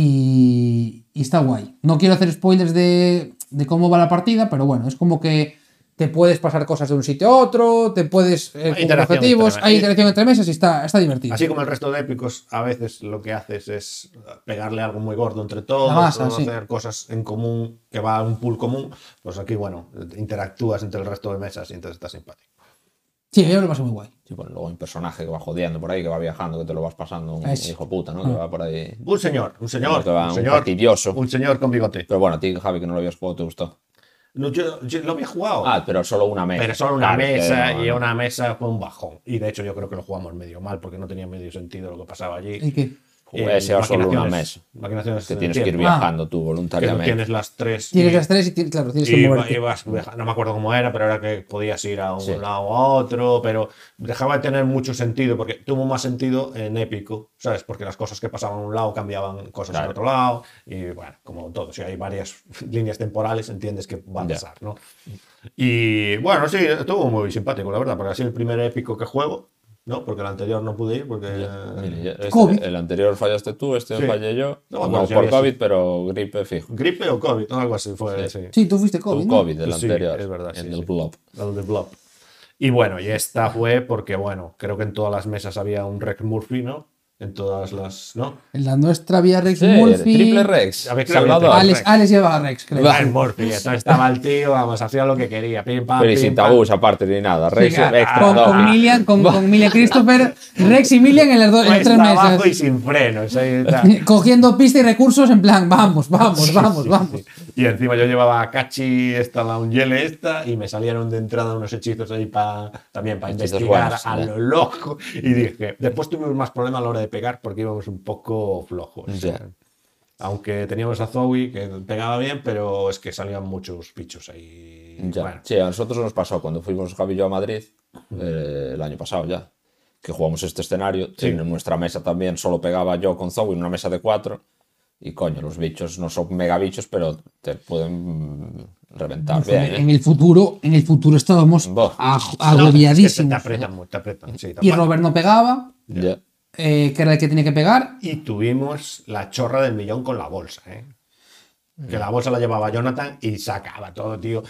B: Y, y está guay. No quiero hacer spoilers de, de cómo va la partida, pero bueno, es como que te puedes pasar cosas de un sitio a otro, te puedes eh, cumplir
D: interacción
B: objetivos,
D: entre-
B: hay interacción entre mesas y está, está divertido.
D: Así como el resto de épicos, a veces lo que haces es pegarle algo muy gordo entre todos,
B: La masa,
D: o
B: sí.
D: hacer cosas en común que va a un pool común. Pues aquí, bueno, interactúas entre el resto de mesas y entonces está simpático.
B: Sí, yo lo paso muy guay.
C: Sí, bueno, luego hay un personaje que va jodeando por ahí, que va viajando, que te lo vas pasando, un
B: Es-
C: hijo puta, ¿no? Que
B: Ah.
C: va por ahí.
D: Un señor, un señor,
C: que va
D: un
C: un
D: señor,
C: fastidioso.
D: un señor con bigote.
C: Pero bueno, a ti, Javi, que no lo habías jugado, te gustó.
D: No, yo, yo lo había jugado,
C: Ah, pero solo una mesa.
D: pero solo una
C: Claro, que
D: mesa
C: no,
D: y
C: no.
D: una mesa fue un bajón. Y de hecho yo creo que lo jugamos medio mal porque no tenía medio sentido lo que pasaba allí.
B: ¿El qué?
C: Jugué ese a solo una mesa.
D: Maquinaciones
C: Que
D: en el
C: tienes que ir
B: Ah.
D: tiempo,
C: viajando
D: que
C: tú
D: no
C: voluntariamente.
D: tienes las tres.
B: Tienes
D: y-
B: las tres y ti- claro, tienes que
D: Y iba-
B: moverte.
D: ibas viaja- no me acuerdo cómo era, pero era que podías ir a un
C: Sí.
D: lado a otro, pero dejaba de tener mucho sentido, porque tuvo más sentido en épico, ¿sabes? Porque las cosas que pasaban a un lado cambiaban cosas en
C: Claro.
D: otro lado, y bueno, como todo, si hay varias líneas temporales, entiendes que va a
C: Ya.
D: pasar, ¿no? Y bueno, sí, estuvo muy simpático, la verdad, porque así el primer épico que juego, ¿no? Porque el anterior no pude ir, porque...
C: Mira, ya- este-
B: COVID.
C: el anterior fallaste tú, este
D: Sí.
C: fallé yo.
D: No,
C: No,
D: bueno, ya
C: por
D: había
C: COVID, pero gripe fijo.
D: Gripe o COVID, o algo así fue. sí.
B: Sí, tú fuiste COVID.
C: Tu
B: ¿no?
C: COVID, el
D: Pues Sí,
C: anterior.
D: es verdad, sí,
C: En
D: sí.
C: el blog.
D: El de Blob. Y bueno, y esta fue porque, bueno, creo que en todas las mesas había un Rec Murphy, ¿no? En todas las. ¿No?
B: En la nuestra había Rex
C: Sí,
B: Murphy.
C: triple Rex.
D: A ver, claro,
C: Salvador.
D: triple
B: Alex,
D: Rex.
B: Alex llevaba a Rex, creo.
D: Rec Murphy. Entonces estaba el tío, vamos, hacía lo que quería. Pim, pam,
C: Pero y
D: pim,
C: sin
D: pam.
C: tabús, aparte ni nada.
B: Sí,
C: Rex
B: claro.
C: extra
B: con, con
C: doble.
B: Milian, con, con Milian Christopher, Rex y Milian en las, dos, en las
D: Cuesta
B: tres
D: abajo y
B: mesas.
D: sin frenos. ahí está.
B: Cogiendo pista y recursos en plan, vamos, vamos, vamos, vamos.
D: Y encima yo llevaba a Cachi, esta, la Ungele, esta, y me salieron de entrada unos hechizos ahí para también para
C: Hechizos
D: investigar
C: buenos,
D: a
C: ya.
D: lo loco. Y dije, después tuvimos más problemas a la hora de pegar porque íbamos un poco flojos.
C: Ya.
D: Aunque teníamos a Zoe que pegaba bien, pero es que salían muchos bichos ahí.
C: Ya.
D: Bueno,
C: Sí, a nosotros nos pasó cuando fuimos Javi y yo a Madrid eh, el año pasado ya, que jugamos este escenario. En nuestra mesa también solo pegaba yo con Zoe en una mesa de cuatro. Y coño, los bichos no son mega bichos, pero te pueden mm, reventar bien. ¿eh?
B: En el futuro, en el futuro estábamos
C: Buah.
B: ag-
D: es que te- te
B: agobiadísimos.
D: apretan, mu- te apretan, sí, te
B: Y
D: apretan.
B: Robert no pegaba,
C: Ya.
B: eh, que era el que tenía que pegar.
D: Y tuvimos la chorra del millón con la bolsa, ¿eh? Que la bolsa la llevaba Jonathan y sacaba todo, tío.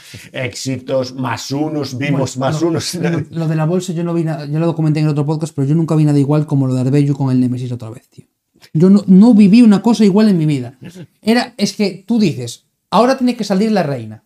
D: Éxitos, más unos, vimos más unos.
B: Lo de la bolsa yo no vi nada, yo lo documenté en el otro podcast, pero yo nunca vi nada igual como lo de Arbellu con el Nemesis otra vez, tío. Yo no, no viví una cosa igual en mi vida. Era, es que tú dices, ahora tiene que salir la reina.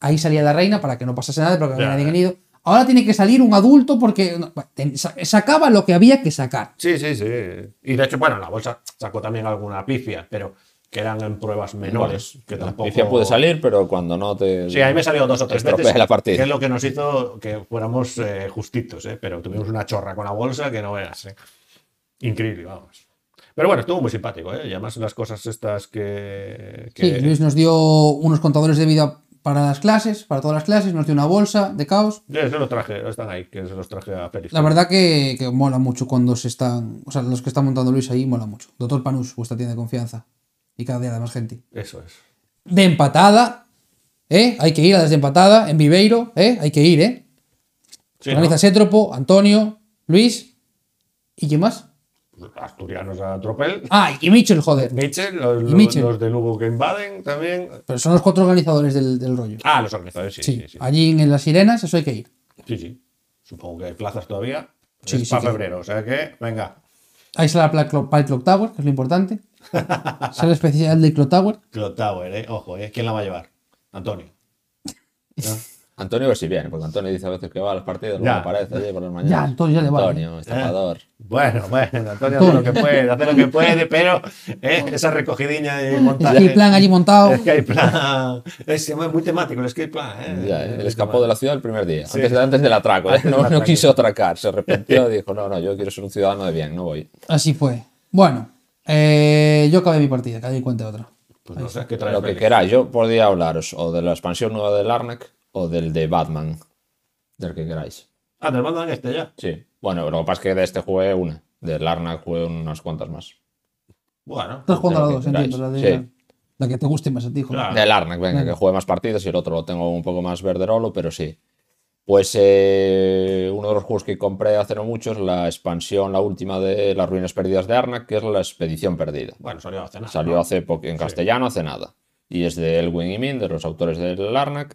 B: Ahí salía la reina para que no pasase nada, para que no
D: Ya.
B: nadie había ido. Ahora tiene que salir un adulto porque no, te- sa- sacaba lo que había que sacar.
D: Sí, sí, sí. Y de hecho, bueno, la bolsa sacó también alguna pifia, pero que eran en pruebas menores. que
C: La
D: tampoco...
C: pifia puede salir, pero cuando no te.
D: Sí, ahí me salió dos o tres
C: Estropea
D: veces.
C: la partida.
D: Que es lo que nos hizo que fuéramos eh, justitos, ¿eh? Pero tuvimos una chorra con la bolsa que no veas, ¿eh? Increíble, vamos. Pero bueno, estuvo muy simpático, ¿eh? Y además las cosas estas que... que-
B: Sí, Luis nos dio unos contadores de vida para las clases, para todas las clases, nos dio una bolsa de caos.
D: Yo se los traje, están ahí, que se los traje a Félix.
B: La verdad que, que mola mucho cuando se están. O sea, los que están montando Luis ahí mola mucho. Doctor Panús, vuestra tienda de confianza. Y cada día da más gente.
D: Eso es.
B: De empatada. ¿Eh? Hay que ir a las de empatada. En Viveiro, ¿eh? Hay que ir, ¿eh?
D: Sí,
B: Organiza Sétropo, Antonio, Luis. ¿Y quién más?
D: ¿no? Asturianos a tropel.
B: Ah, y Mitchell, joder.
D: Mitchell, los,
B: Y Mitchell.
D: los de Lugo que invaden también.
B: Pero son los cuatro organizadores del, del rollo.
D: Ah, los organizadores, sí.
B: Sí,
D: sí, sí.
B: allí en Las Sirenas, eso hay que ir.
D: Sí, sí. Supongo que hay plazas todavía.
B: Sí,
D: es
B: sí,
D: para
B: sí.
D: febrero, o sea que, venga,
B: Ahí sale la Pla- Clo- Pal Clock Tower, que es lo importante. Sale el especial de Clock Tower.
D: Clock Tower, ¿eh? Ojo, ¿eh? ¿Quién la va a llevar? Antonio.
C: Antonio, que si viene, porque Antonio dice a veces que va a las partidas, luego
D: Ya.
C: aparece allí por las mañanas.
B: Ya, Antonio, ya le ¿eh? vale.
C: Antonio, estafador.
D: Bueno, bueno, Antonio hace lo que puede, hace lo que puede, pero ¿eh? esa recogidiña y
B: Es que
D: montaje.
B: hay plan allí montado.
D: Es que hay plan. Es muy temático el escape plan. ¿eh?
C: Ya, él escapó de la ciudad el primer día, antes, de- antes del atraco. ¿eh? No, no quiso atracar, se arrepintió y dijo, no, no, yo quiero ser un ciudadano de bien, no voy.
B: Así fue. Bueno, eh, yo acabé mi partida, que alguien cuente otra.
D: Pues no sé qué trae.
C: Lo que queráis, yo podía hablaros o de la expansión nueva del Arnak o del de Batman, del que queráis.
F: Ah, te lo mandan este ya.
C: Sí. Bueno, lo que pasa es que de este jugué una. De Larnak jugué unas cuantas más.
F: Bueno.
B: Estás jugando a las
C: Claro
B: dos,
C: que
B: entiendo. La,
C: queráis.
B: de-
C: Sí.
B: la que te guste más a ti, joder.
F: Claro.
C: Del Arnak, venga, que juegue más partidos y el otro lo tengo un poco más verderolo, pero sí. Pues eh, uno de los juegos que compré hace no mucho es la expansión, la última de las ruinas perdidas de Arnak, que es la expedición perdida.
F: Bueno, salió hace nada.
C: Salió hace poco en castellano, hace nada. Y es de Elwin y Min, de los autores del Larnak.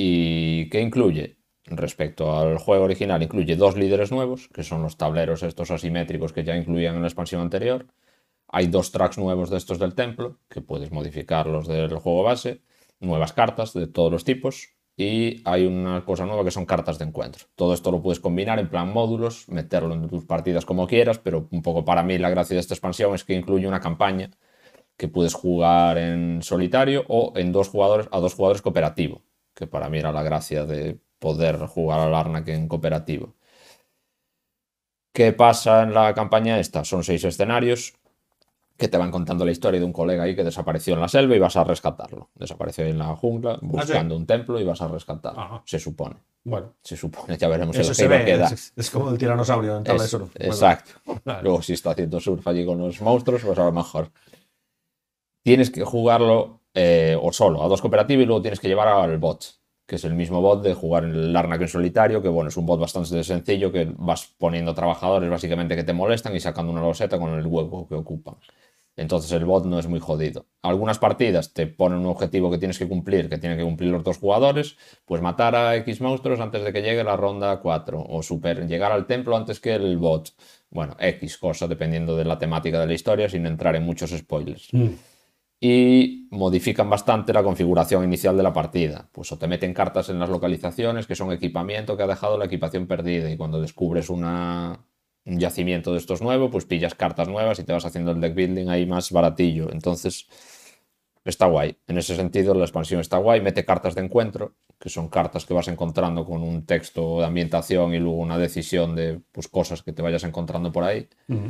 C: ¿Y qué incluye? Respecto al juego original, incluye dos líderes nuevos, que son los tableros estos asimétricos que ya incluían en la expansión anterior. Hay dos tracks nuevos de estos del templo, que puedes modificar los del juego base. Nuevas cartas de todos los tipos. Y hay una cosa nueva que son cartas de encuentro. Todo esto lo puedes combinar en plan módulos, meterlo en tus partidas como quieras, pero un poco para mí la gracia de esta expansión es que incluye una campaña que puedes jugar en solitario o en dos jugadores a dos jugadores cooperativo, que para mí era la gracia de poder jugar al Arnak en cooperativo. ¿Qué pasa en la campaña esta? Son seis escenarios que te van contando la historia de un colega ahí que desapareció en la selva y vas a rescatarlo. Desapareció en la jungla buscando un templo y vas a rescatarlo,
F: Ajá.
C: se supone.
F: Bueno,
C: Se supone, ya veremos en
F: eso
C: lo
F: se
C: que iba a
F: ve.
C: quedar.
F: Es, es como el tiranosaurio en tabla
C: Es-
F: de surf. Bueno,
C: Exacto.
F: Claro.
C: Luego, si está haciendo surf allí con los monstruos, pues a lo mejor. Tienes que jugarlo eh, o solo, a dos cooperativos, y luego tienes que llevar al bot, que es el mismo bot de jugar el Larnak en solitario, que bueno, es un bot bastante sencillo, que vas poniendo trabajadores básicamente que te molestan y sacando una loseta con el hueco que ocupan. Entonces el bot no es muy jodido. Algunas partidas te ponen un objetivo que tienes que cumplir, que tienen que cumplir los dos jugadores, pues matar a X monstruos antes de que llegue la ronda 4, o super, llegar al templo antes que el bot. Bueno, X cosa, dependiendo de la temática de la historia, sin entrar en muchos spoilers
B: Mm,
C: y modifican bastante la configuración inicial de la partida. Pues o te meten cartas en las localizaciones que son equipamiento que ha dejado la equipación perdida y cuando descubres una, un yacimiento de estos nuevos, pues pillas cartas nuevas y te vas haciendo el deck building ahí más baratillo. Entonces, está guay. En ese sentido, la expansión está guay. Mete cartas de encuentro, que son cartas que vas encontrando con un texto de ambientación y luego una decisión de pues, cosas que te vayas encontrando por ahí.
B: mm.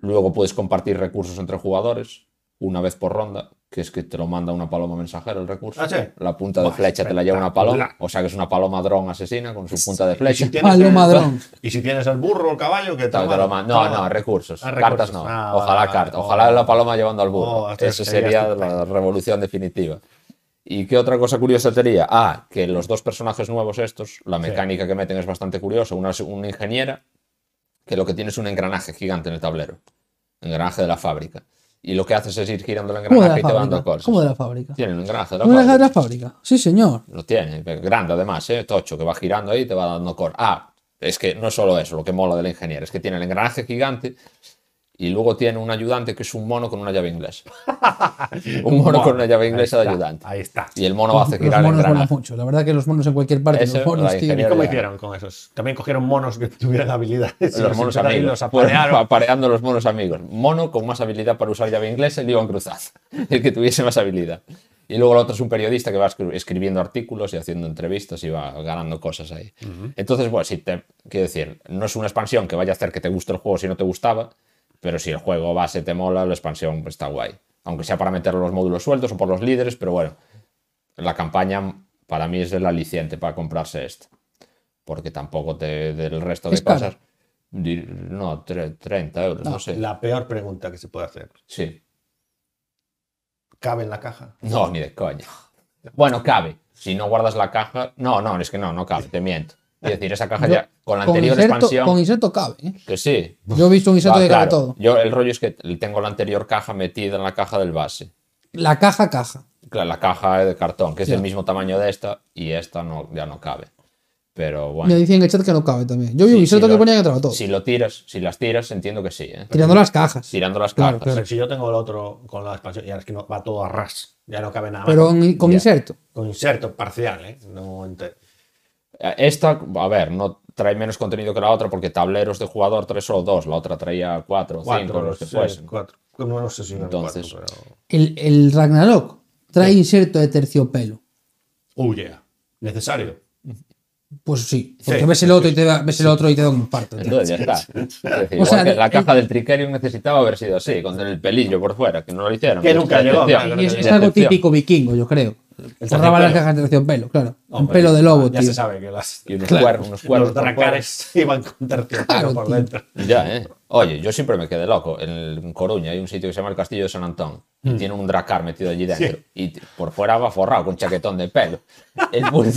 C: Luego puedes compartir recursos entre jugadores una vez por ronda, que es que te lo manda una paloma mensajera el recurso.
F: Ah, sí.
C: La punta de
F: Buah,
C: flecha te la lleva una paloma,
F: espectacular.
C: o sea que es una paloma dron asesina con su punta de
F: Y si
C: flecha.
F: tienes
B: Palo
F: el-
B: madrón.
F: Y si tienes el burro o el caballo, que te
C: Tal,
F: lo
C: te lo
F: mandan.
C: manda- No,
F: Te lo
C: no,
F: mandan.
C: recursos.
F: Ah,
C: Cartas
F: recursos.
C: no.
F: Ah,
C: Ojalá
F: vale,
C: carta.
F: vale.
C: Ojalá la paloma llevando al burro.
F: Oh, esto
C: Esa
F: sería
C: sería la revolución definitiva. ¿Y qué otra cosa curiosa tenía? Ah, que los dos personajes nuevos estos, la mecánica que meten es bastante curiosa. Una es una ingeniera que lo que tiene es un engranaje gigante en el tablero. Engranaje de la fábrica. Y lo que haces es ir girando el
B: ¿Cómo de la
C: engranaje y te va dando
B: fábrica?
C: cosas.
B: ¿Cómo de la fábrica?
C: Tiene un engranaje de la
B: ¿Cómo de la- de
C: fábrica.
B: la fábrica? Sí, señor.
C: Lo tiene, grande además, ¿eh? tocho, que va girando ahí y te va dando cor. Ah, es que no es solo eso, lo que mola del ingeniero, es que tiene el engranaje gigante y luego tiene un ayudante que es un mono con una llave inglesa. un mono con una llave inglesa de ayudante.
F: Ahí está.
C: Y el mono hace
B: Los
C: girar el
B: monos molan
C: engranaje.
B: mucho. La verdad que los monos en cualquier parte,
C: Eso,
B: los monos,
C: la
B: tío.
C: ingeniería.
F: ¿Cómo
C: Ya.
F: hicieron con esos? También cogieron monos que tuvieran habilidades. y
C: Los monos
F: hicieron ahí,
C: amigos.
F: Los
C: Fueron
F: aparearon.
C: apareando los monos amigos. Mono con más habilidad para usar llave inglesa y le iban cruzado. El que tuviese más habilidad. Y luego el otro es un periodista que va escri- escribiendo artículos y haciendo entrevistas y va ganando cosas ahí. Entonces, bueno, si te, quiero decir, no es una expansión que vaya a hacer que te guste el juego si no te gustaba, pero si el juego base te mola, la expansión está guay. Aunque sea para meter los módulos sueltos o por los líderes, pero bueno, la campaña para mí es el aliciente para comprarse esto. Porque tampoco te, del resto de
B: Es caro.
C: cosas. Di- No, tre- 30 euros, no, sé.
F: La peor pregunta que se puede hacer.
C: Sí.
F: ¿Cabe en la caja?
C: No, ni de coña. Bueno, cabe. Si no guardas la caja. No, no, es que no, no cabe, te miento. Es decir, esa caja
B: Yo-
C: ya con la
B: con,
C: anterior
B: inserto,
C: expansión.
B: con inserto cabe. ¿eh?
C: Que sí.
B: Yo he visto un inserto
C: Va,
B: que cabe
C: claro.
B: todo.
C: Yo el rollo es que tengo la anterior caja metida en la caja del base.
B: La caja, caja.
C: Claro, la caja de cartón, que es del mismo tamaño de esta, y esta no, ya no cabe. Pero bueno.
B: Me dicen en el chat que no cabe también. Yo vi un
C: Sí,
B: inserto
C: si
B: que
C: lo-
B: ponía que traba todo.
C: Si lo tiras, si las tiras, entiendo que sí, ¿eh?
B: Tirando las cajas.
C: Tirando las
B: Claro,
C: cartas.
F: Pero si yo tengo el otro con la expansión, y ahora es que no, va todo a ras. Ya no cabe nada.
B: Pero
F: más.
B: en- con
C: Ya.
B: inserto.
F: Con inserto parcial, ¿eh? No entero.
C: Eh, Esta, a ver, no trae menos contenido que la otra porque tableros de jugador tres o dos, la otra traía cuatro o cinco,
F: Cuatro,
C: los que
F: sí,
C: fuesen.
F: cuatro. No, no sé si eran
C: Entonces-
F: cuatro, pero-
B: El, el Ragnarok trae inserto de terciopelo.
F: Oh, yeah. Necesario.
B: Pues sí, porque
F: Sí,
B: ves el otro y te da, ves el otro y te da un infarto. tío.
C: Entonces ya está. Es decir,
B: O sea,
C: igual que la
B: el-
C: caja del Tricerion necesitaba haber sido así, con el pelillo por fuera, que no lo hicieron.
F: Que nunca llegó,
C: Decepción.
F: claro.
B: Y es, es
C: Decepción.
B: algo típico vikingo, yo creo. Forraba
G: terciopelo.
B: las cajas de terciopelo, claro. Un
G: Hombre,
B: pelo de lobo,
D: ya
B: tío.
D: se sabe que las,
C: Y unos
B: Claro.
C: cuernos, unos cuernos.
D: los
C: por
D: dracares iban con terciopelo
B: Claro,
D: por
B: tío.
D: dentro.
C: fuera. Ya, ¿eh? Oye, yo siempre me quedé loco. En el- Coruña hay un sitio que se llama el Castillo de San Antón. Y tiene un dracar metido allí dentro. Y t- por fuera va forrado con chaquetón de pelo. El puto,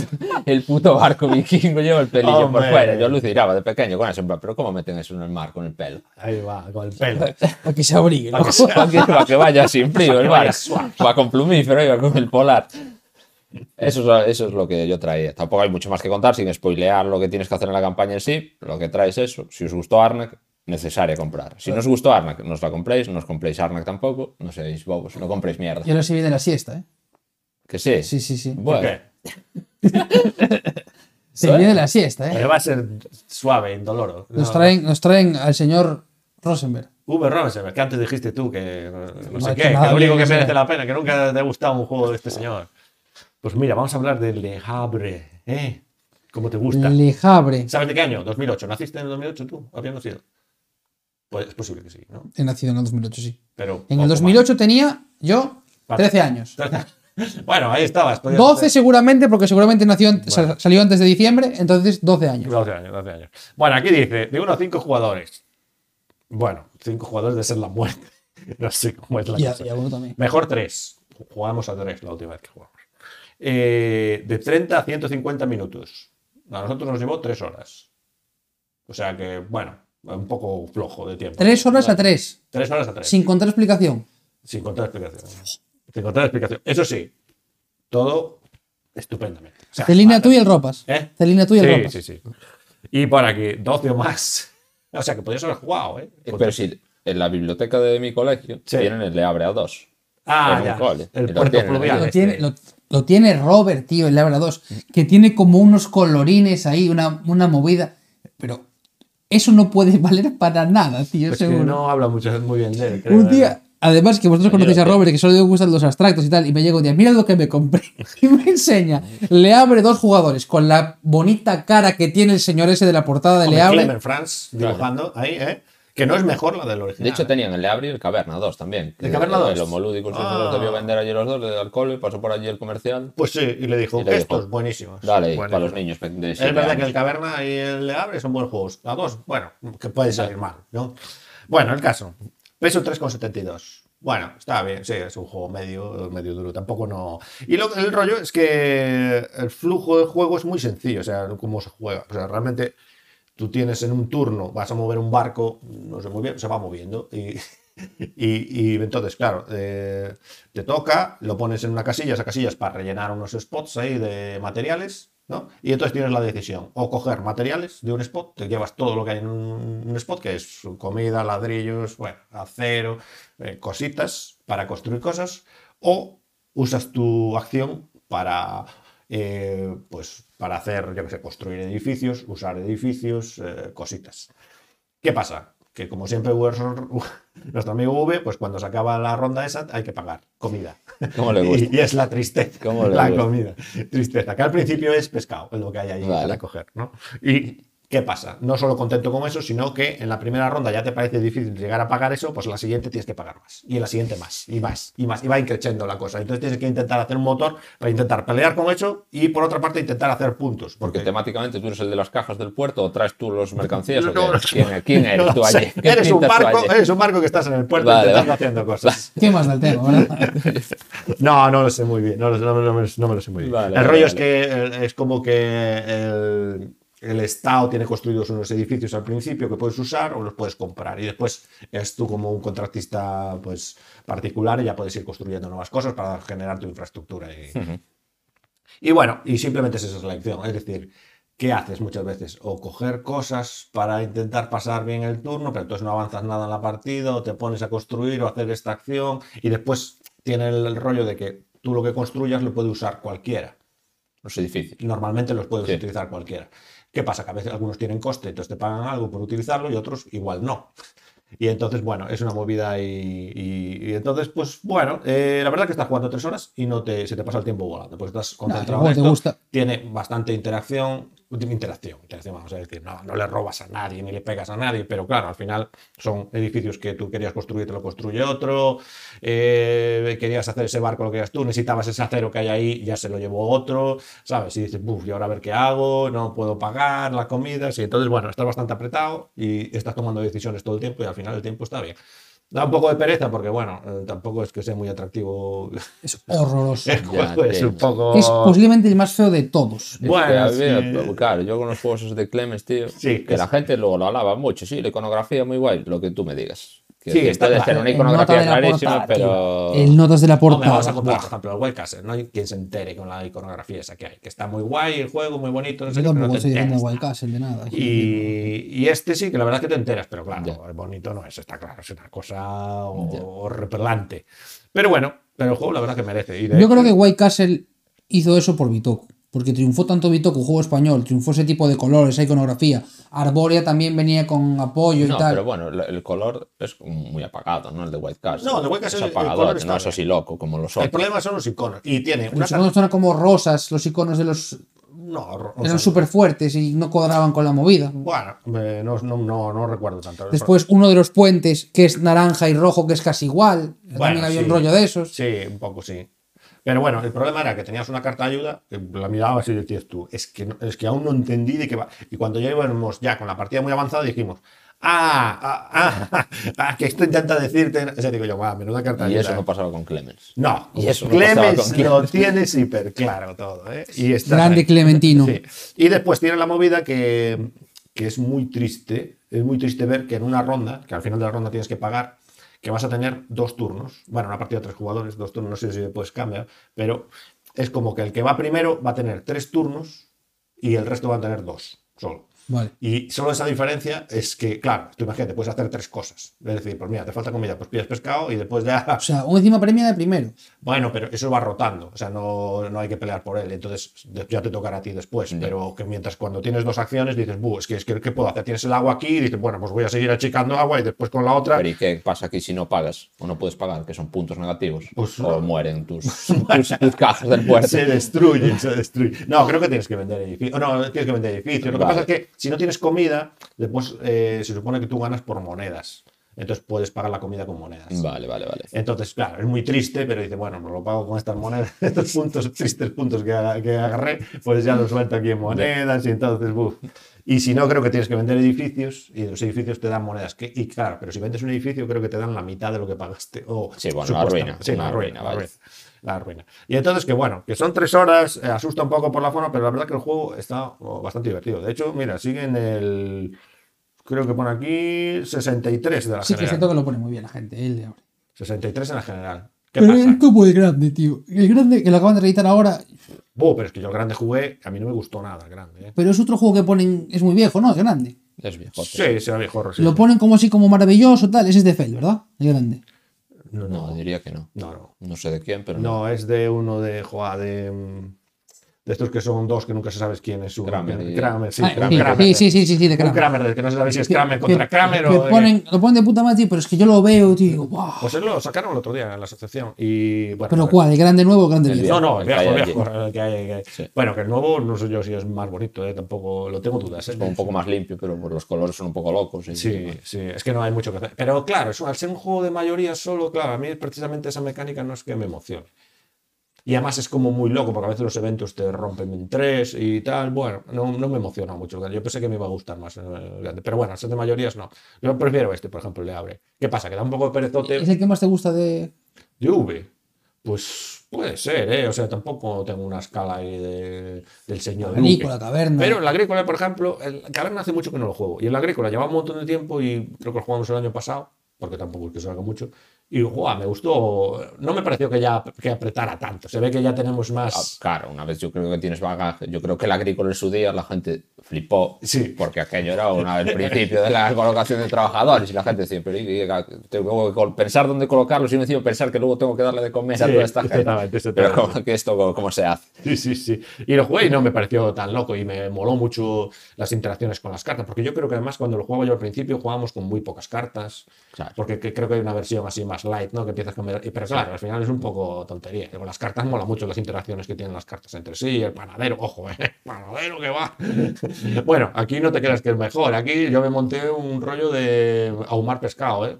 C: el puto barco vikingo lleva el pelillo
D: Hombre.
C: por fuera. Yo alucinaba de pequeño con eso. en plan, Pero ¿cómo meten eso en el mar con el pelo?
D: Ahí va, con el pelo.
B: Para que se abrigue. ¿no?
C: para que, pa' que vaya sin frío el
D: que vaya
C: bar. Va con plumífero, iba con el polar. Eso es, eso es lo que yo traía. Tampoco hay mucho más que contar sin spoilear lo que tienes que hacer en la campaña en sí. Lo que traes es eso. Si os gustó Arnak, necesaria comprar. Si no os gustó Arnak, no os la compréis. No os compréis Arnak tampoco. No seáis bobos. No compréis mierda.
B: Yo lo sé bien de la siesta, ¿eh?
C: Que sí.
B: Sí, sí, sí.
C: Bueno, eh,
D: ¿Qué?
B: Se viene de la siesta, ¿eh?
D: Pero Pues va a ser suave, indoloro.
B: Nos
D: No.
B: traen, nos traen al señor Rosenberg.
D: Uber Rosenberg, que antes dijiste tú que eh, no, no
B: No ha
D: sé
B: hecho
D: qué, que
B: nada
D: lo único
B: bien,
D: que
B: o sea.
D: merece la pena, que nunca te ha gustado un juego de este señor. Pues mira, vamos a hablar del Le Havre, ¿eh? Como te gusta.
B: Lejabre.
D: ¿Sabes de qué año? 2008. ¿Naciste en el 2008 tú? ¿Habías nacido? Pues es posible que sí, ¿no?
B: He nacido en el 2008, sí.
D: Pero
B: En
D: poco
B: el
D: más.
B: 2008 tenía yo
D: Vale.
B: 13 años.
D: bueno, ahí estabas. podías
B: 12
D: hacer-
B: seguramente, porque seguramente nació ant- sal- salió antes de diciembre, entonces 12 años.
D: 12 años, 12 años. Bueno, aquí dice, de uno a cinco jugadores. Bueno, cinco jugadores de ser la muerte. No sé cómo es la
B: Y a,
D: cosa.
B: y a uno también.
D: Mejor tres. Jugamos a tres la última vez que jugamos. Eh, de 30 a 150 minutos. A nosotros nos llevó tres horas. O sea que, bueno, un poco flojo de tiempo.
B: 3 horas a 3,
D: Tres horas a tres.
B: sin contar explicación.
D: Sin contar explicaciones. Sin contar explicaciones. Eso sí, todo estupendamente. O sea,
B: Celina
D: mata-
B: tú y el ropas.
D: ¿Eh?
B: Celina tú y el
D: Sí,
B: ropas.
D: sí, sí. Y por aquí, 12 o más. O sea que podrías haber jugado, ¿eh?
C: eh, pero sí, en la biblioteca de mi colegio
D: Sí.
C: tienen el de Abre a dos.
D: Ah,
C: en
D: ya.
C: un cole. Y
D: El
C: lo
D: puerto
C: tienen ahí.
D: fluvial.
B: Lo
D: este.
B: tiene, lo, lo tiene Robert, tío, el Labra 2,
D: Mm.
B: que tiene como unos colorines ahí, una, una movida. Pero eso no puede valer para nada, tío,
D: Pues que
B: seguro.
D: no habla mucho, muy bien de él. creo,
B: Un
D: ¿eh?
B: día, además que vosotros conocéis a
C: Ayúdate.
B: Robert, que solo le gustan los abstractos y tal, y me llega un día, mira lo que me compré, y me enseña, le abre dos jugadores con la bonita cara que tiene el señor ese de la portada de
D: Hombre,
B: Le abre.
D: Clemen France dibujando ahí, ¿eh? Que no es mejor la del original.
C: De hecho,
D: ¿eh?
C: tenían el de Abre y el Caverna 2 también.
D: ¿El Caverna 2?
C: El homolúdico
D: Ah.
C: los debió vender allí los dos, le dio alcohol y pasó por allí el comercial.
D: Pues sí, y le dijo,
C: Y le dijo,
D: estos buenísimos.
C: Dale,
D: Buenísimos.
C: para los niños. pe- de siete
D: Es verdad
C: años.
D: que el Caverna y el Le Abre son buenos juegos. La dos, bueno, que puede salir mal, ¿no? Bueno, el caso. Peso 3,72. Bueno, está bien, sí, es un juego medio, medio duro, tampoco no... Y lo, el rollo es que el flujo de juego es muy sencillo, o sea, cómo se juega. O sea, realmente tú tienes en un turno, vas a mover un barco, no sé muy bien, se va moviendo y... Y, y entonces, claro, eh, te toca, lo pones en una casilla, esa casilla es para rellenar unos spots ahí de materiales, ¿no? Y entonces tienes la decisión, o coger materiales de un spot, te llevas todo lo que hay en un, un spot, que es comida, ladrillos, bueno, acero, eh, cositas para construir cosas, o usas tu acción para, eh, pues, para hacer, yo que sé, construir edificios, usar edificios, eh, cositas. ¿Qué pasa? Que como siempre Uber- nuestro amigo V, pues cuando se acaba la ronda esa hay que pagar comida.
C: ¿Cómo le gusta?
D: Y, y es la tristeza,
C: ¿Cómo le
D: la
C: gusta?
D: comida. Tristeza, que al principio es pescado, es lo que hay ahí
C: Vale.
D: para coger, ¿no? Y ¿qué pasa? No solo contento con eso, sino que en la primera ronda ya te parece difícil llegar a pagar eso, pues en la siguiente tienes que pagar más. Y en la siguiente más, y más, y más, y va increciendo la cosa. Entonces tienes que intentar hacer un motor para intentar pelear con eso y por otra parte intentar hacer puntos.
C: Porque
D: Porque
C: temáticamente tú eres el de las cajas del puerto o traes tú los mercancías. o
D: No, no,
C: qué? ¿Quién, quién
D: no
C: eres
D: lo
C: tú
D: sé.
C: allí? ¿Qué
D: Eres un,
C: pintas tú
D: barco, Eh.
C: allí?
D: eres un barco que estás en el puerto
C: Vale,
D: intentando
C: vale.
D: haciendo cosas.
B: ¿Qué más del tema, verdad?
D: No, no lo sé muy bien. No, lo- no me- no me, no me lo sé muy bien.
C: Vale,
D: el
C: vale,
D: rollo es
C: vale.
D: que eh, es como que el, el Estado tiene construidos unos edificios al principio que puedes usar o los puedes comprar. Y después es tú como un contratista pues, particular y ya puedes ir construyendo nuevas cosas para generar tu infraestructura. Y,
C: Hmm.
D: y bueno, y simplemente es esa selección. Es decir, ¿qué haces muchas veces? O coger cosas para intentar pasar bien el turno, pero entonces no avanzas nada en la partida, o te pones a construir o hacer esta acción, y después tiene el, el rollo de que tú lo que construyas lo puede usar cualquiera.
C: Los edificios.
D: Normalmente los puedes
C: Sí.
D: utilizar cualquiera. ¿Qué pasa? Que a veces algunos tienen coste, entonces te pagan algo por utilizarlo y otros igual no. Y entonces, bueno, es una movida y, y- y entonces, pues bueno, eh, la verdad que estás jugando tres horas y no te, se te pasa el tiempo volando, pues estás concentrado
B: igual
D: en
B: te
D: esto,
B: gusta.
D: tiene bastante interacción, última interacción. interacción vamos a decir, no, no le robas a nadie ni le pegas a nadie, pero claro, al final son edificios que tú querías construir, te lo construye otro, eh, querías hacer ese barco, lo querías tú, necesitabas ese acero que hay ahí, ya se lo llevó otro, ¿sabes? Y dices, buf, y ahora a ver qué hago, no puedo pagar las comidas, y entonces, bueno, estás bastante apretado y estás tomando decisiones todo el tiempo y al final el tiempo está bien. Da un poco de pereza porque, bueno, eh, tampoco es que sea muy atractivo.
B: Es horroroso.
D: El juego es
C: entiendo.
D: un poco.
B: Es pues posiblemente el más feo de todos.
C: Es
D: Bueno,
C: que había-
D: sí.
C: pero claro, yo con los juegos esos de Clemens, tío,
D: Sí,
C: que la
D: es-
C: gente luego lo alaba mucho, sí, la iconografía muy guay, lo que tú me digas. Que
D: Sí,
C: que
D: está
C: puede
D: claro.
C: ser una
B: El nota
C: iconografía
B: de la
C: clarísima,
B: portada,
C: pero...
B: tío. El notas de la
D: No me
B: portada.
D: vas a comprar, por ejemplo, el White Castle. No hay quien se entere con la iconografía esa que hay. Que está muy guay el juego, muy bonito. No sé
B: Yo
D: qué, pero no
B: tampoco
D: te
B: estoy diciendo
D: enteras.
B: Wild Castle de nada.
D: Y, y este sí, que la verdad es que te enteras, pero claro,
C: Ya.
D: bonito no es, está claro, es una cosa o- repelante. Pero bueno, pero el juego la verdad que merece. Y de
B: Yo
D: hecho,
B: creo que White Castle hizo eso por Bitoku. Porque triunfó tanto Bitoku, juego español, triunfó ese tipo de colores, esa iconografía. Arbórea también venía con apoyo
C: No,
B: y tal.
C: pero bueno, la- el color es muy apagado, ¿no? El de White Castle.
D: No, el de White Castle,
C: es
D: el color
C: apagado,
D: está
C: no es
D: bien.
C: así loco como los
D: El
C: otros.
D: problema son los iconos. Y tiene una.
B: Los iconos eran como rosas, los iconos de los
D: No, ro-
B: eran súper fuertes y no cuadraban con la movida.
D: Bueno, eh, no, no, no, no recuerdo tanto.
B: Después uno de los puentes, que es naranja y rojo, que es casi igual. también había
D: sí.
B: un rollo de esos.
D: Sí, un poco sí. Pero bueno, el problema era que tenías una carta de ayuda, que la mirabas y decías tú, es que, no- es que aún no entendí de qué va. Y cuando ya íbamos ya con la partida muy avanzada, dijimos, ah, ah, ah, ah, que esto intenta decirte. O sea, digo yo, guau, menuda carta de
C: Y
D: ayuda. eh".
C: eso no pasaba con Clemens.
D: No,
C: Y eso no pasaba
D: Clemens
C: con
D: lo tienes hiper claro todo, ¿eh? Y estás
B: Grande
D: ahí.
B: Clementino.
D: Sí. Y después tiene la movida que, que es muy triste, es muy triste ver que en una ronda, que al final de la ronda tienes que pagar, que vas a tener dos turnos, bueno, una partida de tres jugadores, dos turnos, no sé si después cambia, pero es como que el que va primero va a tener tres turnos y el resto va a tener dos solo.
B: Vale.
D: Y solo esa diferencia es que, claro, tú imagínate, puedes hacer tres cosas. Es decir, pues mira, te falta comida, pues pides pescado y después ya
B: O sea, un encima premia de primero.
D: bueno, pero eso va rotando, o sea, no, no hay que pelear por él, entonces de- ya te tocará a ti después, pero que mientras cuando tienes dos acciones dices, "Bu, es que, es que ¿qué puedo hacer? Tienes el agua aquí y dices, bueno, pues voy a seguir achicando agua y después con la otra...
C: Pero ¿y qué pasa aquí si no pagas o no puedes pagar? Que son puntos negativos.
D: Pues
C: o
D: no.
C: mueren tus, tus, tus cajas del puerto.
D: Se destruye, se destruye. No, creo que tienes que vender edificios. No, tienes que vender edificios. Lo que
C: Vale.
D: pasa es que si no tienes comida, después eh, se supone que tú ganas por monedas. Entonces puedes pagar la comida con monedas.
C: Vale, vale, vale.
D: Entonces, claro, es muy triste, pero dice, bueno, me lo pago con estas monedas, estos puntos, tristes puntos que, aga- que agarré, pues ya los suelto aquí en monedas y entonces, buf. Y si no, creo que tienes que vender edificios y los edificios te dan monedas. que- y claro, pero si vendes un edificio, creo que te dan la mitad de lo que pagaste. o
C: Sí, bueno,
D: supuesta-
C: arruina,
D: Sí,
C: una
D: la
C: arruina,
D: ruina, la
C: vale.
D: ruina. La ruina. Y entonces, que bueno, que son tres horas, eh, asusta un poco por la forma, pero la verdad que el juego está oh, bastante divertido. De hecho, mira, sigue en el. Creo que pone aquí 63 de la
B: Sí que es
D: general.
B: cierto que lo pone muy bien la gente, el de ahora.
D: 63 en la general. ¿Qué
B: Pero
D: pasa?
B: es como el grande, tío. El grande que lo acaban de reeditar ahora,
D: Buh, pero es que yo el grande jugué, a mí no me gustó nada el grande. ¿eh?
B: pero es otro juego que ponen, es muy viejo, ¿no? El grande.
C: Es viejo.
D: Sí, será viejo horror, sí.
B: Lo ponen como así, como maravilloso, tal. Ese es de Fell, ¿verdad? El grande.
D: No,
C: No,
D: no,
C: diría que no.
D: no, no.
C: No sé de quién, pero no.
D: No, es de uno de, joa, de, mm, de estos que son dos que nunca se sabe quién es uno.
C: Kramer y-
D: Kramer, sí,
B: Ah,
D: Kramer,
B: sí,
D: Kramer.
B: sí, sí, sí, sí, de
D: Un
B: Kramer.
D: Kramer, del que no se sabe si es Kramer
B: Que-
D: contra
B: que-
D: Kramer
B: que
D: o... de-
B: ponen- lo ponen de puta madre, tío, pero es que yo lo veo, tío. y digo, "Buah".
D: Pues él lo sacaron el otro día en la asociación y... Bueno,
B: Pero
D: bueno.
B: ¿cuál? ¿El grande nuevo o el grande
C: El
B: viejo?
D: No, no, el
C: El que
D: viejo,
C: hay
D: el
C: allí.
D: viejo. el que hay, el que hay.
C: Sí.
D: Bueno, que el nuevo no sé yo si es más bonito, ¿eh? tampoco lo tengo dudas. ¿eh?
C: Es como un poco más limpio, pero por los colores son un poco locos. y-
D: Sí, sí, es que no hay mucho que hacer. Pero claro, eso, al ser un juego de mayoría solo, claro, a mí precisamente esa mecánica no es que me emocione. Y además es como muy loco, porque a veces los eventos te rompen en tres y tal. Bueno, no, no me emociona mucho. el grande. Yo pensé que me iba a gustar más. eh, el grande. Pero bueno, al ser de mayorías no. Yo prefiero este, por ejemplo, el de Abre. ¿Qué pasa? ¿Que da un poco de perezote?
B: ¿Es el que más te gusta de...?
D: de V. Pues puede ser, ¿eh? O sea, tampoco tengo una escala ahí de- del señor. Luque.
B: Agrícola, taberna.
D: Pero el agrícola, por ejemplo, el caverna hace mucho que no lo juego. Y el agrícola lleva un montón de tiempo y creo que lo jugamos el año pasado, porque tampoco es que salga mucho. Y guau, me gustó. No me pareció que ya que apretara tanto. Se ve que ya tenemos
C: Ah,
D: más.
C: Claro, una vez yo creo que tienes bagaje. Yo creo que el agrícola en su día la gente flipó.
D: Sí.
C: Porque aquello era una, el principio de la colocación de trabajadores y la gente siempre. y- y- tengo que col- pensar dónde colocarlos y encima pensar que luego tengo que darle de comer a
D: Sí,
C: toda esta gente.
D: exactamente,
C: Pero
D: exactamente.
C: ¿cómo, que esto, cómo- ¿cómo se hace?
D: Sí, sí, sí. Y lo jugué y no me pareció tan loco y me moló mucho las interacciones con las cartas, porque yo creo que además cuando lo jugaba yo al principio jugábamos con muy pocas cartas,
C: Claro.
D: porque que- creo que hay una versión así más más light, ¿no? Que empiezas con... Y, pero claro, al final es un poco tontería. Con las cartas mola mucho las interacciones que tienen las cartas entre sí, el panadero, ojo, ¿eh? panadero que va. bueno, aquí no te creas que es mejor. Aquí yo me monté un rollo de ahumar pescado, ¿eh?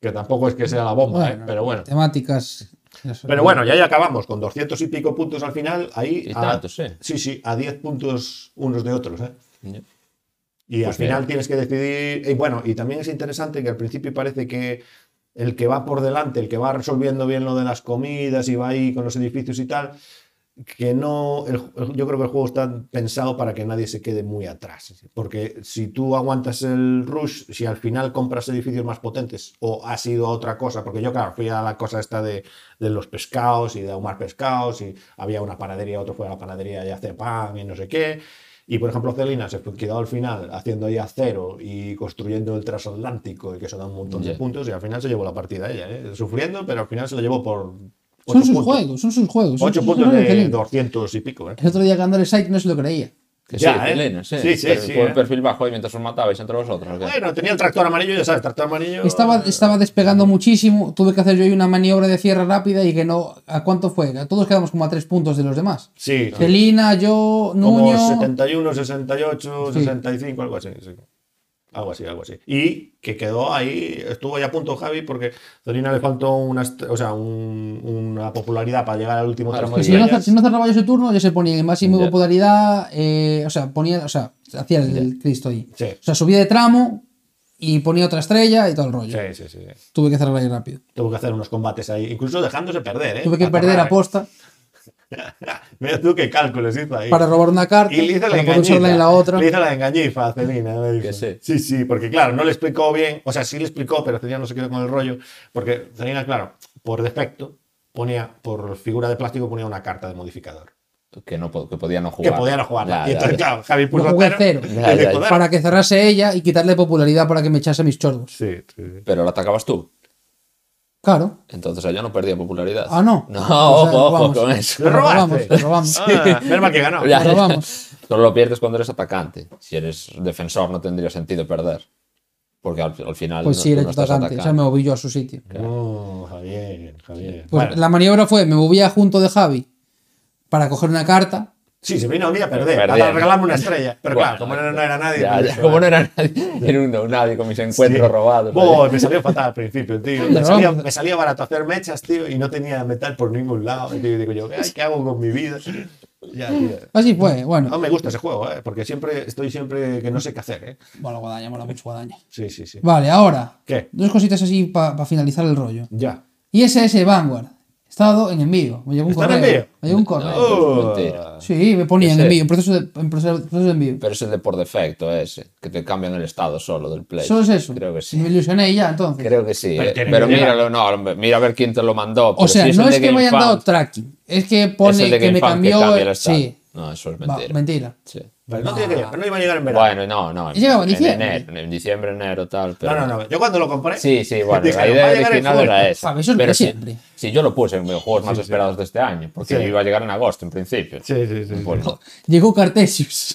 D: Que tampoco es que sea la bomba, ¿eh?
B: Bueno,
D: Pero bueno.
B: Temáticas. eso.
D: Pero bueno, ya ya acabamos con 200 y pico puntos al final. Ahí
C: Y
D: a,
C: tantos, sí.
D: sí, sí, a 10 puntos unos de otros. ¿eh?
C: Ya.
D: Y
C: Pues
D: al final
C: bien.
D: tienes que decidir. Y bueno, y también es interesante que al principio parece que el que va por delante, el que va resolviendo bien lo de las comidas y va ahí con los edificios y tal, que no. el- el- yo creo que el juego está pensado para que nadie se quede muy atrás. Porque si tú aguantas el rush, si al final compras edificios más potentes o has ido a otra cosa, porque yo, claro, fui a la cosa esta de, de los pescados y de ahumar pescados, y había una panadería, otro fue a la panadería y hace pan y no sé qué. Y por ejemplo, Celina se quedó al final haciendo ya cero y construyendo el transatlántico, y que eso da un montón de
C: Ya.
D: puntos, y al final se llevó la partida ella, ¿eh? sufriendo, pero al final se lo llevó por.
B: Son
D: ocho
B: sus
D: puntos.
B: juegos, son sus juegos. son
D: 8
B: sus
D: Pues puntos
B: juegos
D: de
B: Felín.
D: 200 y pico, ¿eh?
B: El otro día que andó el site no se lo creía.
C: Que
D: Ya,
C: sí,
D: ¿eh?
C: Elena, sí.
D: Sí, sí,
C: Pero
D: sí,
C: con el
D: ¿eh?
C: perfil bajo ahí mientras os matabais entre vosotros. ¿o qué?
D: Bueno, tenía el tractor amarillo, ya sabes, tractor amarillo.
B: Estaba, estaba despegando muchísimo. Tuve que hacer yo ahí una maniobra de cierre rápida y que no. ¿A cuánto fue? A todos quedamos como a tres puntos de los demás.
D: Sí,
B: Celina, yo,
D: como
B: Nuño.
D: 71, 68,
B: Sí.
D: 65, algo así. sí. Algo así, algo así. Y que quedó ahí, estuvo ya a punto Javi porque Celina le faltó una, est- o sea, un- una popularidad para llegar al último
C: Ah,
D: tramo
C: sí,
D: de
B: Si no,
D: España.
B: cer- Pues si no cerraba yo ese turno, ya se ponía en máximo
C: Ya.
B: popularidad. eh, o sea, ponía, o sea, hacía el, el Cristo ahí.
D: Sí.
B: O sea, subía de tramo y ponía otra estrella y todo el rollo.
D: Sí, sí, sí, sí.
B: Tuve que cerrar ahí rápido.
D: Tuvo que hacer unos combates ahí, incluso dejándose perder, ¿eh?
B: Tuve que
D: Para
B: perder
D: cerrar,
B: a posta
D: ¿eh? Mira tú qué cálculos hizo ahí.
B: para robar una carta,
D: Y le hizo la
B: para poder usarla
D: engañifa.
B: en la otra.
D: Le hizo la engañifa a Celina. le
C: Que
D: hizo.
C: sí.
D: Sí, sí, porque claro, no le explicó bien. O sea, sí le explicó, pero Celina no se quedó con el rollo. Porque Celina, claro, por defecto, ponía, por figura de plástico, ponía una carta de modificador.
C: Que, no, po- que podía no jugar.
D: Que podía no jugarla.
C: Ya,
D: y
C: ya,
D: entonces,
C: ya.
D: claro, Javi
B: Lo
D: puso
B: jugué cero.
D: cero. y
C: Ya,
D: dijo,
C: ya,
D: "Dale".
B: Para que cerrase ella y quitarle popularidad para que me echase mis chordos.
D: Sí, sí, sí.
C: Pero la atacabas tú.
B: Claro.
C: Entonces allá no perdía popularidad.
B: Ah, no.
C: No,
D: Pues, eh,
B: O sea,
C: ojo, ojo
B: vamos.
C: con eso.
D: ¡Lo
B: Lo
D: robaste!
B: robamos, lo robamos.
D: Ah, menos mal que ganó.
C: Ya.
B: Pero vamos.
C: Solo lo pierdes cuando eres atacante. Si eres defensor no tendría sentido perder. Porque al, al final
B: Pues
C: no,
B: sí,
C: tú
B: era
C: no estás
B: atacante. O sea, me
C: atacando.
B: moví yo a su sitio.
D: Oh, Javier, Javier.
B: Pues
D: Bueno,
B: la maniobra fue, me movía junto de Javi para coger una carta.
D: Sí, se vino a mí a perder,
C: Perder.
D: a regalarme una estrella. Pero claro, como no, no era nadie.
C: Ya,
D: pues,
C: ya, como no era nadie, era un don nadie con mis encuentros
D: Sí.
C: robados.
D: Boy, me salió fatal al principio, tío. Me
B: No.
D: salía, me salía barato hacer mechas, tío, y no tenía metal por ningún lado. Y digo yo, "Ay, ¿qué hago con mi vida? Ya, tío.
B: Así fue,
D: No
B: bueno.
D: me gusta ese juego, ¿eh? porque siempre estoy siempre que no sé qué hacer. ¿eh?
B: Bueno, guadaña, mola mucho guadaña.
D: Sí, sí, sí.
B: Vale, ahora.
D: ¿Qué?
B: Dos cositas así para finalizar el rollo.
D: Ya.
B: ISS Vanguard. Estado en envío. Me llegó un
D: ¿Está en
B: correo.
D: envío?
B: Me llegó un
C: No,
B: correo.
D: Oh.
C: pues, mentira.
B: Sí, me ponía en
C: Ese.
B: envío, en proceso de, en proceso, proceso de envío.
C: Pero es el de por defecto ese, que te cambian el estado solo del play.
B: Solo es eso.
C: Creo que
B: Me
C: sí.
B: ilusioné y ya, entonces.
C: Creo que sí.
D: Pero
C: eh.
D: tiene
C: Pero
D: que llegar.
C: míralo, no, mira a ver quién te lo mandó.
B: O
C: pero
B: sea,
C: si
B: no
C: el
B: es
C: de
B: que me hayan
C: GameFound,
B: dado tracking. Es que
C: es
B: pone
C: el de
B: que me
C: GameFound que
B: cambió.
C: cambia el estado.
B: sí.
C: No, eso es
B: Va,
C: mentira.
B: mentira.
C: Sí.
D: Pero no, tiene que llegar, no iba a llegar en verano.
C: Bueno, no, no. En,
B: Llegaba en
C: en
B: diciembre.
C: enero, en diciembre, enero, tal. Pero...
D: no, no, no. Yo cuando lo compré.
C: Sí, sí, bueno,
D: dije,
C: la
D: "Va
C: idea
D: a llegar en
C: original
D: julio".
C: era esa.
B: Sabes, eso es lo que
C: sí-
B: siempre.
C: Sí, yo lo puse en los juegos más esperados de este año, porque
D: Sí.
C: iba a llegar en agosto en principio.
D: Sí, sí, sí. sí.
C: Bueno,
B: Llegó Cartesius.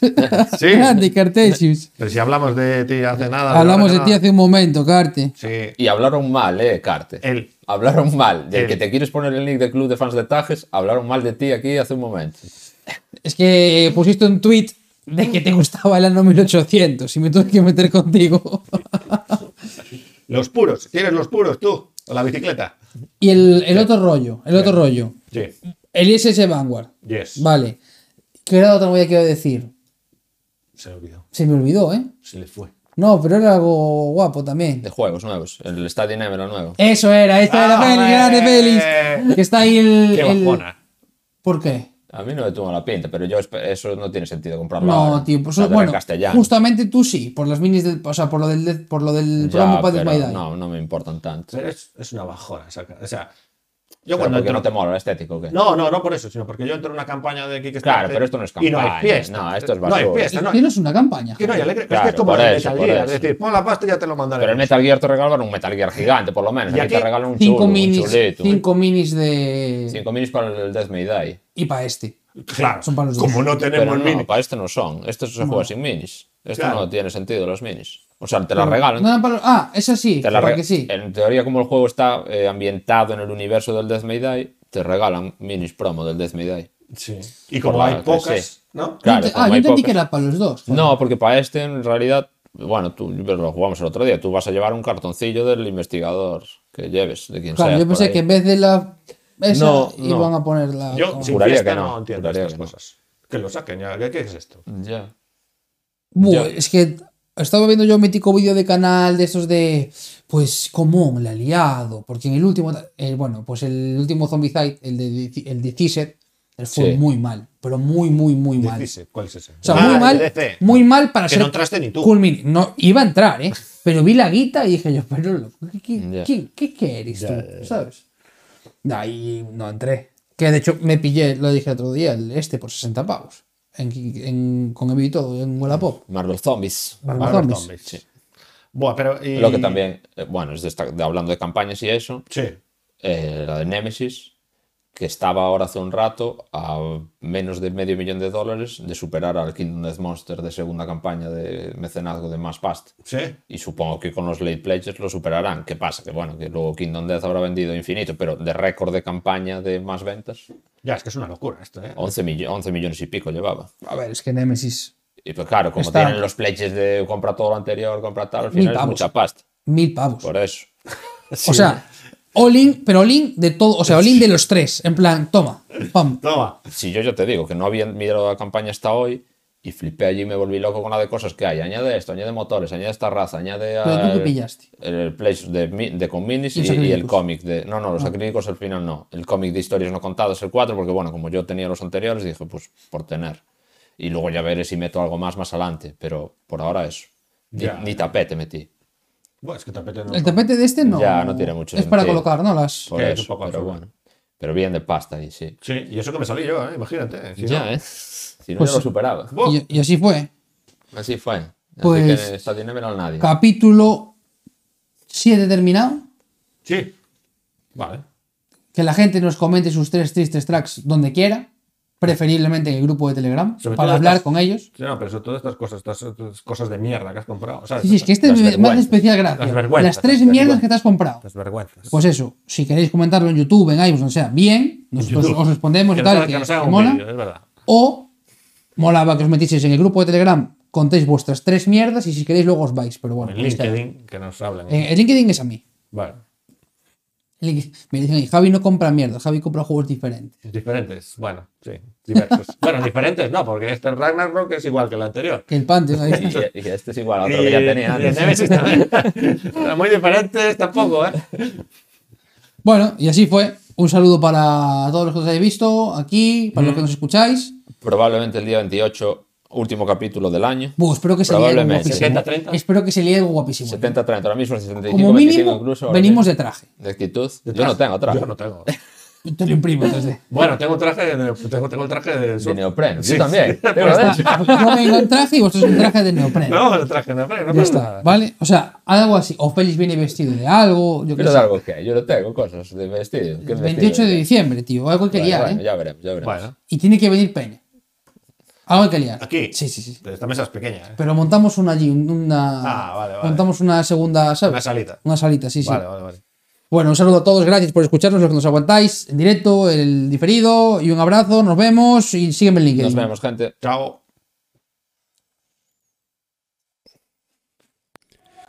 B: Grande Cartesius.
D: Pero si hablamos de ti hace nada.
B: Hablamos de
D: no,
B: ti hace un momento, Carte.
D: Sí.
C: Y hablaron mal, eh, Carte.
D: Él.
C: Hablaron mal. Del
D: Él.
C: que te quieres poner el link del club de fans de Tajes, hablaron mal de ti aquí hace un momento.
B: Es que pusiste un tweet de que te gustaba el año 1800 y me tuve que meter contigo.
D: Los puros. ¿Tienes los puros tú? ¿O la bicicleta?
B: y el, el otro rollo, el otro rollo.
D: Sí.
B: El ISS Vanguard.
D: Yes.
B: Vale. ¿Qué era lo otro que iba a decir?
D: Se olvidó.
B: Se me olvidó, ¿eh?
D: Se le fue.
B: No, pero era algo guapo también.
C: De juegos nuevos. El Stadio Nemo nuevo.
B: Eso era, esta era
D: Ah,
B: Félix,
D: hombre.
B: grande Félix. Que está ahí el.
D: Qué
B: el-
D: bajona.
B: ¿Por qué?
C: A mí no me tuvo la pinta, pero yo espe- eso no tiene sentido comprarlo.
B: No,
C: ahora.
B: tío, pues
C: Saldrá en
B: bueno,
C: castellano.
B: justamente tú sí, por las minis del, o sea, por lo del por lo del
C: Ya,
B: promo Padres
C: pero
B: by Die.
C: no, no me importan tanto.
D: Pero es, es una bajona. esa ca- o sea, yo
C: Pero
D: cuando
C: porque
D: entro...
C: no te mola el estético, ¿o ¿qué?
D: no, no, no por eso, sino porque yo entro en una campaña de Kickstarter.
C: Claro, pero esto no es
D: Y no
C: campaña,
D: hay fiesta.
C: no, esto es
D: No hay
C: basura.
D: fiesta, no
B: Que
D: hay,
B: no es una campaña.
D: que no hay
B: joder.
D: alegre. es
C: Claro,
D: que es como
C: por
D: el
C: eso,
D: Metal
C: por
D: Gear, es
C: eso.
D: decir, pon la pasta y ya te lo mandaré.
C: Pero el Metal Gear te regalaban un Metal Gear gigante, por lo menos.
D: Y
C: Aquí, te
D: aquí,
C: regalan un eh. chulo,
B: cinco minis,
C: un chulito.
B: cinco minis de
C: 5 minis para el Death May Die.
B: y para este.
D: Claro,
B: Son para los dos.
D: como no tenemos
C: Pero no,
D: mini.
C: para este no son. Este se juega sin minis. Esto
D: Claro.
C: no tiene sentido, los minis. O sea, te la regalan.
B: No, no, pero- ah, esa sí,
C: te la
B: porque
C: rega-
B: sí.
C: En teoría, como el juego está eh, ambientado en el universo del Death May Die, te regalan minis promo del Death May Die.
D: Sí. Y
C: Por
D: como
C: la
D: hay pocas,
C: 3D.
D: ¿no?
C: Claro,
B: Yo ent-
C: como
B: ah, yo
C: hay
B: entendí
C: pocas-
B: que era para los dos. joder.
C: No, porque para este, en realidad, bueno, tú pero lo jugamos el otro día. Tú vas a llevar un cartoncillo del investigador que lleves, de quien
B: claro,
C: sea.
B: yo pensé que en vez de la. Esa
C: No, no.
B: iban a poner la.
D: Yo sin
C: Ah, Juraría
D: fiesta
C: que no,
D: no, entiendo
C: juraría
D: estas
C: que no.
D: cosas. Que lo saquen ya. ¿Qué, qué es esto?
C: Ya.
B: Buah,
C: yo-
B: es que estaba viendo yo un mítico vídeo de canal de esos de. Pues común, la ha liado. Porque en el último. eh, bueno, pues el último Zombicide, el de Deci- el 17, él fue
C: Sí.
B: muy mal. Pero muy, muy, muy mal.
D: Dice, ¿Cuál es ese?
B: O sea, muy mal, muy mal para
D: Ah, Que
B: ser
D: no entraste ni tú.
B: cool mini. No, iba a entrar, ¿eh? Pero vi la guita y dije yo, pero loco, ¿qué, qué,
C: Ya.
B: qué- qué- qué eres tú? ¿Sabes? Ahí no entré. Que de hecho me pillé, lo dije otro día, el este por 60 pavos. En, en- con Evi y todo, en Wallapop.
C: Marvel Zombies.
B: Marvel
D: Marvel
B: Zombies.
D: Zombies. Bueno, pero. y-
C: Lo que también, eh, bueno, es de esta- de- hablando de campañas y eso,
D: Sí.
C: eh, la de Nemesis, que estaba ahora hace un rato a menos de medio millón de dólares de superar al Kingdom Death Monster de segunda campaña de mecenazgo de Más Past.
D: Sí.
C: Y supongo que con los late pledges lo superarán. ¿Qué pasa? Que bueno, que luego Kingdom Death habrá vendido infinito, pero de récord de campaña de más ventas,
D: Ya, es que es una locura esto, ¿eh?
C: 11, millo- 11 millones y pico llevaba.
B: A ver, es que Nemesis,
C: Y pues claro, como
B: Está-
C: tienen los pledges de compra todo lo anterior, compra tal, al
B: Mil
C: final es
B: pavos.
C: mucha pasta.
B: mil pavos.
C: Por eso.
B: O sea, Olin, pero Olin de todo, o sea, Olin de los tres. En plan, toma, pam.
D: Toma.
C: Si yo ya te digo que no había mirado la campaña hasta hoy y flipé allí y me volví loco con la de cosas que hay. Añade esto, añade motores, añade esta raza, añade.
B: Pero tú
C: al-
B: qué pillaste.
C: El, el pledge de, mi- de con minis
B: Y
C: y,
B: los
C: y el
B: acrílicos. Ah.
C: cómic de. No, no, los acrílicos al final no. El cómic de historias no contadas, el 4, porque bueno, como yo tenía los anteriores, dije, pues por tener. Y luego ya veré si meto algo más más adelante, pero por ahora eso. Ni,
D: Ya.
C: ni tapete metí.
D: Bueno, es que te apetece.
B: El tapete de este no.
C: Ya, no tiene mucho
B: Es para
C: sentido.
B: colocar, ¿no? Las.
C: Por
D: Sí, es un
C: eso,
D: poco
C: pero
D: absurdo.
C: bueno. Pero bien de pasta ahí, sí.
D: Sí, y eso que me salí yo, ¿eh? Imagínate. si no-
C: ya, ¿eh? Si no,
B: Pues
C: yo lo
B: sí.
C: superaba.
D: Buah.
B: Y- y así fue.
C: Así fue. Así
B: Pues-
C: que esta dinero era nadie.
B: capítulo 7 terminado.
D: Sí. Vale.
B: Que la gente nos comente sus tres tristes tracks donde quiera, preferiblemente en el grupo de Telegram,
D: Sobre
B: para
D: todo
B: hablar
D: estas-
B: con ellos.
D: Sí, no, pero sobre todas estas cosas, estas, estas cosas de mierda que has comprado. ¿sabes?
B: Sí, sí, es que este
C: Las
B: me, me hace
C: vergüenzas,
B: especial gracia.
D: las
B: Las,
D: vergüenzas,
B: tres
D: las
B: mierdas
D: vergüenzas.
B: que te has comprado.
D: Las vergüenzas.
B: Pues eso, si queréis comentarlo en YouTube, en iTunes, donde sea, bien, nosotros
D: YouTube.
B: os respondemos y
D: que, nos
B: tal,
D: haga-
B: que,
D: que nos haga
B: que
D: un
B: mola.
D: vídeo, ¿eh? es verdad.
B: O molaba que os metieseis en el grupo de Telegram, contéis vuestras tres mierdas y si queréis luego os vais. Pero bueno,
D: En
B: ahí está. Eh.
D: LinkedIn, que nos hablen.
B: En- el LinkedIn es a mí.
D: Vale.
B: El Link- Me dicen, ahí, Javi no compra mierda, Javi compra juegos diferentes.
D: Diferentes, bueno, sí, diversos. bueno, diferentes no, porque este Ragnarok es igual que el anterior.
B: Que el Pantheon ahí está.
C: Y, y este es igual a otro que ya tenía
D: Y el
C: antes.
D: Eh, Nemesis también. Muy diferentes tampoco, ¿eh?
B: Bueno, y así fue. Un saludo para todos los que os hayáis visto aquí, para los que nos escucháis.
C: Probablemente el día 28, último capítulo del año.
B: Buh, espero que se lie algo
C: Probablemente.
B: guapísimo.
D: 70-30.
B: Espero que se lie algo guapísimo.
C: 70-30, ahora mismo es 75,
B: Como
C: 25
B: mínimo,
C: incluso. ahora
B: venimos de
C: mismo.
B: traje.
C: de actitud. Yo no tengo traje.
D: Yo no tengo.
B: Te lo imprimo entonces.
D: Bueno, tengo un traje de, tengo, tengo el traje de.
C: De neopreno.
D: Sí, Pues
C: Yo también.
D: sí.
C: tengo de hecho.
B: Yo vengo en traje y vosotros en traje de neopreno.
D: No, el traje de neopreno, no
B: ya
D: pasa
B: está,
D: nada.
B: ¿vale? O sea, algo así. O Félix viene vestido de algo. Yo qué
C: Pero de
B: sé.
C: algo que hay, yo no tengo cosas de vestido. ¿Qué
B: 28 de
C: vestido?
B: diciembre, tío. Algo hay que
C: Bueno,
B: liar,
C: bueno,
B: ¿eh?
C: ya veremos, ya veremos.
D: Bueno,
B: Y tiene que venir Peña. Algo hay que liar.
D: Aquí.
B: Sí, sí, sí.
D: esta mesa es pequeña, ¿eh?
B: Pero montamos una allí, una.
D: Ah, vale, vale.
B: Montamos una segunda, ¿sabes?
D: Una salita.
B: Una salita, sí, sí.
D: Vale, vale, vale.
B: Bueno, un saludo a todos, gracias por escucharnos, los que nos aguantáis en directo, el diferido, y un abrazo, nos vemos y sígueme en LinkedIn.
C: Nos vemos, gente.
D: Chao.